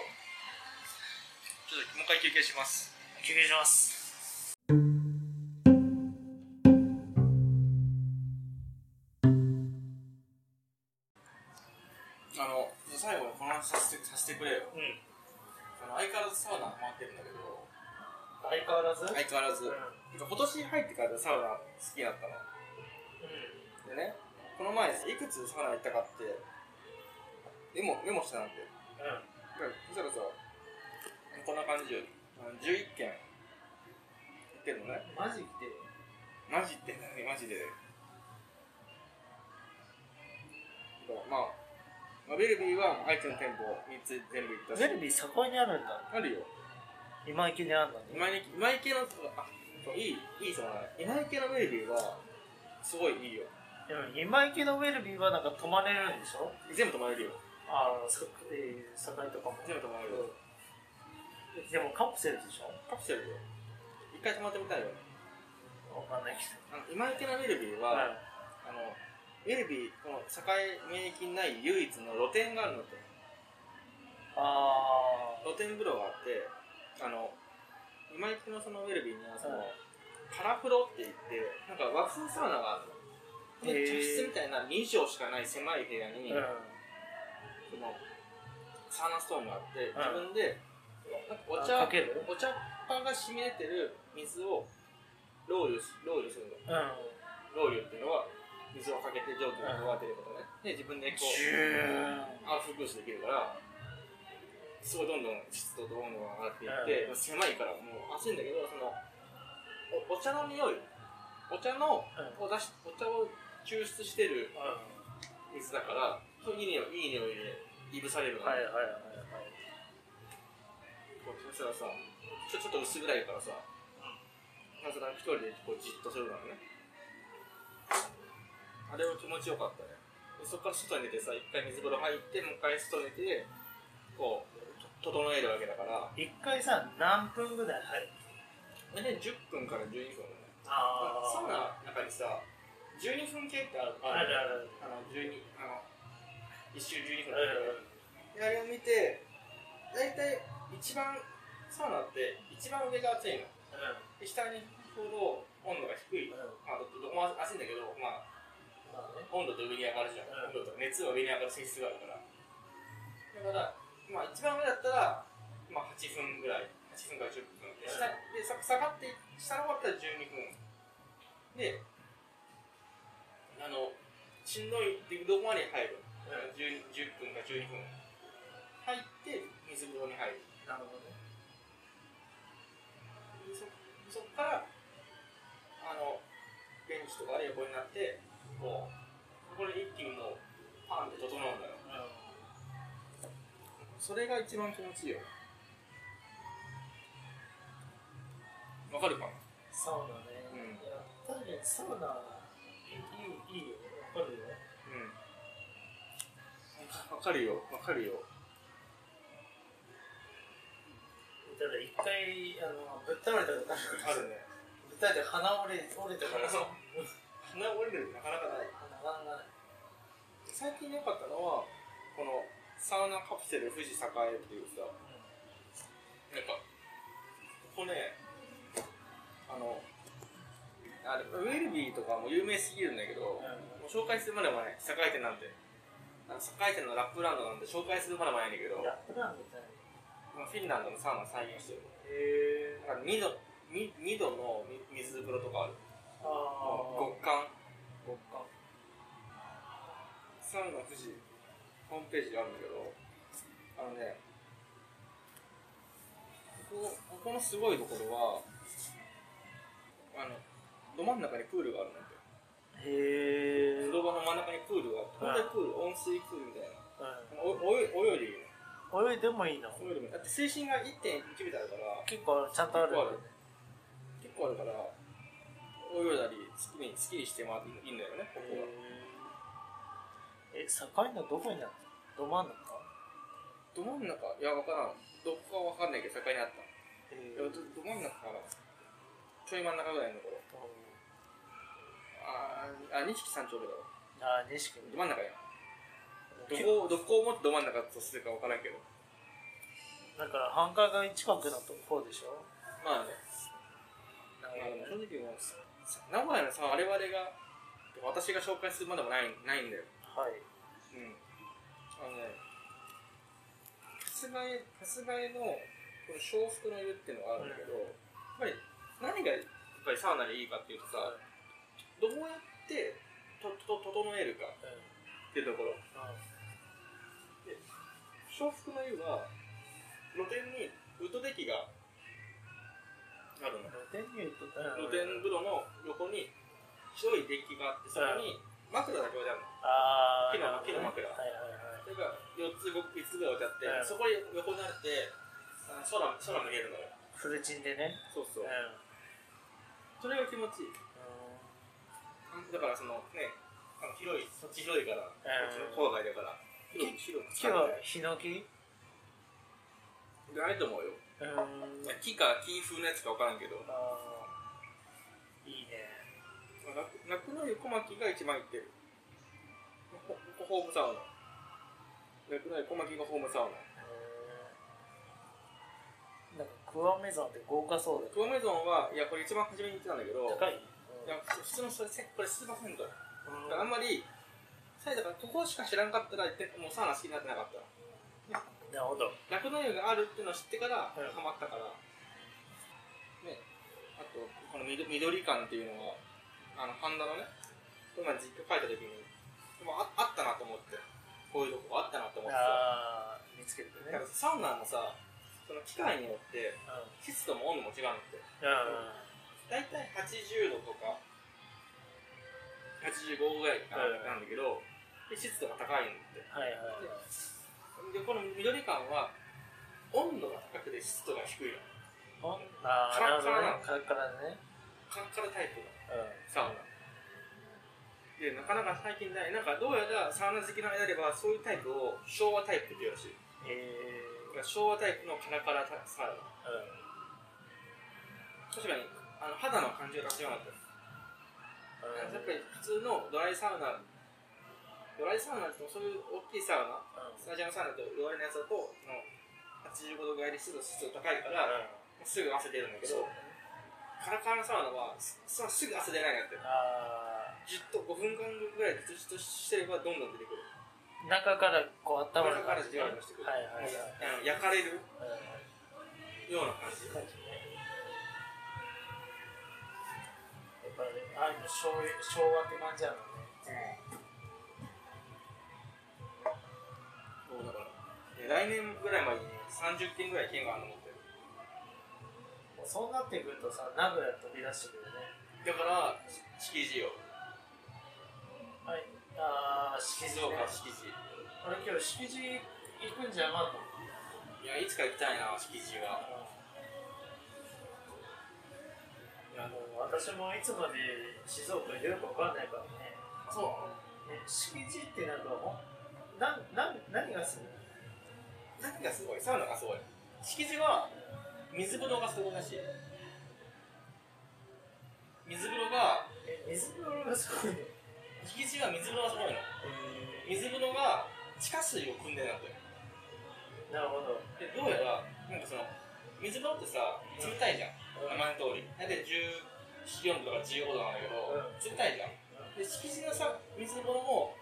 S1: ちょっともう一回休憩します
S2: 休憩します。
S1: あの最後にこの話させてさせてくれよ
S2: うん。
S1: あの相変わらずサウナハマってるんだけど
S2: 相変わらず
S1: 相変わらず
S2: うん。
S1: なんか今年入ってからサウナ好きになったので
S2: う
S1: ねこの前いくつサウナ行ったかってメモメモしたなんて
S2: ん。うん。
S1: だからそしたらさこんな感じよあの11件行ってるのね
S2: マジ来てる
S1: マジって何マジでまあ、まあ、ベルビーは相手の店舗3つ全部行ったし
S2: ゼルビーそこにあるんだ。
S1: あるよ
S2: 今池にあるのに。
S1: 今井今池のあそういいいいそうな今池のベルビーはすごいいいよ
S2: でも今池のウェルビーはなんか泊まれるんでしょ
S1: 全部泊まれるよ
S2: ああ、そえー、堺とかも。
S1: 全部泊まれるよ
S2: でもカプセルでしょ
S1: カプセルよ一回泊まってみたいよね
S2: わかんないけど。
S1: あの今池のベルビーは、
S2: はい。
S1: あのベルビーこの境免疫にない唯一の露天があるのと
S2: あ
S1: 露天風呂があってあの今行きのそのウェルビーにはその、
S2: はい
S1: カラフロって言ってなんか和風サウナがあるので
S2: へ
S1: 茶室
S2: ー
S1: みたいな2畳しかない狭い部屋
S2: ー。
S1: に、
S2: うん。
S1: そのサウナストーンがあって、
S2: う
S1: 自分
S2: ん
S1: でなんかお
S2: あ
S1: 茶
S2: かける
S1: お茶っ葉が染み出てる水をロウリュすロウリュするの
S2: う
S1: ロウ
S2: ん。
S1: リュっていうのは水をかけて上手に泡が出ることねで自分でこう
S2: ジューン。
S1: アウフグースできるからすごいどんどん湿度と温度が上がっていって、狭いからもう暑いんだけどそのおお茶の匂いお茶の
S2: う
S1: を出しお茶を抽出してる
S2: ん。うん。
S1: 水だからそういい匂いいい匂いでいぶされるの、
S2: はいはいはい
S1: こうそしたらさちょちょっと薄暗いからさなぜか一人でこうじっとするからねあれは気持ちよかったねでそこから外に出てさ一回水風呂入ってもう一回外に出てこうと整えるわけだから
S2: はい。一回さ、何分ぐらい入る
S1: 大体10分から12分だね
S2: あ
S1: サウ
S2: あ
S1: ナの中にさ12分計ってある
S2: ー。あるある。
S1: あの12あの1周12
S2: う
S1: 分だねであれを見て大体一番サウナって一番上が熱いの
S2: ん。
S1: で下に行くほど温度が低い
S2: うん。うん。
S1: まあ、どどこも暑いんだけど、まあ、
S2: まあね。
S1: 温度と上に上がるじゃん、
S2: うん
S1: 温度と熱は上に上がる性質があるからだから、まあ、一番上だったら、まあ、8分ぐらい8分から10分で下でさ下がって下の方だったら12分であのしんどいってどこまで入る、
S2: う
S1: 10, 10分か12分入って水風呂に入る
S2: ん。なるほどね。
S1: でそそこからあのベンチとかで横になってこうここで一気にもうパンって整うんだよ
S2: う
S1: それが一番気持ちいいよわかるかなん
S2: サウナね。
S1: うん
S2: いや、確かにサウナ、いい、いいよ。わかるよ。
S1: わかるよわかるよ
S2: ただ一回あのぶっ倒れたことあ
S1: ある
S2: る
S1: ね
S2: ぶっ倒れて鼻折れ折れたからさ
S1: 鼻折れるってなかなかない
S2: 鼻がない
S1: 最近良かったのはこのサウナカプセル富士栄っていうさやっぱここねあのあれウェルビーとかも有名すぎるんだけど、
S2: うん
S1: もう紹介するまでもない栄店なんてあの栄店のラップランドなんで紹介するまでもないんだけど
S2: ラップランみたい
S1: ま
S2: な
S1: あフィンランドのサウナ再現してる
S2: へえ
S1: だから2度 2, 2度の水風呂とかある
S2: ああ
S1: 極寒
S2: 極寒
S1: サウナ富士ホームページがあるんだけどあのねここここのすごいところはあのど真ん中にプールがあるんだって
S2: へ
S1: 風
S2: え
S1: 呂場の真ん中にプールがあって本当にプール温水プールみたいなおお泳いでいいの
S2: うん泳いでもいいの
S1: 泳いでもいいだって水深が1.1メートルあるから
S2: 結構ちゃんとある
S1: 結構ある結構あるから泳いだり好きに好きにしてもらっていいんだよねここは
S2: え境のどこにあるのど真ん
S1: ど真ん
S2: 中
S1: 中いや分からんどこか分かんないけど境にあった
S2: へ
S1: いやどど真ん中かなちょい真ん中ぐらいのところあーあ錦三丁目だわ
S2: ああ錦
S1: ど真ん中やどこをどこをもってど真ん中とするか分からんけど
S2: だから繁華街近くのとこでしょ
S1: まあねまあでも正直もうさ名古屋のさ我々がてか私が紹介するまでもないないんだよ
S2: はい
S1: うんあのね春日井春日井のこの小福の湯っていうのがあるんだけど、やっぱり何がやっぱりサウナでいいかっていうとさどうやってとと整えるかっていうところ小福の湯は露店にウッドデッキがあるの
S2: 露天湯と
S1: 露天風呂の横に白いデッキがあってそこに枕だけ置いてあるの
S2: ああ
S1: 木の木の枕
S2: はいはいはい
S1: それが4つ5つぐらい置いてあって、
S2: う
S1: そ
S2: ん
S1: こに横になってあの空空見えるのよ
S2: フルチンでね
S1: そうそううんそれが気持ちいいだからそのねあの広いそっち広いから、
S2: ん
S1: こっちの郊外だから広く広く
S2: 木はヒノキ
S1: ないと思うよ
S2: うん
S1: 木か金風のやつか分からんけど
S2: あーいいね
S1: 楽の湯小牧が一番行ってるほほホームサウナ楽の湯小牧がホームサウナ
S2: なんかクワメゾンって豪華そうだけ
S1: クオメゾンはいやこれ一番初めに行ってたんだけど
S2: ど高い
S1: いや普通のそれせこれすいませんと
S2: うん
S1: あんまり、サイだからここしか知らんかったら、もうサウナ好きになってなかった。
S2: なるほど
S1: 酪農湯があるっていうのを知ってから、ハ
S2: うん
S1: マったから。ね、あと、この緑緑館っていうのは、あの、半田のね、今実家帰った時に、でもああったなと思って、こういうとこあったなと思ってさ。
S2: ああ見つけて
S1: だから
S2: ね
S1: サウナのさ、その機械によって、
S2: うん
S1: 湿度も温度も違うんだって。
S2: う
S1: 大体80度とか85ぐらいかななんだけど、で湿度が高いんだって
S2: んはいはい
S1: でこの緑感は温度が高くて湿度が低いの
S2: ほんあーなるほどねカラッカラだね
S1: カラッカラタイプの
S2: う
S1: サウナでなかなか最近ないなんかどうやらサウナ好きの間ではそういうタイプを昭和タイプっていうらしい
S2: んえ
S1: だから昭和タイプのカラカラタサウナ
S2: ーう
S1: 確かにあの肌の感じが立ち上がった
S2: ん
S1: やっ
S2: うん
S1: ぱり普通のドライサウナドライサウナってそういう大きいサウナスタジアムサウナと言われるやつだとその85度ぐらいで湿度湿度高いから、すぐ汗出るんだけ
S2: そ
S1: ど
S2: う
S1: カラカラのサウナはすそのすぐ汗出ないんだって
S2: あ
S1: じっと5分間ぐらいじっとしてればどんどん出てくる
S2: ー中からこう温まる感じね
S1: 中からじわじわしてくる
S2: はいはいはい
S1: あの焼かれる
S2: う
S1: ような感じ
S2: ん感じねやっぱりああいうの昭和昭和って感じなのね
S1: そうだからえ来年ぐらいまでに30件ぐらい県があるの持ってる
S2: もうそうなってくるとさ名古屋飛び出してくるよね
S1: だからし敷地よ
S2: はいああ敷地
S1: 静
S2: ね
S1: 岡敷地
S2: あれ今日敷地行くんじゃなかったの
S1: いやいつか行きたいな敷地は
S2: いやもう私もいつまで静岡にいるか分かんないからね
S1: そう
S2: ね敷地ってなんかほんなんなん何が
S1: すごい何がすごいサウナがすごい敷地が水風呂がすごいらしい水風呂が
S2: え水風呂がすごいの
S1: 敷地が水風呂がすごいの水風呂が地下水を汲んでるなんだよ
S2: なるほど
S1: でどうやらなんかその水風呂ってさ冷たいじゃん名前の通り大体14度とか15度なんだけど、
S2: うん
S1: 冷たいじゃんで敷地のさ水風呂も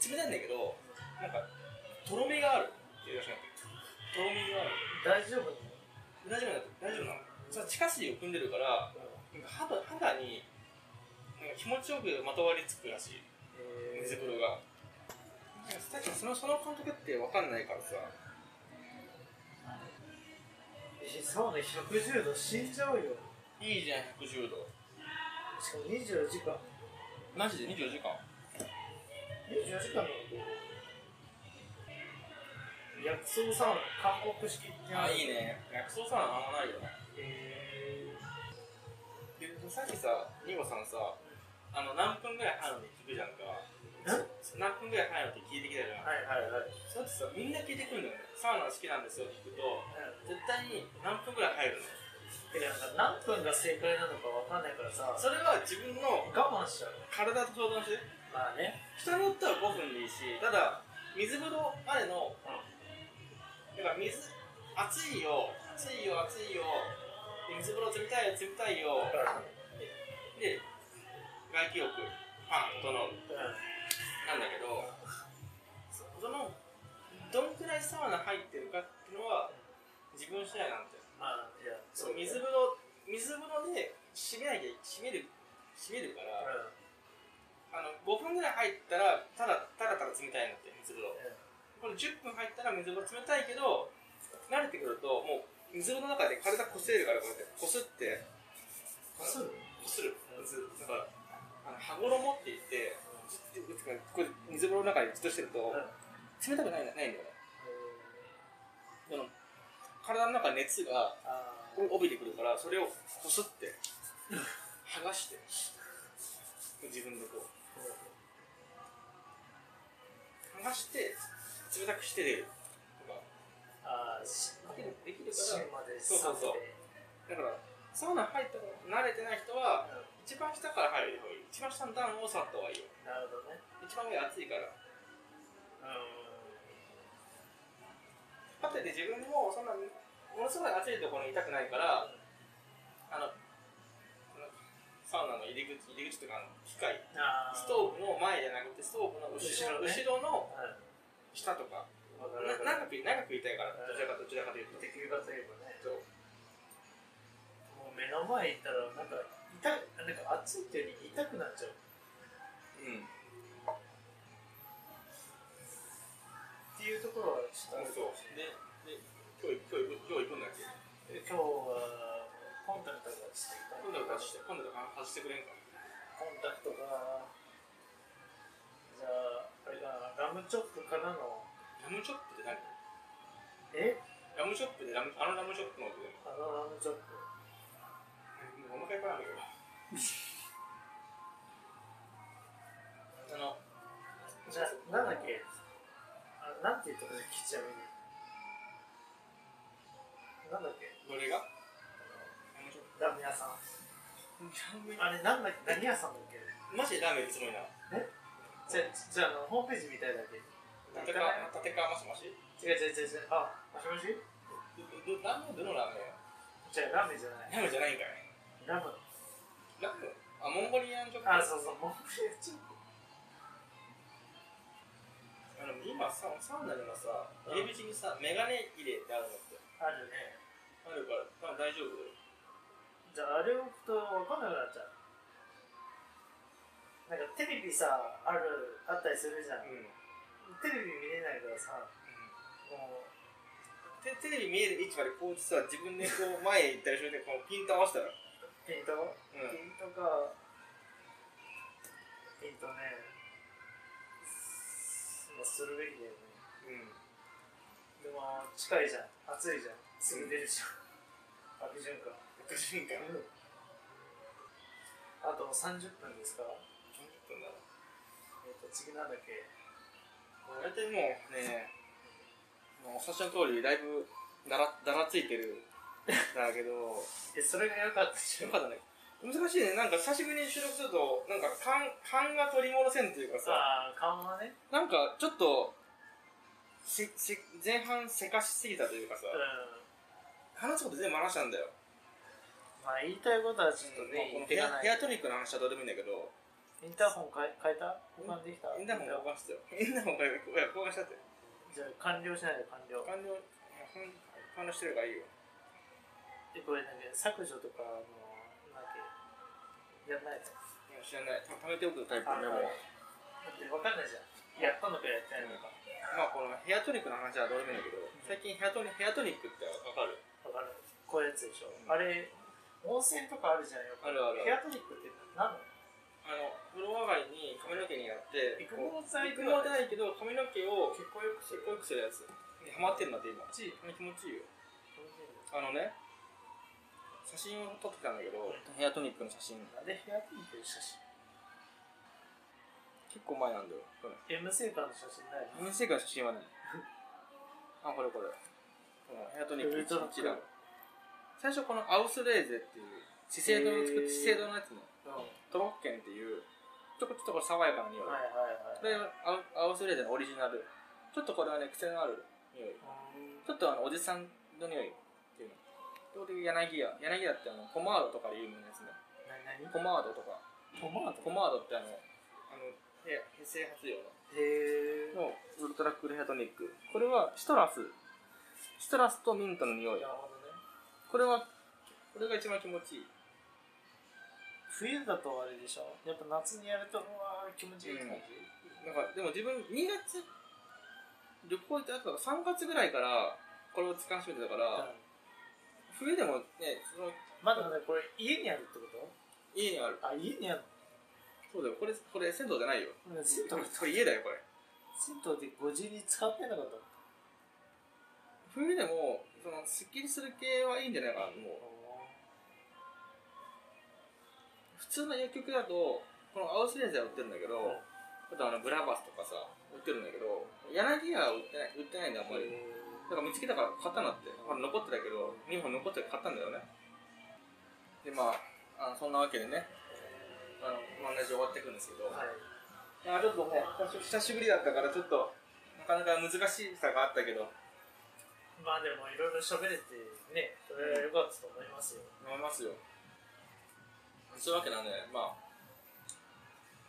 S1: 冷たいんだけどなんかとろみがあるっていうらしいんだけどとろみがある
S2: 大丈夫
S1: 大丈夫なの大丈夫なのその地下水を汲んでるからなんか肌肌になんか気持ちよくまとわりつくらしい
S2: え
S1: 水風呂がなんか確かにそのその感覚って分かんないからさ
S2: えサウナ110度死んじゃうよ
S1: いいじゃん110度
S2: しかも24時間
S1: マジで24時間
S2: 24時間だ薬草サウナ韓国式って
S1: あ
S2: の
S1: いいね薬草サウナあんまないよね
S2: えー
S1: でさっきさニゴさんさあの何分ぐらい入るのって聞くじゃんか何分ぐらい入るのって聞いてきたじゃん
S2: はいはいはい
S1: そうやってさみんな聞いてくるんだよねサウナ好きなんですよって聞くと
S2: う
S1: 絶対に何分ぐらい入るの
S2: んてかなんか何分が正解なのかわかんないからさ
S1: それは自分の
S2: 我慢しちゃう
S1: 体と相談して
S2: まあね
S1: 人によっては5分でいいしただ水風呂までのだから水熱いよ熱いよ熱いよで水風呂冷たいよ冷たいよで外気浴パン整うなんだけどそそのどんくらいサウナ入ってるかっていうのは自分次第なんだよ
S2: まあいや
S1: そう水風呂水風呂で締めなきゃ締める締めるから、あの5分ぐらい入ったらただただただ冷たいのって水風呂これ10分入ったら水風呂冷たいけど慣れてくるともう水風呂の中で体こすれるからこうやってこすって
S2: こする
S1: こするだからあの歯衣って言ってずっとこうやって水風呂の中でじっとしてると冷たくないないんだよねその体の中に熱が
S2: あー
S1: 帯びてくるからそれをこすって剥がして自分でこう剥がして冷たくして出るとか
S2: あーし
S1: でできる
S2: 芯
S1: か
S2: まで
S1: そうそうそうらだからサウナ入ったら慣れてない人は一番下から入る方がいい一番下の段を触った方がいいよ
S2: なるほどね
S1: 一番上暑いからかといって自分もそんなものすごい暑いところにいたくないからあのサウナの入り口入り口とかの機械
S2: あ
S1: ストーブの前じゃなくてストーブの後ろ
S2: 後ろ
S1: 後ろ,、の
S2: ねーはい
S1: 下とか
S2: わか
S1: な
S2: るわかる
S1: 長く長くいたいからどちらかどちらかというと
S2: できるかといえばね
S1: そう
S2: もう目の前にいたらなんか痛いなんか暑いっていうより痛くなっちゃう
S1: うん
S2: っていうところはちょっ
S1: そ
S2: とあるか
S1: う
S2: もしれな
S1: でで
S2: い
S1: 今日今日今日行くんだっけ
S2: 今日はコンタクトがちょ
S1: 今
S2: っと
S1: 度は出して今度は外してくれんか
S2: コンタクトがじゃああれかなラムチョップからの
S1: ラムチョップって何
S2: え
S1: ラムチョップでラムあのラムチョップの音でも
S2: あのラムチョップ
S1: もうお腹いっぱいなんだけどあの
S2: じゃあなんだっけあなんて言ったかだっけちなみになんだっけ
S1: どれが
S2: ラーメン屋さん
S1: ラ
S2: あれなんだっけ何屋さんだっけ
S1: マジでラーメンってすごいな
S2: じゃじゃああのホームページみたいだっけ
S1: 立川立川マシマシ
S2: 違う違う違う違うあもし
S1: ど
S2: もし
S1: どラーメンどのラーメン
S2: じゃあラーメンじゃな
S1: ラー
S2: い
S1: メンじゃないんかい
S2: ラム
S1: ラムあモンゴリアンチョコ
S2: あそうそうモンゴリアンチョップ
S1: あの今さサウナでもさ入り口にさメガネ入れってあるのって
S2: あるね
S1: あるから多分大丈夫だよ
S2: じゃああれを置くと分かんなくなっちゃうなんかテレビさあるあったりするじゃん
S1: うん、うん、
S2: テレビ見れないからさもう
S1: テテレビ見える位置までこうさ自分でこう前へ行ったりしてこうピント合わせたらう
S2: ピント
S1: ん
S2: ピントかピントねすまあするべきだよね
S1: うん
S2: でも近いじゃん暑いじゃんすぐ出るじゃん、 悪循環
S1: 悪循環
S2: あと30分ですから、え
S1: 30分だろ
S2: っと次なんだっけ
S1: 大体もうねお察しの通りだいぶだらだらついてるだけど
S2: えそれが良かったじ
S1: よ
S2: ゃん
S1: かったね難しいねなんか久しぶりに収録するとなんか勘勘が取り戻せんというかさ
S2: ああ顔はね
S1: なんかちょっとせせ前半せかしすぎたというかさ
S2: うん
S1: 話すこと全部話したんだよ
S2: まあ言いたいことはちょっとね、
S1: もうこの
S2: 言って
S1: ヘ
S2: か
S1: ア
S2: ない
S1: ヘアトリックの話はどうでもいいんだけど
S2: インターホン変え変えた交換できた
S1: インターホン交換してよインターホン交換いや交換したって
S2: じゃあ完了しないで完了
S1: 完了いや完完了してるからいいよ
S2: でこれなんか削除とかあのなんだっけやんないと
S1: いや知らないた貯めておくタイプのメ
S2: は
S1: モ
S2: いはいだって分かんないじゃんやったのかやってないのか
S1: まあこのヘアトリックの話はどうでもいいんだけど最近ヘアトリヘアトリックってわかる
S2: 分かるこういうやつでしょ、
S1: うん
S2: あれ温泉とかあるじゃんよく
S1: あるある
S2: ヘアトリックって何なの
S1: あの風呂上がりに髪の毛にやって
S2: 育毛剤
S1: 育毛じゃないけど髪の毛を
S2: 結構よくす
S1: せっ
S2: る
S1: こよくするやつにハマってるんだって今
S2: ち
S1: 気持ちいいよあのね写真を撮ってたんだけど
S2: う
S1: ヘアトニックの写真
S2: なんでヘアトリックの写真
S1: 結構前なんだよこれ
S2: M 生館の写真ないの
S1: 先生から写真は ねあこれこれこのヘアトニック
S2: ヘアト
S1: 1日
S2: ニック
S1: だ最初このアウスレーゼっていう資生堂の作っ
S2: へー
S1: て資生堂のやつね
S2: うんはい
S1: トロッケンっていうちょこちょこ爽やかな匂い、
S2: はいはい
S1: これアウアウスレーゼのオリジナルちょっとこれはね癖のある匂い
S2: うん
S1: ちょっとあのおじさんの匂いっていうの基本的に柳屋柳屋ってあのポマードとかで有名なやつね
S2: 何何
S1: ポマードとか
S2: トマト
S1: ポマードってあのあのいや平成発用の
S2: へえ
S1: のウルトラクールヘアトニックこれはシトラスシトラスとミントの匂い
S2: なるほどね
S1: これはこれが一番気持ちいい
S2: 冬だとあれでしょやっぱ夏にやるとうわー気持ちいいって感じ、
S1: なんかでも自分2月旅行行った後とか3月ぐらいからこれを使い始めてたから、
S2: うん
S1: 冬でもねその
S2: まだねこれ家にあるってこと
S1: 家にある
S2: あ家にある
S1: そうだよこれこれ銭湯じゃないよ
S2: のうん銭湯
S1: これこれ家だよこれ
S2: 銭湯でご自由に使ってなかったの
S1: 冬でもそのすっきりする系はいいんじゃないかなもう普通の薬局だとこのアウスレンジは売ってるんだけど、
S2: うん
S1: あとあのブラバスとかさ売ってるんだけど柳屋は売ってない売ってないんだあんまり、だから見つけたから買ったんだってこれ残ってたけど2本残って買ったんだよねでまああのそんなわけでねあのマネージ終わっていくんですけど、
S2: はい
S1: まあちょっとね久し久しぶりだったからちょっとなかなか難しさがあったけど
S2: まあでもいろいろ喋れてねそれは良かったと思いますよ、
S1: 思いますよそういうわけなんでまあ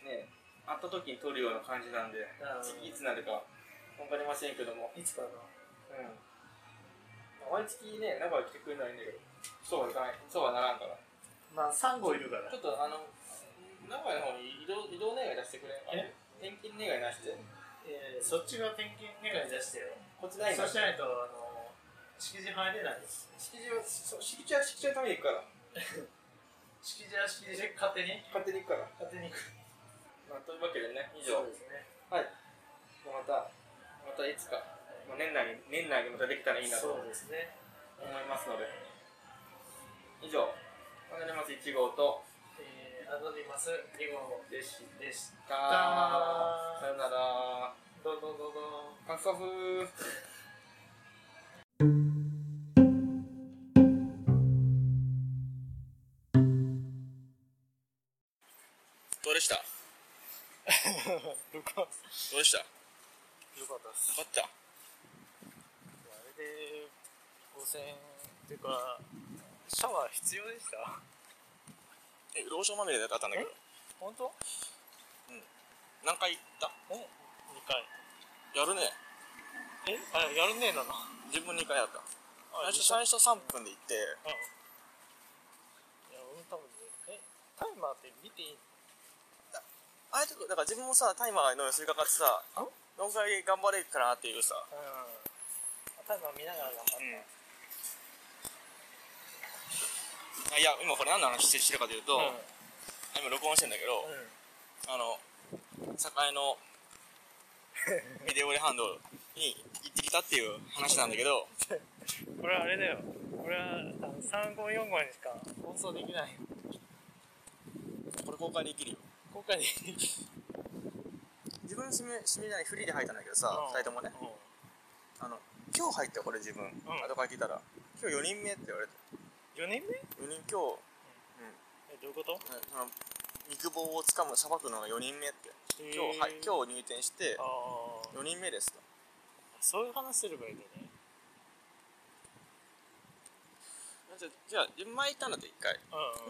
S1: ね会った時に撮るような感じなんで
S2: うん
S1: 次いつなるか分かりませんけども
S2: いつかな
S1: うん毎月ね名古屋来てくれないんだけどそうはいかないそうはならんからち
S2: まあ3号いるから
S1: ょっとあの名古屋の方に移動移動願い出してくれんか
S2: え
S1: 転勤願いなして
S2: えーそっちが転勤願い出してよ
S1: こっちない
S2: そ
S1: の
S2: うしないとあの敷地入れないです
S1: 敷地はそう敷地は敷地のために行くから
S2: 敷地は敷地で勝手に
S1: 勝手に行くから、
S2: 勝手に行く
S1: まあ、というわけでね以上
S2: そうですね
S1: はいまたまたいつかまあ年内に年内にまたできたらいいなと
S2: そうですね
S1: 思いますので以上「アナニマス1号」と
S2: えー、アノニマス2号
S1: でし
S2: でしたた
S1: さよなら
S2: どうどうどうどう
S1: カフカフどうでした
S2: よか
S1: ど
S2: っ
S1: うでしたよ
S2: たっす
S1: かった
S2: あれで5000っていうかシャワー必要でした
S1: えローションまみれだったんだけど
S2: 本当
S1: 何回行った
S2: え2回
S1: やるね
S2: えあやるねえなの
S1: 自分2回やった
S2: あ
S1: 最初最初3分で行って
S2: うんいや俺も多分ねえタイマーって見ていい
S1: ああいうとこだから自分もさタイマーの寄りかかってさ
S2: あ
S1: どんくらい頑張れるかなっていうさ
S2: のタイマー見ながら頑張って
S1: あいや今これ何の話してるかというと、今録音してんだけど、
S2: うん
S1: あの栄 のビデオレハンドに行ってきたっていう話なんだけど
S2: これあれだよこれは3号4号にしか放送できない
S1: これ公開できるよ
S2: 今回に
S1: 自分の締め締めじゃないフリーで入ったんだけどさ、
S2: うん
S1: 2人ともね
S2: うん
S1: あの今日入ったよこれ自分、
S2: ん
S1: 後から聞いたら今日4人目って言われて
S2: 4年目
S1: 4人今
S2: えどういうこと
S1: 日、ねその肉棒をつかむさばくのが4人目って
S2: 今
S1: 今日,、はい、
S2: 日
S1: 今日入店して
S2: ああ
S1: 4人目ですと
S2: そういう話すればいいのね
S1: じゃあじゃあ前行ったんだって1回
S2: う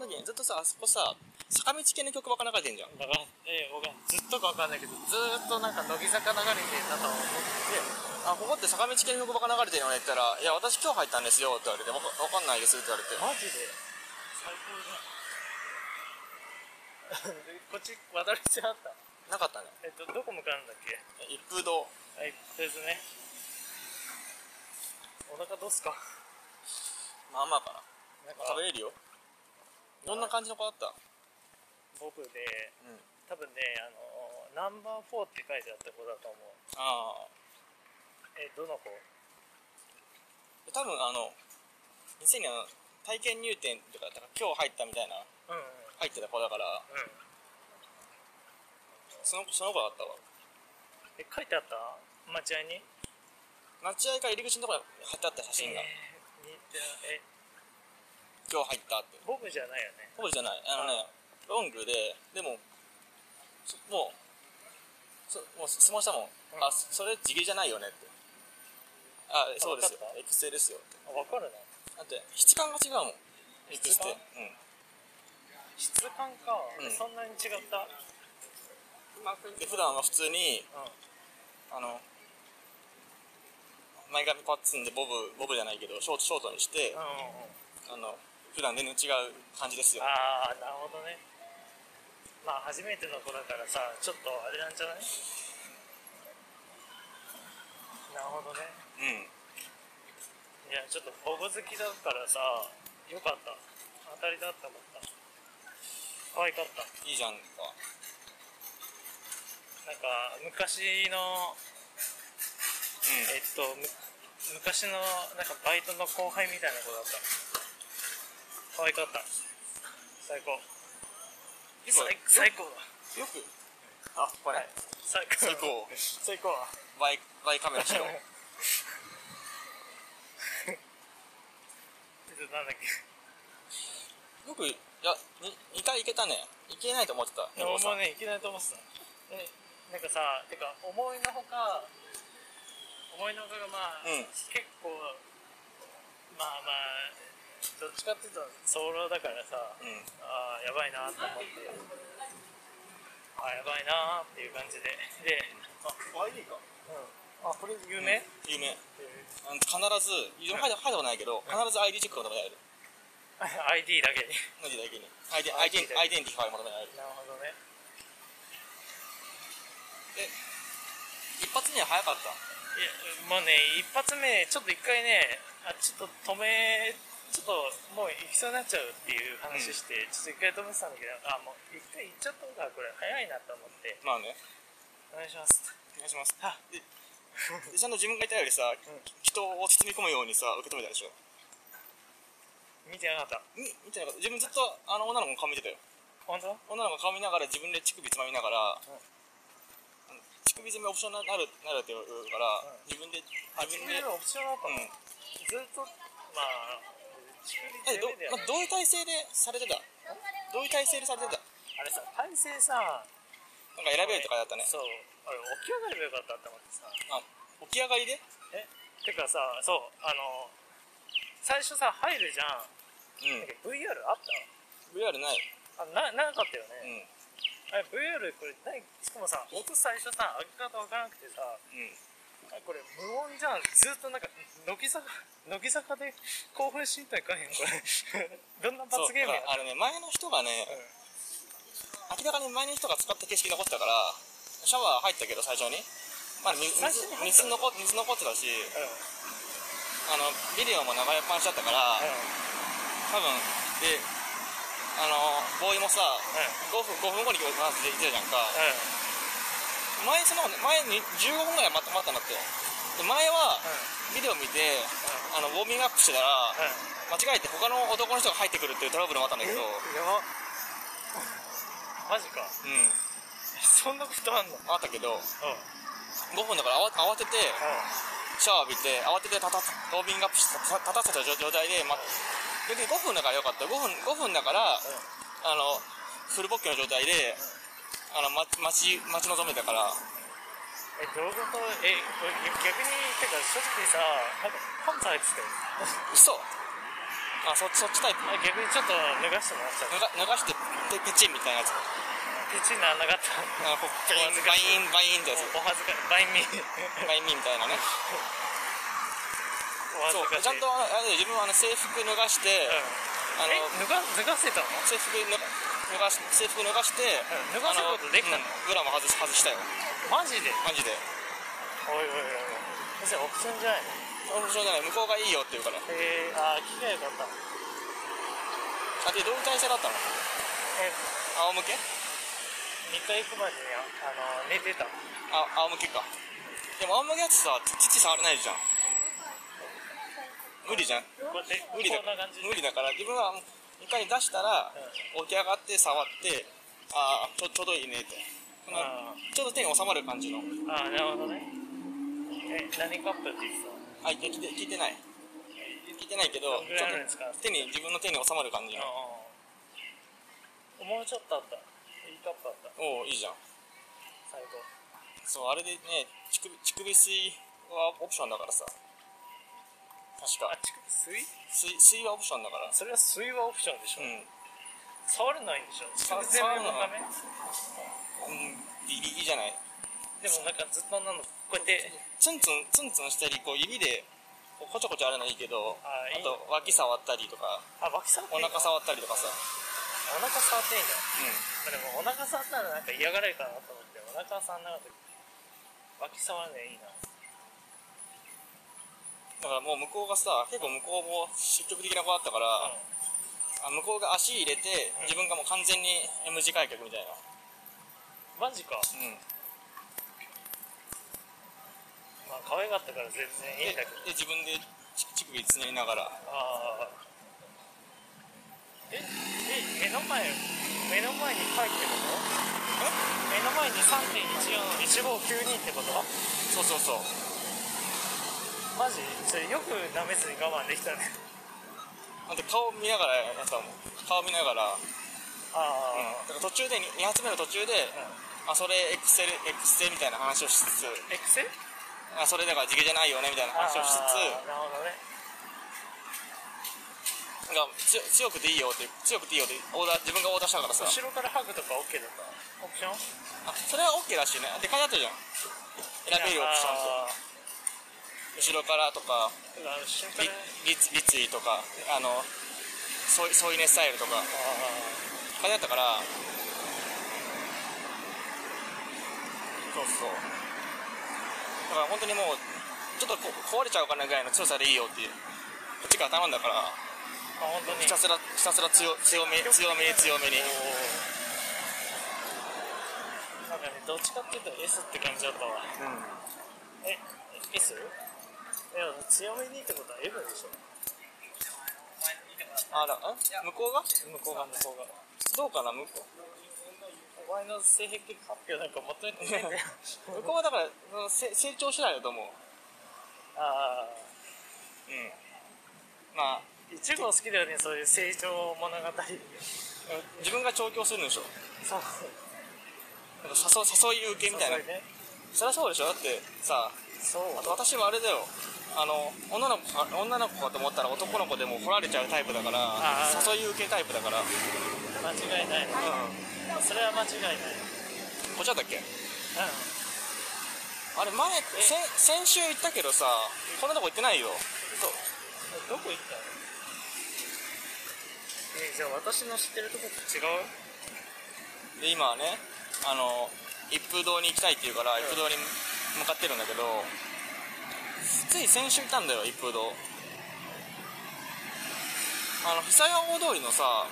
S1: そ
S2: ん
S1: の時にずっとさあそこさ坂道系の曲ばっか流れてんじゃん
S2: だからえわかんずっとかわかんないけどずーっとなんか乃木坂流れてんなとは
S1: あここ
S2: 思って
S1: って坂道系の曲ばっか流れてるよねって言ったら「いや私今日入ったんですよ」って言われて「わかわかんないです」って言われて
S2: マジで最高だこっち渡りちゃった
S1: なかったね
S2: えっとどこ向かうんだっけ
S1: 一風堂
S2: はいですねお腹どうすか
S1: まあまあかな
S2: なんか
S1: 食べれるよどんな感じの子だった
S2: 僕で
S1: うん
S2: 多分ねあのナンバー4って書いてあった子だと思う
S1: ああ
S2: えどの子
S1: 多分あの店にあの体験入店とかだから今日入ったみたいな
S2: うんうん
S1: 入ってた子だから
S2: うん
S1: そのその子だったわ
S2: え書いてあった待合に
S1: 待合から入り口のところに貼ってあった写真が
S2: えー似てえ
S1: 「今日入った」って
S2: ボブじゃないよね
S1: ほぼじゃないあのねロングででもそもうそもう質問したもん「
S2: うん
S1: あそそれ地毛じゃないよね」って「あそうですよ
S2: わかった
S1: エクセですよ」って
S2: あ分かるな
S1: だって質感が違うもんエクスって、うん、
S2: 質感か、
S1: うん
S2: そんなに違った
S1: で普段は普通に
S2: うん
S1: あの前髪パッツンでボブボブじゃないけどショートショートにして、
S2: うんうんうん
S1: あの普段全然違う感じですよ
S2: ああなるほどねまあ初めての子だからさちょっとあれなんじゃないなるほどね
S1: うん
S2: いやちょっと保護好きだからさよかった当たりだったもんな可愛かった
S1: いいじゃんか
S2: なんか昔
S1: う
S2: の
S1: ん
S2: えっとむ昔のなんかバイトの後輩みたいな子だった可愛かった最高
S1: よ
S2: 最
S1: く
S2: 最高だ
S1: よくあこれ、
S2: はい最高
S1: 最高
S2: 最高だ
S1: バイバイカメラし ろ
S2: えっとなんだっけ
S1: よくいやに2回いけたねいけないと思ってた
S2: いや
S1: で
S2: 俺
S1: もさ
S2: もねいけないと思ってたえなんかさてか思いのほか思いのほかがまあ、
S1: うん
S2: 結構まあまあどっちかっていうと早漏だからさ、
S1: うん
S2: ああやばいなと思ってああやばいなっていう感じでで、
S1: あ可愛いか
S2: うん、 あこれ有
S1: 夢
S2: 名、
S1: 有名あの必ず入れ入ったことないけど必ず ID チェックが求められる
S2: ID だけに
S1: マジでだけにアイデンアイデンアイデンティファイが求められる
S2: なるほどね
S1: 一発には早かった
S2: いやもうね一発目ちょっと一回ねあちょっと止めちょっともう行きそうになっちゃうっていう話して、ちょっと一回止めてたんだけどあもう一回行っちゃった方がこれ早いなと思って
S1: まあね
S2: お願いします
S1: お願いしますででちゃんと自分がいたよりさ、人を包み込むようにさ受け止めたでしょ
S2: 見てなかった
S1: み見てなかった自分ずっとあの女の子の顔見てたよ
S2: 本当
S1: 女の子の顔見ながら自分で乳首つまみながら、あ
S2: ん
S1: の乳首爪オプションになるなるって言うから、
S2: うん
S1: 自分で
S2: あ
S1: 自
S2: 自
S1: 分で
S2: 分でオプションだった
S1: うん
S2: の、ずっとまあ自分
S1: えど,、
S2: でや
S1: ま
S2: る
S1: あ、どういう体勢でされてたどういう体勢でされてた
S2: あれさ体勢さ
S1: なんか選べるとかだったね
S2: そうあれ起き上がればよかったって思ってさ
S1: あ起き上がりで
S2: えてかさそうあの最初さ入るじゃん
S1: うん
S2: なんか VR あった
S1: VR ない
S2: あななかったよ
S1: うん
S2: ね、あれ VR これないしかもさ音最初さ開け方わからなくてさあ
S1: うん
S2: これ無音じゃんずっとなんか乃木坂乃木坂で興奮身体かへんこれどんな罰ゲー
S1: そ
S2: ム
S1: うだ
S2: や
S1: からあのね前の人がね、
S2: う
S1: 明らかに前の人が使った形式残ってたからシャワー入ったけど最初に、まあ、水水
S2: 最初に入った
S1: 水残水残ってたし
S2: んうん
S1: あのビデオも流れっぱなしだったから
S2: うん
S1: 多分であのボーイもさ
S2: う
S1: 5分 ,5 分後にまず出てるじゃんか
S2: ん
S1: 前その前に15分ぐらい待った待ったんだってで前はビデオ見てあのウォーミングアップしてたら
S2: うん
S1: 間違えて他の男の人が入ってくるっていうトラブルもあったんだけどう
S2: やばマジか
S1: ん
S2: そんなことあんのうんうん
S1: あったけど5分だから慌慌てて
S2: う
S1: シャワー浴びて慌ててたたウォーミングアップしたた立たせた状態で、ま、逆に5分だからよかった5分 ,5 分だから、あのフルボッケの状態で、あのま待ち待ち望めたから
S2: えどういうことえ俺逆にてか正直さなんかパンツ入ってたよ
S1: 嘘あそそっちタイプ
S2: あ逆にちょっと脱がしてもらっちゃ
S1: 脱
S2: った
S1: が脱がしてペペチンみたいなやつ
S2: ピチンな穴があった
S1: あのこうバインバインバインってやつ
S2: お恥ずかしいバインミーお
S1: バインミーみたいなね
S2: 恥
S1: そう
S2: ずか
S1: ちゃん
S2: しい
S1: とあのあれ自分はあの制服脱がして、
S2: うん
S1: あ
S2: え
S1: の
S2: 脱が脱がせたの
S1: 制服脱が脱がし制服脱がして、
S2: 脱がすことできたの
S1: あうんブラも外し外したよ
S2: マジで
S1: マジで
S2: おいおいおいおい先生オプションじゃないの
S1: 俺もしょうがない向こうがいいよって言うから
S2: えー、あー着替えよかっ
S1: あ
S2: た
S1: でどういう体勢だったの
S2: え
S1: 仰向け
S2: 2回行くまでにあの寝てた
S1: あ仰向けかでも仰向けやつさ父触れないじゃん無理じゃん
S2: こうやって
S1: 無理だ
S2: こんな感じ
S1: 無理だから自分はもう一回出したら起き上がって触ってああちょちょうどいいねってこんな
S2: あ
S1: ちょうど手に収まる感じの
S2: ーあーなるほどねえ何カップって言ってた
S1: あいや聞いて聞いてない聞いてないけど
S2: どんぐらいあるんですか
S1: ちょっと手に自分の手に収まる感じの
S2: ああもうちょっとあったいいカップあった
S1: おおいいじゃん
S2: 最後
S1: そうあれでね乳首乳首水はオプションだからさ確
S2: あ
S1: か
S2: ちく水
S1: 水水はオプションだから
S2: それは水はオプションでしょ、
S1: うん
S2: 触れないんでしょ
S1: さ
S2: 全部の画面
S1: うんギリギリじゃない
S2: でもなんかずっとなんのこうやって
S1: ツンツンツンツンしたりこう指でこうこちょこちょあるのいいけど
S2: あいい
S1: あと脇触ったりとか
S2: あ脇触って
S1: お
S2: いいの
S1: 腹触ったりとかさ
S2: お腹触っていいんだ
S1: う
S2: でもお腹触ったらなんか嫌がられるかなと思ってお腹触んなかったけど脇触るのいいなん
S1: だからもう向こうがさ結構向こうも積極的な子だったから、
S2: う
S1: あ向こうが足入れて
S2: ん
S1: 自分がもう完全に M 字開脚みたいな、
S2: んマジか
S1: うん、
S2: まあ可愛かったから全然いいんだけど
S1: で自分で乳乳首つねりながら
S2: ああええ目の前目の前に書いてるの目の前に3.141592ってこと
S1: そうそうそう
S2: マジそれよくなめずに我慢できたね
S1: あと顔見ながらやったもん顔見ながら、
S2: あ
S1: だから途中で2発目の途中で、あそれ XL, XL みたいな話をしつつ
S2: エクセル
S1: あそれだから地毛じゃないよねみたいな話をしつ
S2: なる
S1: つが
S2: ほどね
S1: 強強くていいよって強くていいよってオーダー自分がオーダーしたからさ
S2: 後ろからハグとか OK だったオプション
S1: あそれは OK らしいねで書いてあったじゃん選べるオプションと後ろ
S2: あ
S1: からとか
S2: ーだから後ろか
S1: り
S2: ら
S1: 立立位とかあの添い添い寝スタイルとか
S2: あ
S1: 書いてあったからそうそうだから本当にもうちょっとこ壊れちゃうかなぐらいの強さでいいよっていうこっちから頼んだから
S2: ーあ本当に
S1: ひたすらひたすら強強め強めに強めに
S2: おーなんかねどっちかっていうと S って感じだったわ
S1: うん
S2: え S? いや強めにってことは M でしょ
S1: あら、ん向こうが
S2: 向こうが向こうが
S1: どうかな向こう
S2: お前の性癖発表なんか求めてないんだよ
S1: 向こうはだからそのせ成長次第だと思う
S2: ああ
S1: うんまあ
S2: 一号好きだよねそういう成長物語
S1: 自分が調教するんでしょ
S2: そう
S1: なんか誘う誘い受けみたいな
S2: そうね
S1: そりゃそうでしょだってさ
S2: そう
S1: あと私はあれだよあの女の子か女の子かと思ったら男の子でも掘られちゃうタイプだから
S2: あー
S1: 誘い受けタイプだからうん
S2: 間違いないねそれは間違いない
S1: こっちだったっけ
S2: うん
S1: あれ前せ先週行ったけどさこんなとこ行ってないよ
S2: どこ行ったのえじゃあ私の知ってるとこと違う
S1: で今はねあの一風堂に行きたいって言うから一風堂に向かってるんだけどつい先週行ったんだよ一風堂あの久屋大通りのさ
S2: う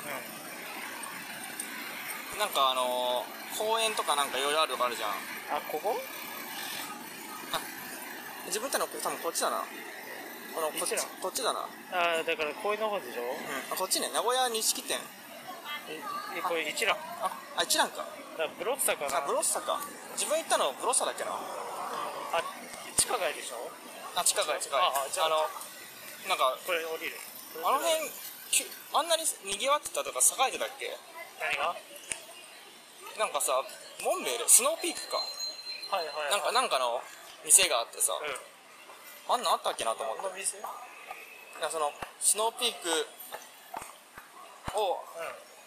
S1: なんかあの公園とかなんかいろいろあるとこあるじゃん
S2: んあここ
S1: 自分たちの多分こっちだなこのこっち
S2: こっちだ
S1: こっちだな、うん、
S2: ああだから公園の方でしょ
S1: あこっちね名古屋錦店
S2: ええこれ一覧
S1: ああ一蘭か
S2: だからブロッサかな
S1: あブロッサか自分行ったのブロッサだっけな
S2: あ地下街でしょ
S1: あ地下街地下街
S2: ああじゃ
S1: あ
S2: あ
S1: のなんか
S2: これ降りる
S1: あの辺きゅあんなに賑わってたとか栄えてたっけ
S2: 何がは
S1: なんかさモンベルスノーピークか
S2: いはい
S1: なんか
S2: な
S1: なんかの店があってさ、
S2: うん
S1: あんなんあったっけなと思って
S2: この店うん
S1: なんかそのスノーピークを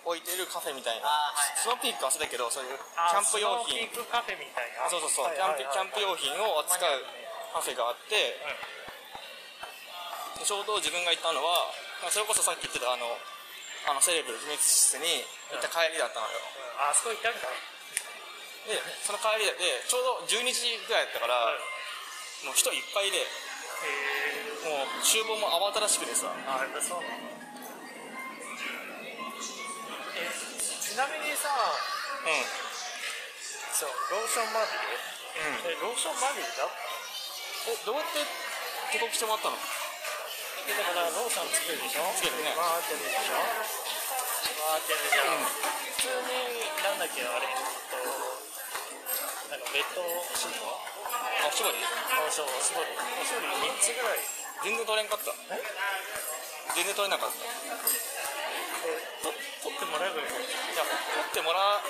S1: 置いてるカフェみたいな、
S2: あーはいはい
S1: スノーピークはそうだけどそういうキ
S2: あ
S1: ャンプ用
S2: スノー
S1: 品
S2: ピークカフェみたいな
S1: あそうそうそう、
S2: はいはい
S1: キ
S2: はい
S1: ャンプキャンプ用品を扱うカフェがあって、ちょうど自分が行ったのはまあそれこそさっき言ってたあのあのセレブ秘密室に行った帰りだったのよ、
S2: ああそこ行ったんだ
S1: でその帰りででちょうど12時ぐらいだったから、も
S2: へ
S1: う人いっぱいで
S2: え
S1: もう厨房も慌ただしくてさ
S2: あやっぱそうなのえちなみにさ
S1: うんう
S2: そうローションまみれ
S1: ん
S2: えローションまみれだっ
S1: えどうやって帰国してもらったの
S2: てだからローションつけるでしょ
S1: つけるね
S2: 回ってるでしょ回ってるじゃ
S1: うん
S2: ん、普通になんだっけあれえっとなんかベッドシート
S1: あ絞り
S2: おしょおしぼりおしぼり3つぐらい
S1: 全然取れんかった
S2: え
S1: 全然取れなかったい
S2: と取ってもらえばいいの
S1: や取ってもら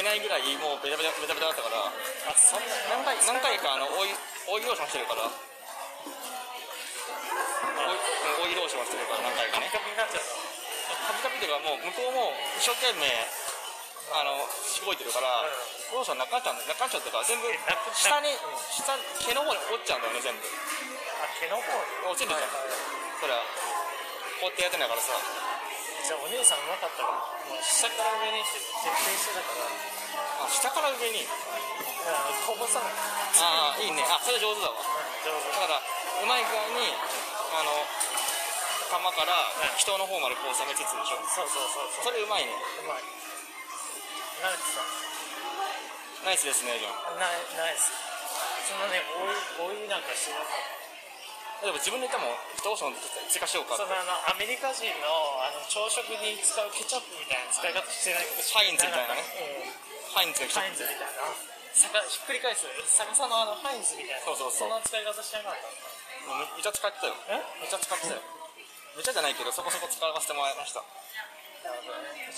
S1: えないぐらいもうベタベタベタベタだったから
S2: あそんな
S1: 何回何回かあの追い追いローションしてるから追いうん追いローションしてるから何回か
S2: カピ
S1: ね
S2: カピになっちゃった
S1: カピカピとかもう向こうも一生懸命あのしごいてるから、ローションなくなっちゃうんだなくなっちゃったから全部
S2: えなく
S1: 下に
S2: なうん
S1: 下毛の方に折っちゃうんだよね全部
S2: あ毛の方に
S1: 落ちるじゃん
S2: はいはい
S1: それはこうやってやってんだからさ
S2: じゃあお姉さんうまかったからもう下から上にして徹底してたから
S1: あ下から上に
S2: あこぼさな
S1: ああ
S2: い
S1: いいねあそれ上手だわだ
S2: 上手
S1: からうまい具合にあの釜から人の方までこう冷めつつでしょ
S2: そうそ
S1: そ
S2: うそうそう
S1: れうまいね
S2: うまい慣れてた
S1: ナイスですねジョン
S2: なないですそんなね追い追いなんかしなかった
S1: でも自分で言ったもんどうしよう追加しようか
S2: そのあのアメリカ人のあの朝食に使うケチャップみたいな使い方してない
S1: ハインズみたいなね
S2: うん
S1: ハインツが来
S2: ハ
S1: た
S2: インズみたいなさかひっくり返す逆さのあのハインズみたいな
S1: そうそうそうん
S2: な使い方しなかった
S1: もうめめっちゃ使ってたよ
S2: え
S1: めっちゃ使ってたよめっちゃじゃないけどそこそこ使わせてもらいました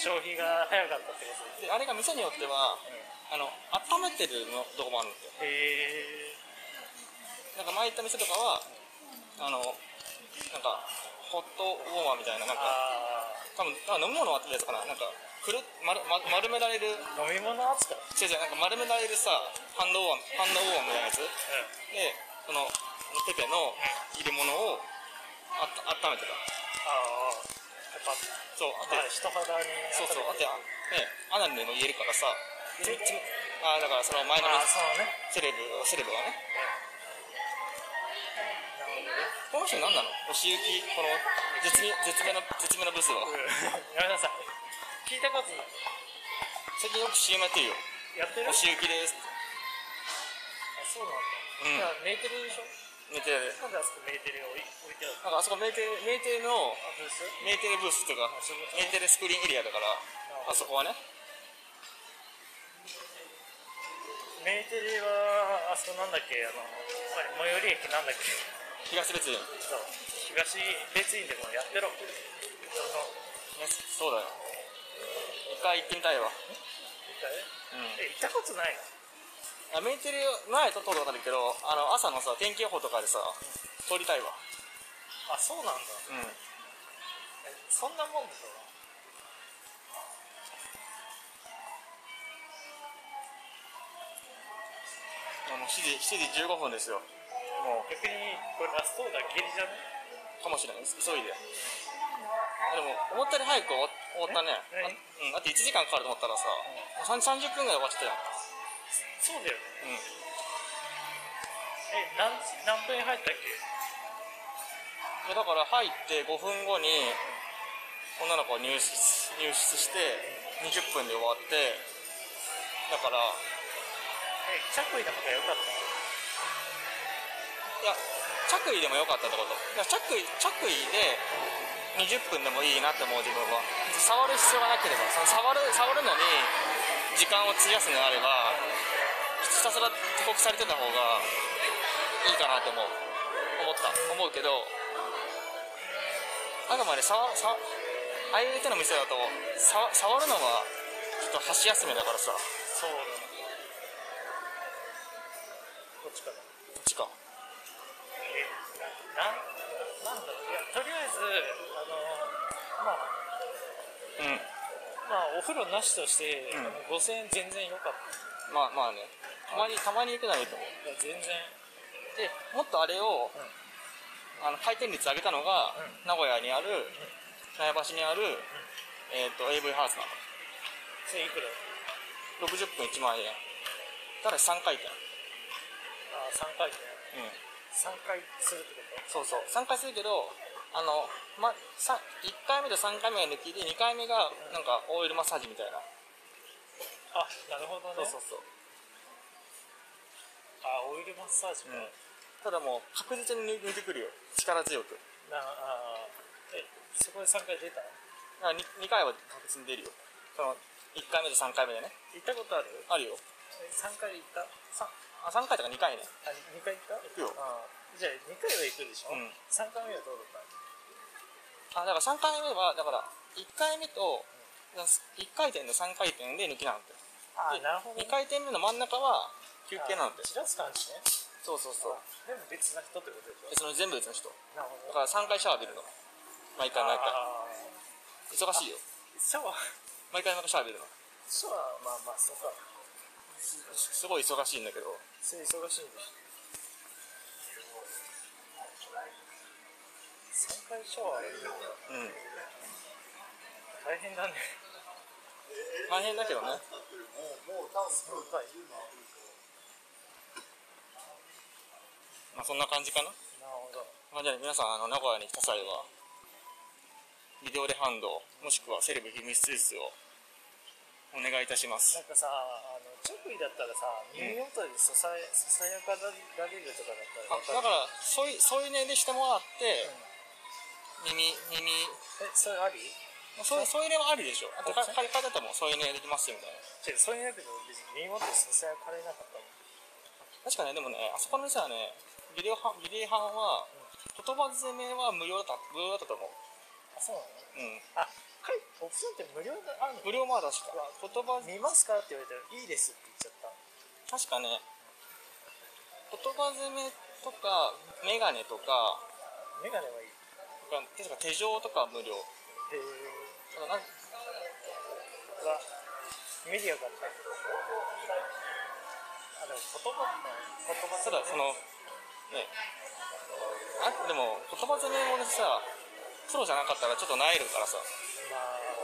S2: 消費が早かったってこと
S1: であれが店によってはあの温めてるのとこもあるんだよ
S2: へえ
S1: なんか前行った店とかはあのなんかホットウォーマーみたいななんか
S2: あ
S1: 多分あ飲み物あってるやつかななんかくるっ丸丸丸められる
S2: あ飲み物扱
S1: 違
S2: い
S1: う違うなんか丸められるさハンドウォームハンドウォームみたいなやつ
S2: うん
S1: でそのペペの入れ物をあった温めてた
S2: ああやっぱ
S1: そうあ
S2: まあ
S1: と
S2: 人肌に
S1: そうそうあと
S2: あ
S1: ねアナルでも言えるからさ
S2: そう
S1: あだからその前の
S2: ね
S1: セレブセレブがね
S2: なる
S1: この
S2: ほどね
S1: 人何なの押し行きこの絶妙絶妙な絶妙なブスは
S2: やめなさい聞いたことない
S1: 最近よく CM やってるよ
S2: やってる
S1: 押し行きです
S2: あそうなん
S1: うん
S2: だ、うん、メーテルでしょ
S1: メテレ
S2: なんであそこメーテルが置い置いて
S1: なん
S2: ある
S1: かあそこメテレメテレの
S2: あブース
S1: メーテレブースとか
S2: あそういうこと
S1: メーテレスクリーンエリアだからあそこはね
S2: メーテルはあそこなんだっけあのあれ最寄り駅なんだっけ
S1: 東別院
S2: そう東別院でもやってろその
S1: ねそうだよ一回行ってみたいわう
S2: 一回
S1: ん
S2: え行ったことないの
S1: あメーテレ前と通ることあるけどあの朝のさ天気予報とかでさ通りたいわ
S2: あそうなんだ
S1: うん
S2: えそんなもんでしょ
S1: あの7時7時15分ですよも
S2: 逆にこれラストオーダーギリじゃね
S1: うかもしれないです急いであでも思ったより早く終わ終わったね
S2: え何
S1: あうん、だって1時間かかると思ったらさ、もう30分ぐらいで終わっちゃったじゃん
S2: そうだよね
S1: うん
S2: え何何分入ったっけ
S1: いやだから入って5分後に女の子が入室入室して20分で終わってだからい
S2: え着衣の方が良かった
S1: や着衣でもよかったってこといや着衣着衣で20分でもいいなって思う自分は触る必要がなければその触る触るのに時間を費やすのであればひたすら帰国されてた方がいいかなと思う思った思うけどあくまでさわさああいう手の店だとさ触るのはちょっと箸休めだからさこ
S2: そうなのこっちから
S1: っちか
S2: えなんなんだろういやとりあえずあのまあ
S1: うん
S2: まあお風呂なしとして、
S1: うん
S2: あの5000円全然良かった
S1: まあまあねたまにたまに行くならいいと思う
S2: いや全然
S1: でもっとあれを、
S2: うん
S1: あの回転率上げたのが、
S2: う
S1: 名古屋にある苗場市にある、えっと AV ハウスな
S2: それいくら
S1: の60分1万円ただし3回転
S2: ああ3回転
S1: うん
S2: 3回するってこと
S1: そうそう3回するけどあの、ま、さ1回目と3回目が抜きで2回目がなんかオイルマッサージみたいな
S2: あなるほどね
S1: そう
S2: あオイルマッサージ
S1: うん
S2: か、
S1: ただもう確実に抜いてくるよ力強く
S2: なあーえそこで3回出た
S1: だから 2, 回は確実に出るよその1回目と3回目でね
S2: 行ったことある
S1: あるよ
S2: 3回行った
S1: さあ3回とか2回ね
S2: あ2回行った
S1: 行くよ
S2: あーじゃあ2回は行くでしょ、
S1: うん
S2: 3回目はどうだった
S1: あだから3回目はだから1回目と1回転と3回転で抜きなんだよ
S2: あ
S1: で
S2: なるほど、
S1: 2回転目の真ん中は休憩なんだよ
S2: 散らす感じね
S1: そうそうそう
S2: でも別な人ってことでし
S1: でその
S2: ょ
S1: 全部別の人
S2: なるほ
S1: だから3
S2: ど
S1: 回シャワー浴びるの毎回毎回
S2: あ
S1: 忙しいよ
S2: ーシャワー
S1: 毎回毎回シャワー浴びるの
S2: シャワーまあまあそうか
S1: すごい忙しいんだけど
S2: それ忙しいんで3回シャワー浴びる
S1: うん
S2: の大変だね
S1: 大変だけどねまあそんな感じかな、
S2: なるほど
S1: まあ、じゃあ皆さんあの名古屋に来た際はビデオでハンドもしくはセレブ秘密手術をお願いいたします
S2: なんかさあの直位だったらさ耳元でささやささやかだられるとかだった
S1: あだか
S2: ら
S1: ら添い添い寝でしてもらって耳耳
S2: えそれあり
S1: 添い添い寝はありでしょあとか借り方だともう添い寝できますよみたいな
S2: 違うそういうわけでも別に耳元でささやかれなかったもん
S1: 確かねでもねあそこの店はねビデオハンビデオハンは言葉攻めは無料だった無料だったと思う
S2: あそうな
S1: うん
S2: のあかいオプションって無料であるの
S1: 無料まだしか言葉
S2: 見ますかって言われたら「いいです」って言っちゃった
S1: 確かね言葉攻めとかメガネとか
S2: メガネはいいへ
S1: 確か手錠とかは無料
S2: え
S1: あとなん
S2: はメディアがあったあでも言葉も言葉
S1: ただそのねあでも言葉攻めもねさプロじゃなかったらちょっとなえるからさ
S2: ま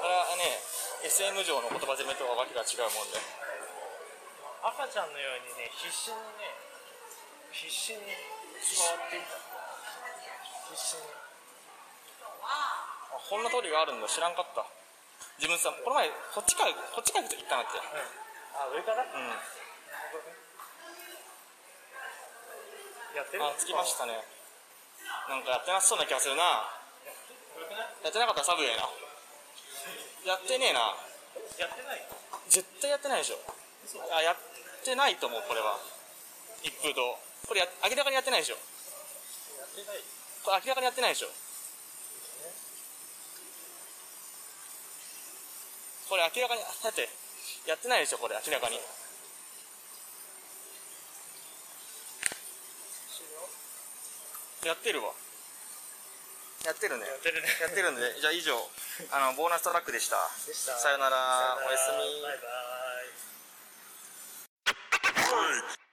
S1: あれはね SM 上の言葉攻めとはわけが違うもんで
S2: あ赤ちゃんのようにね必死にね必死に触っていった必死に
S1: あこんな通りがあるんだ知らんかった自分さこの前こっちからこっちから行ったなって
S2: あ上から
S1: うん
S2: やってる
S1: あ着きましたねなんかやってなさそうな気がするな
S2: よくない
S1: やってなかったらサブウェイなやってねえな
S2: やってない
S1: 絶対やってないでしょあやってないと思うこれは一風堂これや明らかにやってないでしょ
S2: やってない
S1: これ明らかにやってないでしょこれ明らかにあだってやってないでしょこれ明らかにやってるわやってるね
S2: やってるね
S1: やってるんでじゃあ以上あのボーナストラックでした
S2: でした
S1: さよならおやすみ
S2: バイバイ